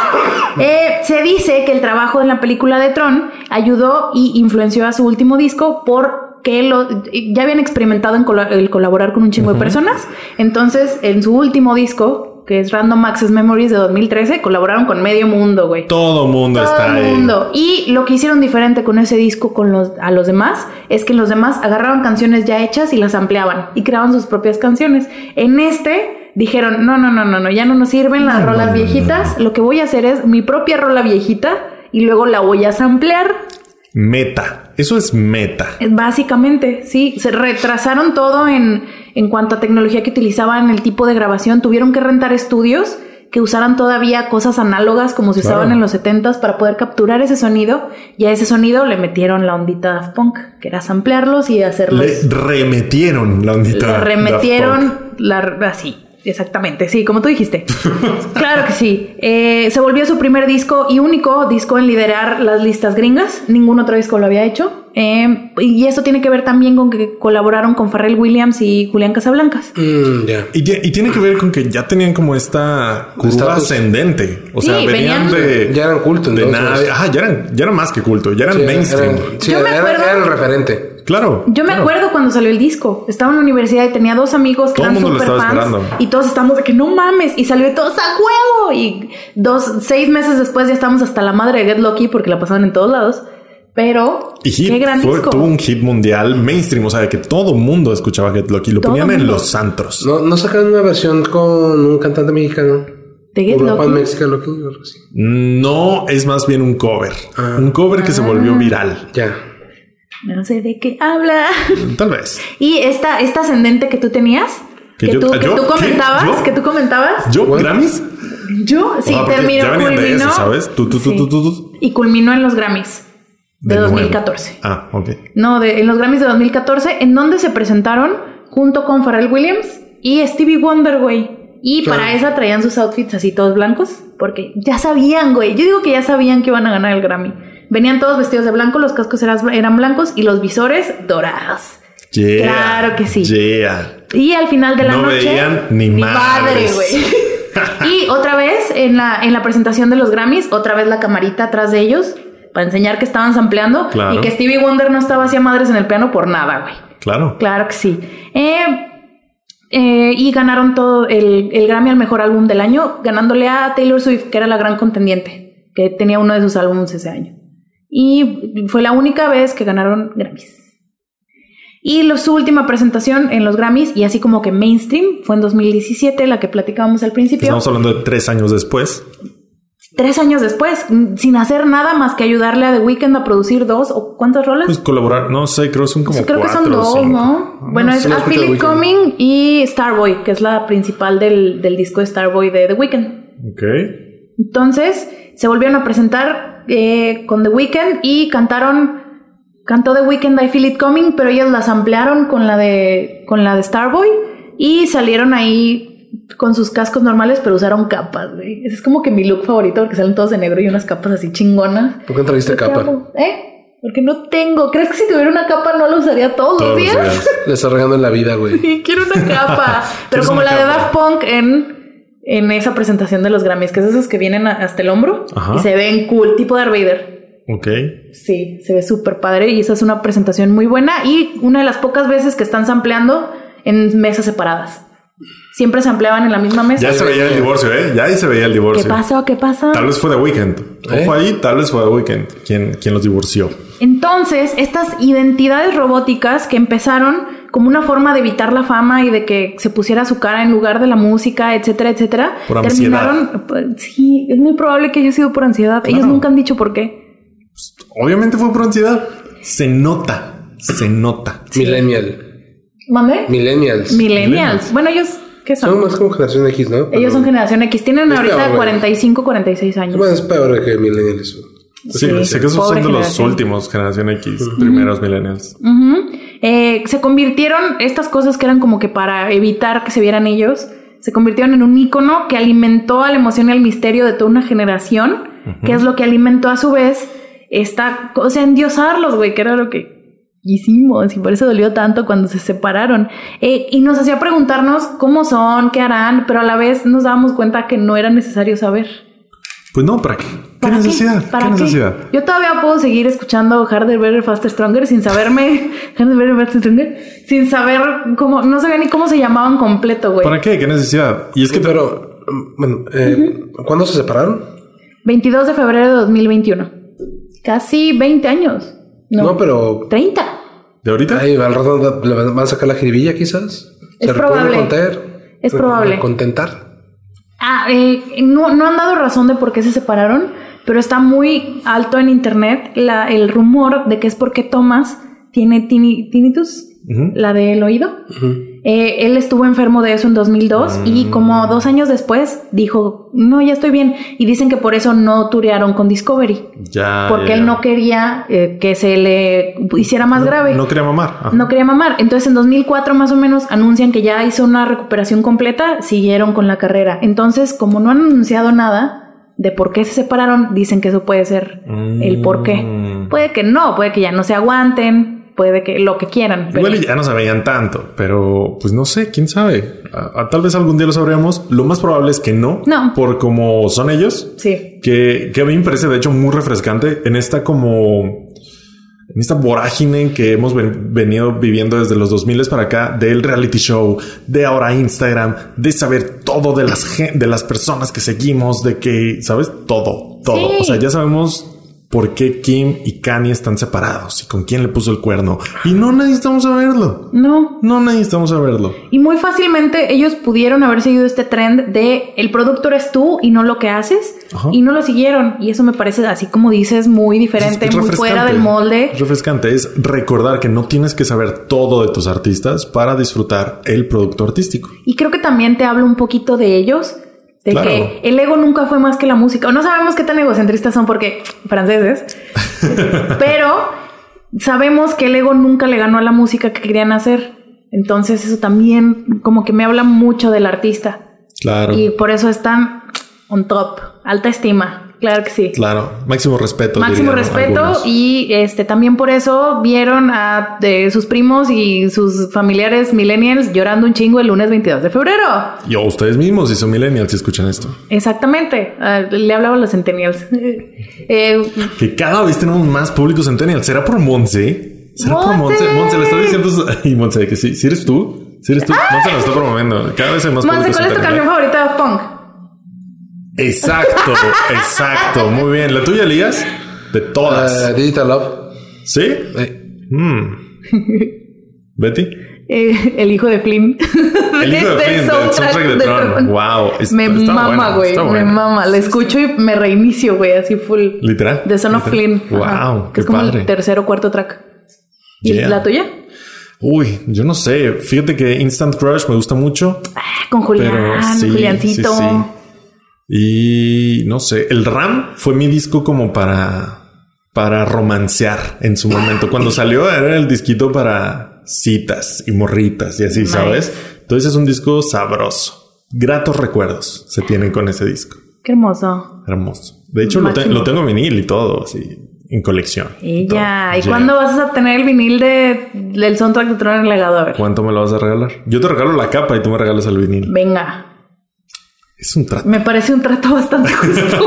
Speaker 3: Eh, se dice que el trabajo en la película de Tron ayudó y influenció a su último disco porque lo, ya habían experimentado en colo- el colaborar con un chingo de personas. Entonces, en su último disco, que es Random Access Memories de 2013, colaboraron con medio mundo, güey.
Speaker 1: Todo mundo está
Speaker 3: Todo el
Speaker 1: ahí.
Speaker 3: mundo. Y lo que hicieron diferente con ese disco con los, a los demás es que los demás agarraron canciones ya hechas y las ampliaban y creaban sus propias canciones. En este dijeron, no, no, no, no, no, ya no nos sirven las rolas viejitas. Lo que voy a hacer es mi propia rola viejita y luego la voy a samplear.
Speaker 1: Meta. Eso es meta.
Speaker 3: Eh, Básicamente, sí, se retrasaron todo en, en cuanto a tecnología que utilizaban, el tipo de grabación, tuvieron que rentar estudios que usaran todavía cosas análogas como se usaban
Speaker 1: Claro.
Speaker 3: en los 70s para poder capturar ese sonido y a ese sonido le metieron la ondita Daft Punk, que era samplearlos y hacerlos...
Speaker 1: Le remetieron la ondita.
Speaker 3: le
Speaker 1: Daft Punk.
Speaker 3: remetieron la, así. Exactamente, sí, como
Speaker 1: <laughs>
Speaker 3: tú dijiste. claro que sí. Eh, se volvió su primer disco y único disco en liderar las listas gringas. Ningún otro disco lo había hecho. Eh, y eso tiene que ver también con que colaboraron con Pharrell Williams y Julián Casablancas.
Speaker 2: Mm, ya.
Speaker 1: Y, tie- y tiene que ver con que ya tenían como esta curva
Speaker 2: Estatus.
Speaker 1: ascendente. O sea,
Speaker 3: Sí,
Speaker 1: venían,
Speaker 3: venían-
Speaker 1: de.
Speaker 2: Ya eran culto,
Speaker 1: de
Speaker 2: entonces.
Speaker 1: nadie. Ah, ya eran, ya eran más que culto, ya eran
Speaker 2: Sí,
Speaker 1: mainstream.
Speaker 2: eran- sí,
Speaker 3: Yo me
Speaker 2: eran-
Speaker 3: acuerdo-
Speaker 2: eran el referente.
Speaker 1: Claro.
Speaker 3: Yo me
Speaker 1: claro.
Speaker 3: acuerdo cuando salió el disco. Estaba en la universidad y tenía dos amigos que
Speaker 1: Todo el
Speaker 3: eran
Speaker 1: mundo lo
Speaker 3: super
Speaker 1: estaba
Speaker 3: fans.
Speaker 1: esperando.
Speaker 3: Y todos estábamos de que no mames. Y salió y todos a huevo. Y dos, seis meses después ya estábamos hasta la madre de Get Lucky porque la pasaban en todos lados. Pero
Speaker 1: Y hit,
Speaker 3: qué gran
Speaker 1: fue-
Speaker 3: disco.
Speaker 1: tuvo un hit mundial mainstream, o sea, que todo mundo escuchaba Get Lucky, lo
Speaker 3: Todo
Speaker 1: ponían en
Speaker 3: mundo.
Speaker 1: los antros.
Speaker 2: No, no sacaron una versión con un cantante mexicano.
Speaker 3: ¿De Get
Speaker 2: Con una
Speaker 3: Lucky?
Speaker 2: pan Mexican Lucky o algo así.
Speaker 1: No, es más bien un cover,
Speaker 2: Ah.
Speaker 1: un cover que se volvió viral,
Speaker 2: Ya.
Speaker 3: No sé de qué habla. <laughs>
Speaker 1: tal vez.
Speaker 3: Y esta, esta ascendente que tú tenías,
Speaker 1: Que
Speaker 3: que,
Speaker 1: yo-
Speaker 3: tú,
Speaker 1: ah,
Speaker 3: que
Speaker 1: yo,
Speaker 3: tú
Speaker 1: ¿qué?
Speaker 3: comentabas,
Speaker 1: ¿Yo?
Speaker 3: que tú comentabas,
Speaker 1: Yo,
Speaker 2: Bueno.
Speaker 1: Grammys,
Speaker 3: yo sí
Speaker 1: sea, porque
Speaker 3: terminó
Speaker 1: ya venían de
Speaker 3: culminó,
Speaker 1: eso, ¿sabes? Tú, tú, tú, tú, tú, tú.
Speaker 3: y culminó en los Grammys de,
Speaker 1: nuevo.
Speaker 3: 2014.
Speaker 1: Ah, ok.
Speaker 3: No, de, en los Grammys de 2014, en donde se presentaron junto con Pharrell Williams y Stevie Wonder, güey. Y
Speaker 2: Claro.
Speaker 3: para esa traían sus outfits así todos blancos, porque ya sabían, güey. Yo digo que ya sabían que iban a ganar el Grammy. Venían todos vestidos de blanco, los cascos eras- eran blancos y los visores dorados.
Speaker 1: Yeah,
Speaker 3: Claro que sí.
Speaker 1: Yeah.
Speaker 3: Y al final de la
Speaker 1: No
Speaker 3: noche.
Speaker 1: veían ni
Speaker 3: padre,
Speaker 1: madres. <laughs>
Speaker 3: güey. y otra vez, en la, en la presentación de los Grammys, otra vez la camarita atrás de ellos para enseñar que estaban sampleando
Speaker 1: Claro.
Speaker 3: y que Stevie Wonder no estaba hacia madres en el piano por nada, güey.
Speaker 1: Claro.
Speaker 3: Claro que <laughs> sí. Eh, eh, y ganaron todo el, el Grammy al mejor álbum del año, ganándole a Taylor Swift, que era la gran contendiente, que tenía uno de sus álbumes ese año. Y fue la única vez que ganaron Grammys. Y lo- su última presentación en los Grammys, y así como que mainstream, fue en 2017, la que platicábamos al principio.
Speaker 1: Estamos hablando de tres años después.
Speaker 3: Tres años después, mm, sin hacer nada más que ayudarle a The Weeknd a producir dos o cuántas rolas.
Speaker 1: Pues colaborar, no sé, creo que son como
Speaker 3: Creo que
Speaker 1: cuatro
Speaker 3: son
Speaker 1: o
Speaker 3: dos,
Speaker 1: cinco.
Speaker 3: ¿no? Bueno,
Speaker 2: No,
Speaker 3: es
Speaker 2: sí lo
Speaker 3: A
Speaker 2: escucho de
Speaker 3: Philip
Speaker 2: Weeknd.
Speaker 3: Coming y Starboy, que es la principal del, del disco de Starboy de The Weeknd.
Speaker 1: Ok.
Speaker 3: Entonces, se volvieron a presentar eh, con The Weeknd y cantaron. Cantó The Weeknd I Feel It Coming, pero ellos las ampliaron con la de. con la de Starboy y salieron ahí con sus cascos normales, pero usaron capas, güey. Ese es como que mi look favorito, porque salen todos de negro y unas capas así chingonas.
Speaker 2: ¿Por qué trajiste
Speaker 3: Yo te
Speaker 2: capa?
Speaker 3: amo, ¿Eh? Porque no tengo. ¿Crees que si tuviera una capa no la usaría todos,
Speaker 1: Todos
Speaker 3: los días?
Speaker 1: los días.
Speaker 2: Le está regando en la vida, güey.
Speaker 3: <laughs> Sí, quiero una capa. Pero
Speaker 1: <laughs> ¿Quieres
Speaker 3: como
Speaker 1: una
Speaker 3: la de
Speaker 1: capa?
Speaker 3: Daft Punk en, en esa presentación de los Grammys, que es esos que vienen a- hasta el hombro
Speaker 1: Ajá.
Speaker 3: y se ven cool, tipo Darth Vader.
Speaker 1: Ok.
Speaker 3: Sí, se ve súper padre y esa es una presentación muy buena y una de las pocas veces que están sampleando en mesas separadas. Siempre sampleaban en la misma mesa.
Speaker 1: Ya se veía el divorcio, ¿eh? Ya ahí se veía el
Speaker 3: ¿Qué
Speaker 1: divorcio.
Speaker 3: pasó? ¿Qué pasó?
Speaker 1: Tal vez fue The Weeknd.
Speaker 2: ¿Eh?
Speaker 1: Ojo ahí, tal vez fue The Weeknd quien, quien los divorció.
Speaker 3: Entonces, estas identidades robóticas que empezaron como una forma de evitar la fama y de que se pusiera su cara en lugar de la música, etcétera, etcétera,
Speaker 1: Por
Speaker 3: terminaron. pues, Sí, es muy probable que haya sido por ansiedad. Ellos nunca han dicho por qué.
Speaker 1: Obviamente fue por ansiedad. Se nota, se nota.
Speaker 2: Millennial.
Speaker 3: ¿Mandé?
Speaker 2: Millennials.
Speaker 3: Millennials. Bueno, ellos, ¿qué son?
Speaker 2: Son más como generación X, ¿no? Pero-
Speaker 3: ellos son generación X. Tienen
Speaker 2: Es peor,
Speaker 3: ahorita
Speaker 2: güey.
Speaker 3: 45, 46 años.
Speaker 2: Bueno, es peor que millennials.
Speaker 1: Sí,
Speaker 3: Sí.
Speaker 1: sé que esos son
Speaker 3: Pobre
Speaker 1: de los
Speaker 3: generación.
Speaker 1: últimos, generación X, primeros millennials.
Speaker 3: Ujú. Eh, se convirtieron estas cosas que eran como que para evitar que se vieran ellos, se convirtieron en un icono que alimentó a la emoción y al misterio de toda una generación, que es lo que alimentó a su vez esta cosa, endiosarlos, güey, que era lo que hicimos y por eso dolió tanto cuando se separaron. Eh, y nos hacía preguntarnos cómo son, qué harán, pero a la vez nos dábamos cuenta que no era necesario saber.
Speaker 1: Pues no, ¿para qué? ¿Qué
Speaker 3: ¿Para
Speaker 1: necesidad? ¿Qué
Speaker 3: ¿Para qué? Pues-
Speaker 1: necesidad?
Speaker 3: Yo todavía puedo seguir escuchando Harder, Better, Faster, Stronger sin saberme. <laughs> Harder, Better, Faster, Stronger. Sin saber cómo. No sabía ni cómo se llamaban completo, güey.
Speaker 1: ¿Para qué? ¿Qué necesidad? Y es que te-
Speaker 2: Pero, mm, bueno, eh, ¿cuándo se separaron?
Speaker 3: 22 de febrero de 2021. Casi 20 años. No,
Speaker 2: No, pero
Speaker 3: 30.
Speaker 1: de ahorita
Speaker 2: ahí, al rato va- le van a sacar la jiribilla quizás.
Speaker 3: Es
Speaker 2: ¿Se
Speaker 3: probable.
Speaker 2: contar?
Speaker 3: Es probable.
Speaker 2: ¿Contentar?
Speaker 3: Ah, eh, no, no han dado razón de por qué se separaron, pero está muy alto en internet la, el rumor de que es porque Thomas tiene tini- tinnitus,
Speaker 1: Ujú.
Speaker 3: la del oído.
Speaker 2: Ujú.
Speaker 3: Eh, él estuvo enfermo de eso en 2002 y
Speaker 1: Mm.
Speaker 3: como dos años después dijo, no, ya estoy bien. Y dicen que por eso no turearon con Discovery,
Speaker 1: ya.
Speaker 3: porque
Speaker 1: Ah, ya,
Speaker 3: él
Speaker 1: ya.
Speaker 3: no quería eh, que se le hiciera más
Speaker 1: No-
Speaker 3: grave.
Speaker 1: No quería mamar. Ah. Ajá.
Speaker 3: No quería mamar. Entonces en 2004 más o menos anuncian que ya hizo una recuperación completa, siguieron con la carrera. Entonces, como no han anunciado nada de por qué se separaron, dicen que eso puede ser el por qué. Pues,
Speaker 1: Mm.
Speaker 3: Puede que no, puede que ya no se aguanten, puede que lo que quieran. pero-
Speaker 1: Igual y ya no se veían tanto, pero pues no sé, quién sabe. A- a- tal vez algún día lo sabremos. Lo más probable es que no,
Speaker 3: No.
Speaker 1: por como son ellos,
Speaker 3: Sí.
Speaker 1: que, que a mí me parece de hecho muy refrescante en esta como en esta vorágine que hemos ven- venido viviendo desde los 2000 para acá del reality show, de ahora Instagram, de saber todo de las gen- de las personas que seguimos, de que sabes todo, todo.
Speaker 3: Sí.
Speaker 1: O sea, ya sabemos por qué Kim y Kanye están separados y con quién le puso el cuerno y no necesitamos saberlo.
Speaker 3: No,
Speaker 1: No necesitamos saberlo.
Speaker 3: Y muy fácilmente ellos pudieron haber seguido este trend de el producto eres tú y no lo que haces
Speaker 1: Ajá.
Speaker 3: y no lo siguieron. Y eso me parece, así como dices, muy diferente,
Speaker 1: Es
Speaker 3: muy
Speaker 1: refrescante.
Speaker 3: fuera del molde.
Speaker 1: Es refrescante es recordar que no tienes que saber todo de tus artistas para disfrutar el producto artístico.
Speaker 3: Y creo que también te hablo un poquito de ellos, de
Speaker 1: Claro.
Speaker 3: que el ego nunca fue más que la música. O no sabemos qué tan egocentristas son porque
Speaker 1: <laughs>
Speaker 3: franceses, pero sabemos que el ego nunca le ganó a la música que querían hacer. Entonces eso también como que me habla mucho del artista.
Speaker 1: Claro.
Speaker 3: Y por eso están on top. Alta estima. Claro que sí.
Speaker 1: Claro. Máximo respeto.
Speaker 3: Máximo
Speaker 1: dirían
Speaker 3: respeto
Speaker 1: algunos.
Speaker 3: y este también por eso vieron a de sus primos y sus familiares millennials llorando un chingo el lunes 22 de febrero.
Speaker 1: Y a ustedes mismos, si son millennials, si escuchan esto.
Speaker 3: Exactamente. Ah, le hablaba a los centennials. <laughs> Eh,
Speaker 1: Que cada vez tenemos más público centennial. ¿Será por Monse? ¿Será por
Speaker 3: ¡Monse!
Speaker 1: Monse? Monse, le está diciendo... <laughs> Y Monse, que sí. Si eres tú, si eres tú. Monse nos está promoviendo. Cada vez hay más
Speaker 3: Ah. Monse,
Speaker 1: público
Speaker 3: ¿cuál es tu
Speaker 1: centennial.
Speaker 3: canción favorita de Punk? <laughs>
Speaker 1: Exacto. exacto. Muy bien. ¿La tuya, Elías? De
Speaker 2: Ah,
Speaker 1: todas.
Speaker 2: Digital Love.
Speaker 1: ¿Sí?
Speaker 2: Eh,
Speaker 3: <laughs>
Speaker 1: Mm. ¿Betty?
Speaker 3: Eh, el hijo de Flynn.
Speaker 1: El
Speaker 3: <laughs>
Speaker 1: hijo de
Speaker 3: Este
Speaker 1: Flynn, del soundtrack de Tron. Wow, es-
Speaker 3: me
Speaker 1: está
Speaker 3: mama,
Speaker 1: buena,
Speaker 3: güey.
Speaker 1: está
Speaker 3: Me
Speaker 1: buena.
Speaker 3: mama. La escucho y me reinicio, güey, así full.
Speaker 1: Literal,
Speaker 3: De Son of
Speaker 1: literal.
Speaker 3: Flynn. Ajá.
Speaker 1: Wow,
Speaker 3: Que es
Speaker 1: qué
Speaker 3: como el
Speaker 1: padre.
Speaker 3: tercer o cuarto track. ¿Y
Speaker 1: Yeah.
Speaker 3: la tuya?
Speaker 1: Uy, yo no sé. Fíjate que Instant Crush me gusta mucho.
Speaker 3: Ah, con Julián,
Speaker 1: Pero sí,
Speaker 3: Juliancito.
Speaker 1: sí, sí. Y no sé, el RAM fue mi disco como para para romancear en su momento. Cuando salió era el disquito para citas y morritas y así,
Speaker 3: Nice.
Speaker 1: ¿sabes? Entonces es un disco sabroso. Gratos recuerdos se tienen con ese disco.
Speaker 3: Qué hermoso.
Speaker 1: Hermoso. De hecho, lo, te-
Speaker 3: Máximo.
Speaker 1: lo tengo en vinil y todo, así, en colección.
Speaker 3: Ella. ¿Y
Speaker 1: todo. Yeah.
Speaker 3: cuándo vas a tener el vinil de, del soundtrack de Tron en el legado? A ver.
Speaker 1: ¿Cuánto me lo vas a regalar? Yo te regalo la capa y tú me regalas el vinil.
Speaker 3: Venga.
Speaker 1: Es un trato.
Speaker 3: Me parece un trato
Speaker 1: <laughs>
Speaker 3: bastante justo.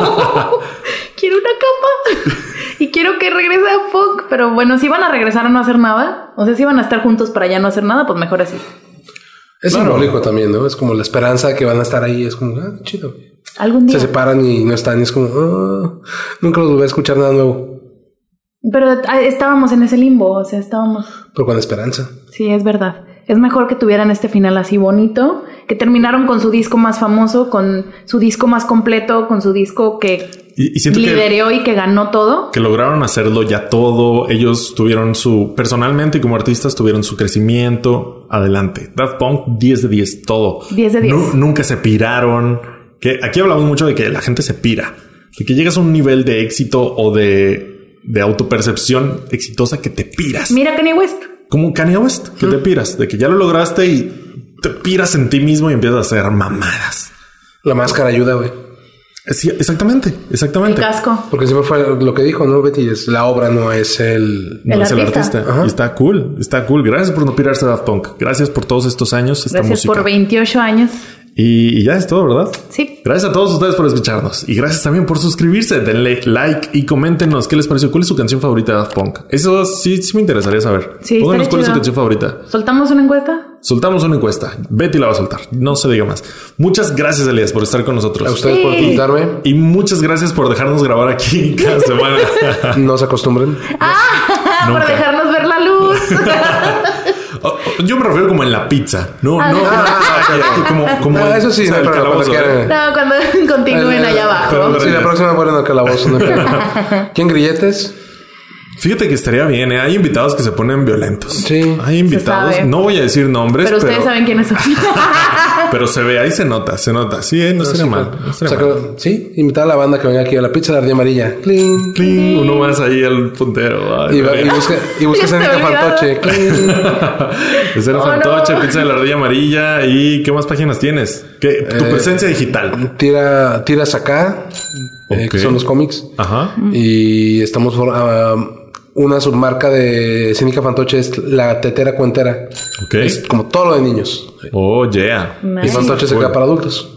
Speaker 3: quiero una capa y quiero que regrese a Puck. Pero bueno, si van a regresar a no hacer nada, o sea, si van a estar juntos para ya no hacer nada, pues mejor así.
Speaker 2: Es
Speaker 1: Claro.
Speaker 2: simbólico también, ¿no? Es como la esperanza de que van a estar ahí. Es como, ah, chido.
Speaker 3: Algún día.
Speaker 2: Se separan y no están. Y es como, ah, nunca los voy a escuchar nada nuevo.
Speaker 3: Pero ah, estábamos en ese limbo, o sea, estábamos.
Speaker 2: Pero con esperanza.
Speaker 3: Sí, es verdad. Es mejor que tuvieran este final así bonito, que terminaron con su disco más famoso, con su disco más completo, con su disco que
Speaker 1: Y, y siento que,
Speaker 3: lidereó y que ganó todo.
Speaker 1: que lograron hacerlo ya todo. Ellos tuvieron su, personalmente y como artistas, tuvieron su crecimiento. Adelante. Daft Punk, 10 de 10, todo.
Speaker 3: 10 de 10.
Speaker 1: Nu- nunca se piraron. Que aquí hablamos mucho de que la gente se pira. De que llegas a un nivel de éxito o de, de autopercepción exitosa que te piras.
Speaker 3: Mira Kanye West.
Speaker 1: como Kanye West, que te piras, de que ya lo lograste y te piras en ti mismo y empiezas a hacer mamadas.
Speaker 2: La máscara ayuda, güey.
Speaker 1: Sí, exactamente,
Speaker 3: El
Speaker 1: exactamente.
Speaker 3: casco.
Speaker 2: Porque siempre fue lo que dijo, ¿no, Betty? Es, la obra no es el...
Speaker 1: No
Speaker 3: El
Speaker 1: es
Speaker 3: artista.
Speaker 1: el artista. Y está cool, está cool. Gracias por no pirarse a Daft Punk. Gracias por todos estos años, esta
Speaker 3: Gracias
Speaker 1: música.
Speaker 3: por 28 años.
Speaker 1: Y, y ya es todo, ¿verdad?
Speaker 3: Sí.
Speaker 1: Gracias a todos ustedes por escucharnos y gracias también por suscribirse. Denle like y coméntenos qué les pareció. ¿Cuál es su canción favorita de Daft Punk? Eso sí, sí me interesaría saber.
Speaker 3: Sí,
Speaker 1: Pónganos cuál es
Speaker 3: estaría
Speaker 1: su
Speaker 3: chido.
Speaker 1: canción favorita.
Speaker 3: ¿Soltamos una encuesta?
Speaker 1: Soltamos una encuesta. Betty la va a soltar. No se diga más. Muchas gracias, Elías, por estar con
Speaker 2: A
Speaker 1: nosotros.
Speaker 2: ustedes por
Speaker 3: Sí.
Speaker 2: pintarme.
Speaker 1: Y muchas gracias por dejarnos grabar aquí <laughs> cada semana.
Speaker 2: No se
Speaker 3: <laughs>
Speaker 2: acostumbren.
Speaker 3: Ah,
Speaker 1: Nunca.
Speaker 3: por dejarnos ver la luz.
Speaker 1: <laughs> Oh, oh, Yo me refiero como en la pizza. No,
Speaker 3: Ah,
Speaker 1: no,
Speaker 3: no.
Speaker 1: no, no,
Speaker 2: <laughs>
Speaker 1: como, como
Speaker 2: Ah,
Speaker 1: en-
Speaker 2: eso
Speaker 1: o
Speaker 2: sí,
Speaker 1: sea,
Speaker 2: no hay
Speaker 1: el
Speaker 2: problema,
Speaker 1: calabozo,
Speaker 2: cuando
Speaker 1: ¿eh?
Speaker 2: quieran.
Speaker 3: no, cuando continúen allá abajo.
Speaker 1: Pero-
Speaker 2: Sí, la próxima fueron al calabozo. ¿no?
Speaker 3: <laughs>
Speaker 2: ¿Quién grilletes?
Speaker 1: Fíjate que estaría bien. ¿eh? Hay invitados que se ponen violentos.
Speaker 2: Sí.
Speaker 1: Hay invitados.
Speaker 3: sabe.
Speaker 1: No voy a decir nombres,
Speaker 3: Pero
Speaker 1: pero,
Speaker 3: ustedes saben quiénes
Speaker 1: <laughs>
Speaker 3: son.
Speaker 1: pero se ve ahí, se nota, se nota. Sí, eh, no sería mal. No
Speaker 2: O
Speaker 1: estaría
Speaker 2: sea, que-
Speaker 1: mal.
Speaker 2: sí, invitar a la banda que venga aquí a la pizza de ardilla amarilla. Clean.
Speaker 1: Cling, Uno más ahí al puntero. Ay,
Speaker 2: Y, va-
Speaker 1: María.
Speaker 2: y busca, y busca
Speaker 3: <laughs> Ya se me
Speaker 2: Sanita
Speaker 3: olvidaba.
Speaker 2: Fantoche. Clean.
Speaker 1: <laughs> Es el
Speaker 3: Oh,
Speaker 1: fantoche,
Speaker 3: no.
Speaker 1: pizza de la ardilla amarilla y ¿qué más páginas tienes? ¿Qué- tu
Speaker 2: Eh,
Speaker 1: presencia digital.
Speaker 2: Tira, tiras acá, eh, que
Speaker 1: Ok.
Speaker 2: son los cómics.
Speaker 1: Ajá.
Speaker 2: Y estamos for- ah, una submarca de Cínica Fantoche es la tetera cuentera.
Speaker 1: Ok.
Speaker 2: Es como todo lo de niños.
Speaker 1: Oh, yeah.
Speaker 2: Y
Speaker 3: Nice.
Speaker 2: Fantoche se
Speaker 1: Cool.
Speaker 2: queda para adultos.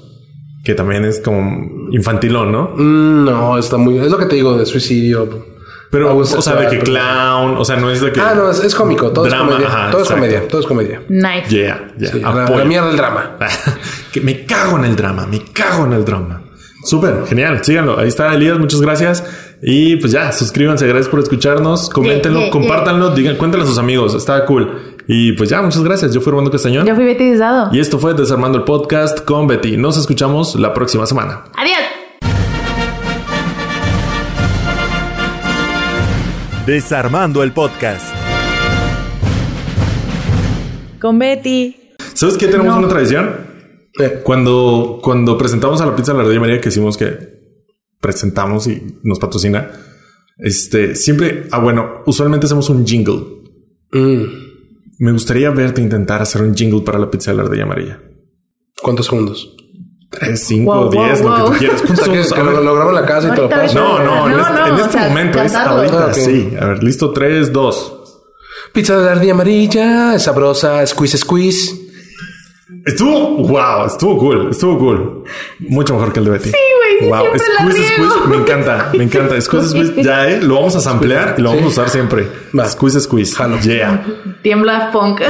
Speaker 1: Que también es como infantilón, ¿no?
Speaker 2: Mm, no, está muy. Es lo que te digo de suicidio.
Speaker 1: Pero, o
Speaker 2: abuso
Speaker 1: sea, de que
Speaker 2: sexual.
Speaker 1: clown, o sea, no es de que.
Speaker 2: Ah, no, es, es cómico. Todo
Speaker 1: Drama,
Speaker 2: es comedia.
Speaker 1: ajá,
Speaker 2: todo es
Speaker 1: exacto.
Speaker 2: comedia. Todo es comedia.
Speaker 3: Nice.
Speaker 1: Yeah, yeah.
Speaker 2: Sí, la,
Speaker 1: Apoyo.
Speaker 2: la mierda del drama.
Speaker 1: <laughs> que me cago en el drama, me cago en el drama. Súper, genial, síganlo. Ahí está Elías, muchas gracias. Y pues ya, suscríbanse, gracias por escucharnos, coméntenlo,
Speaker 3: Yeah, yeah,
Speaker 1: compártanlo, digan, cuéntenlo a sus amigos, está cool. Y pues ya, muchas gracias. Yo fui Armando Castañón.
Speaker 3: Yo fui Betty Diosdado.
Speaker 1: Y esto fue Desarmando el Podcast con Betty. Nos escuchamos la próxima semana.
Speaker 3: Adiós.
Speaker 4: Desarmando el podcast.
Speaker 5: Con Betty.
Speaker 1: ¿Sabes qué? Tenemos una tradición.
Speaker 2: Eh,
Speaker 1: Cuando, cuando presentamos a la pizza de la Ardilla María, que hicimos que presentamos y nos patrocina, este siempre, ah, bueno, usualmente hacemos un jingle.
Speaker 2: mm,
Speaker 1: Me gustaría verte intentar hacer un jingle para la pizza de la Ardilla Amarilla.
Speaker 2: ¿Cuántos segundos?
Speaker 1: 3, 5,
Speaker 3: Wow,
Speaker 1: 10,
Speaker 3: wow,
Speaker 1: lo que
Speaker 3: wow.
Speaker 1: tú
Speaker 3: <laughs>
Speaker 1: quieras.
Speaker 2: O
Speaker 1: ¿Cuántos
Speaker 2: sea, que,
Speaker 1: somos?
Speaker 2: que
Speaker 1: A
Speaker 2: lo,
Speaker 1: ver.
Speaker 2: lo grabo en la casa y te lo
Speaker 3: Ahorita,
Speaker 2: paso.
Speaker 3: ahorita.
Speaker 1: No, no, en
Speaker 3: No,
Speaker 1: este,
Speaker 3: no,
Speaker 1: en
Speaker 3: o
Speaker 1: este
Speaker 3: sea,
Speaker 1: momento es
Speaker 3: cantarlo.
Speaker 1: ahorita.
Speaker 2: Ah, ok.
Speaker 1: Sí, a ver, listo, 3, 2.
Speaker 2: Pizza de la ardilla amarilla, es sabrosa, squeeze, squeeze.
Speaker 1: Estuvo, wow, estuvo cool, estuvo cool. Mucho mejor que el de Betty. Sí,
Speaker 3: güey, yo siempre la riego.
Speaker 1: me encanta, me
Speaker 3: <laughs>
Speaker 1: encanta. Squeeze, squeeze, ya, eh, lo vamos a samplear y lo vamos a usar siempre.
Speaker 2: Va.
Speaker 1: Squeeze, squeeze. <laughs>
Speaker 2: Jalo.
Speaker 1: Yeah.
Speaker 3: Tiembla punk.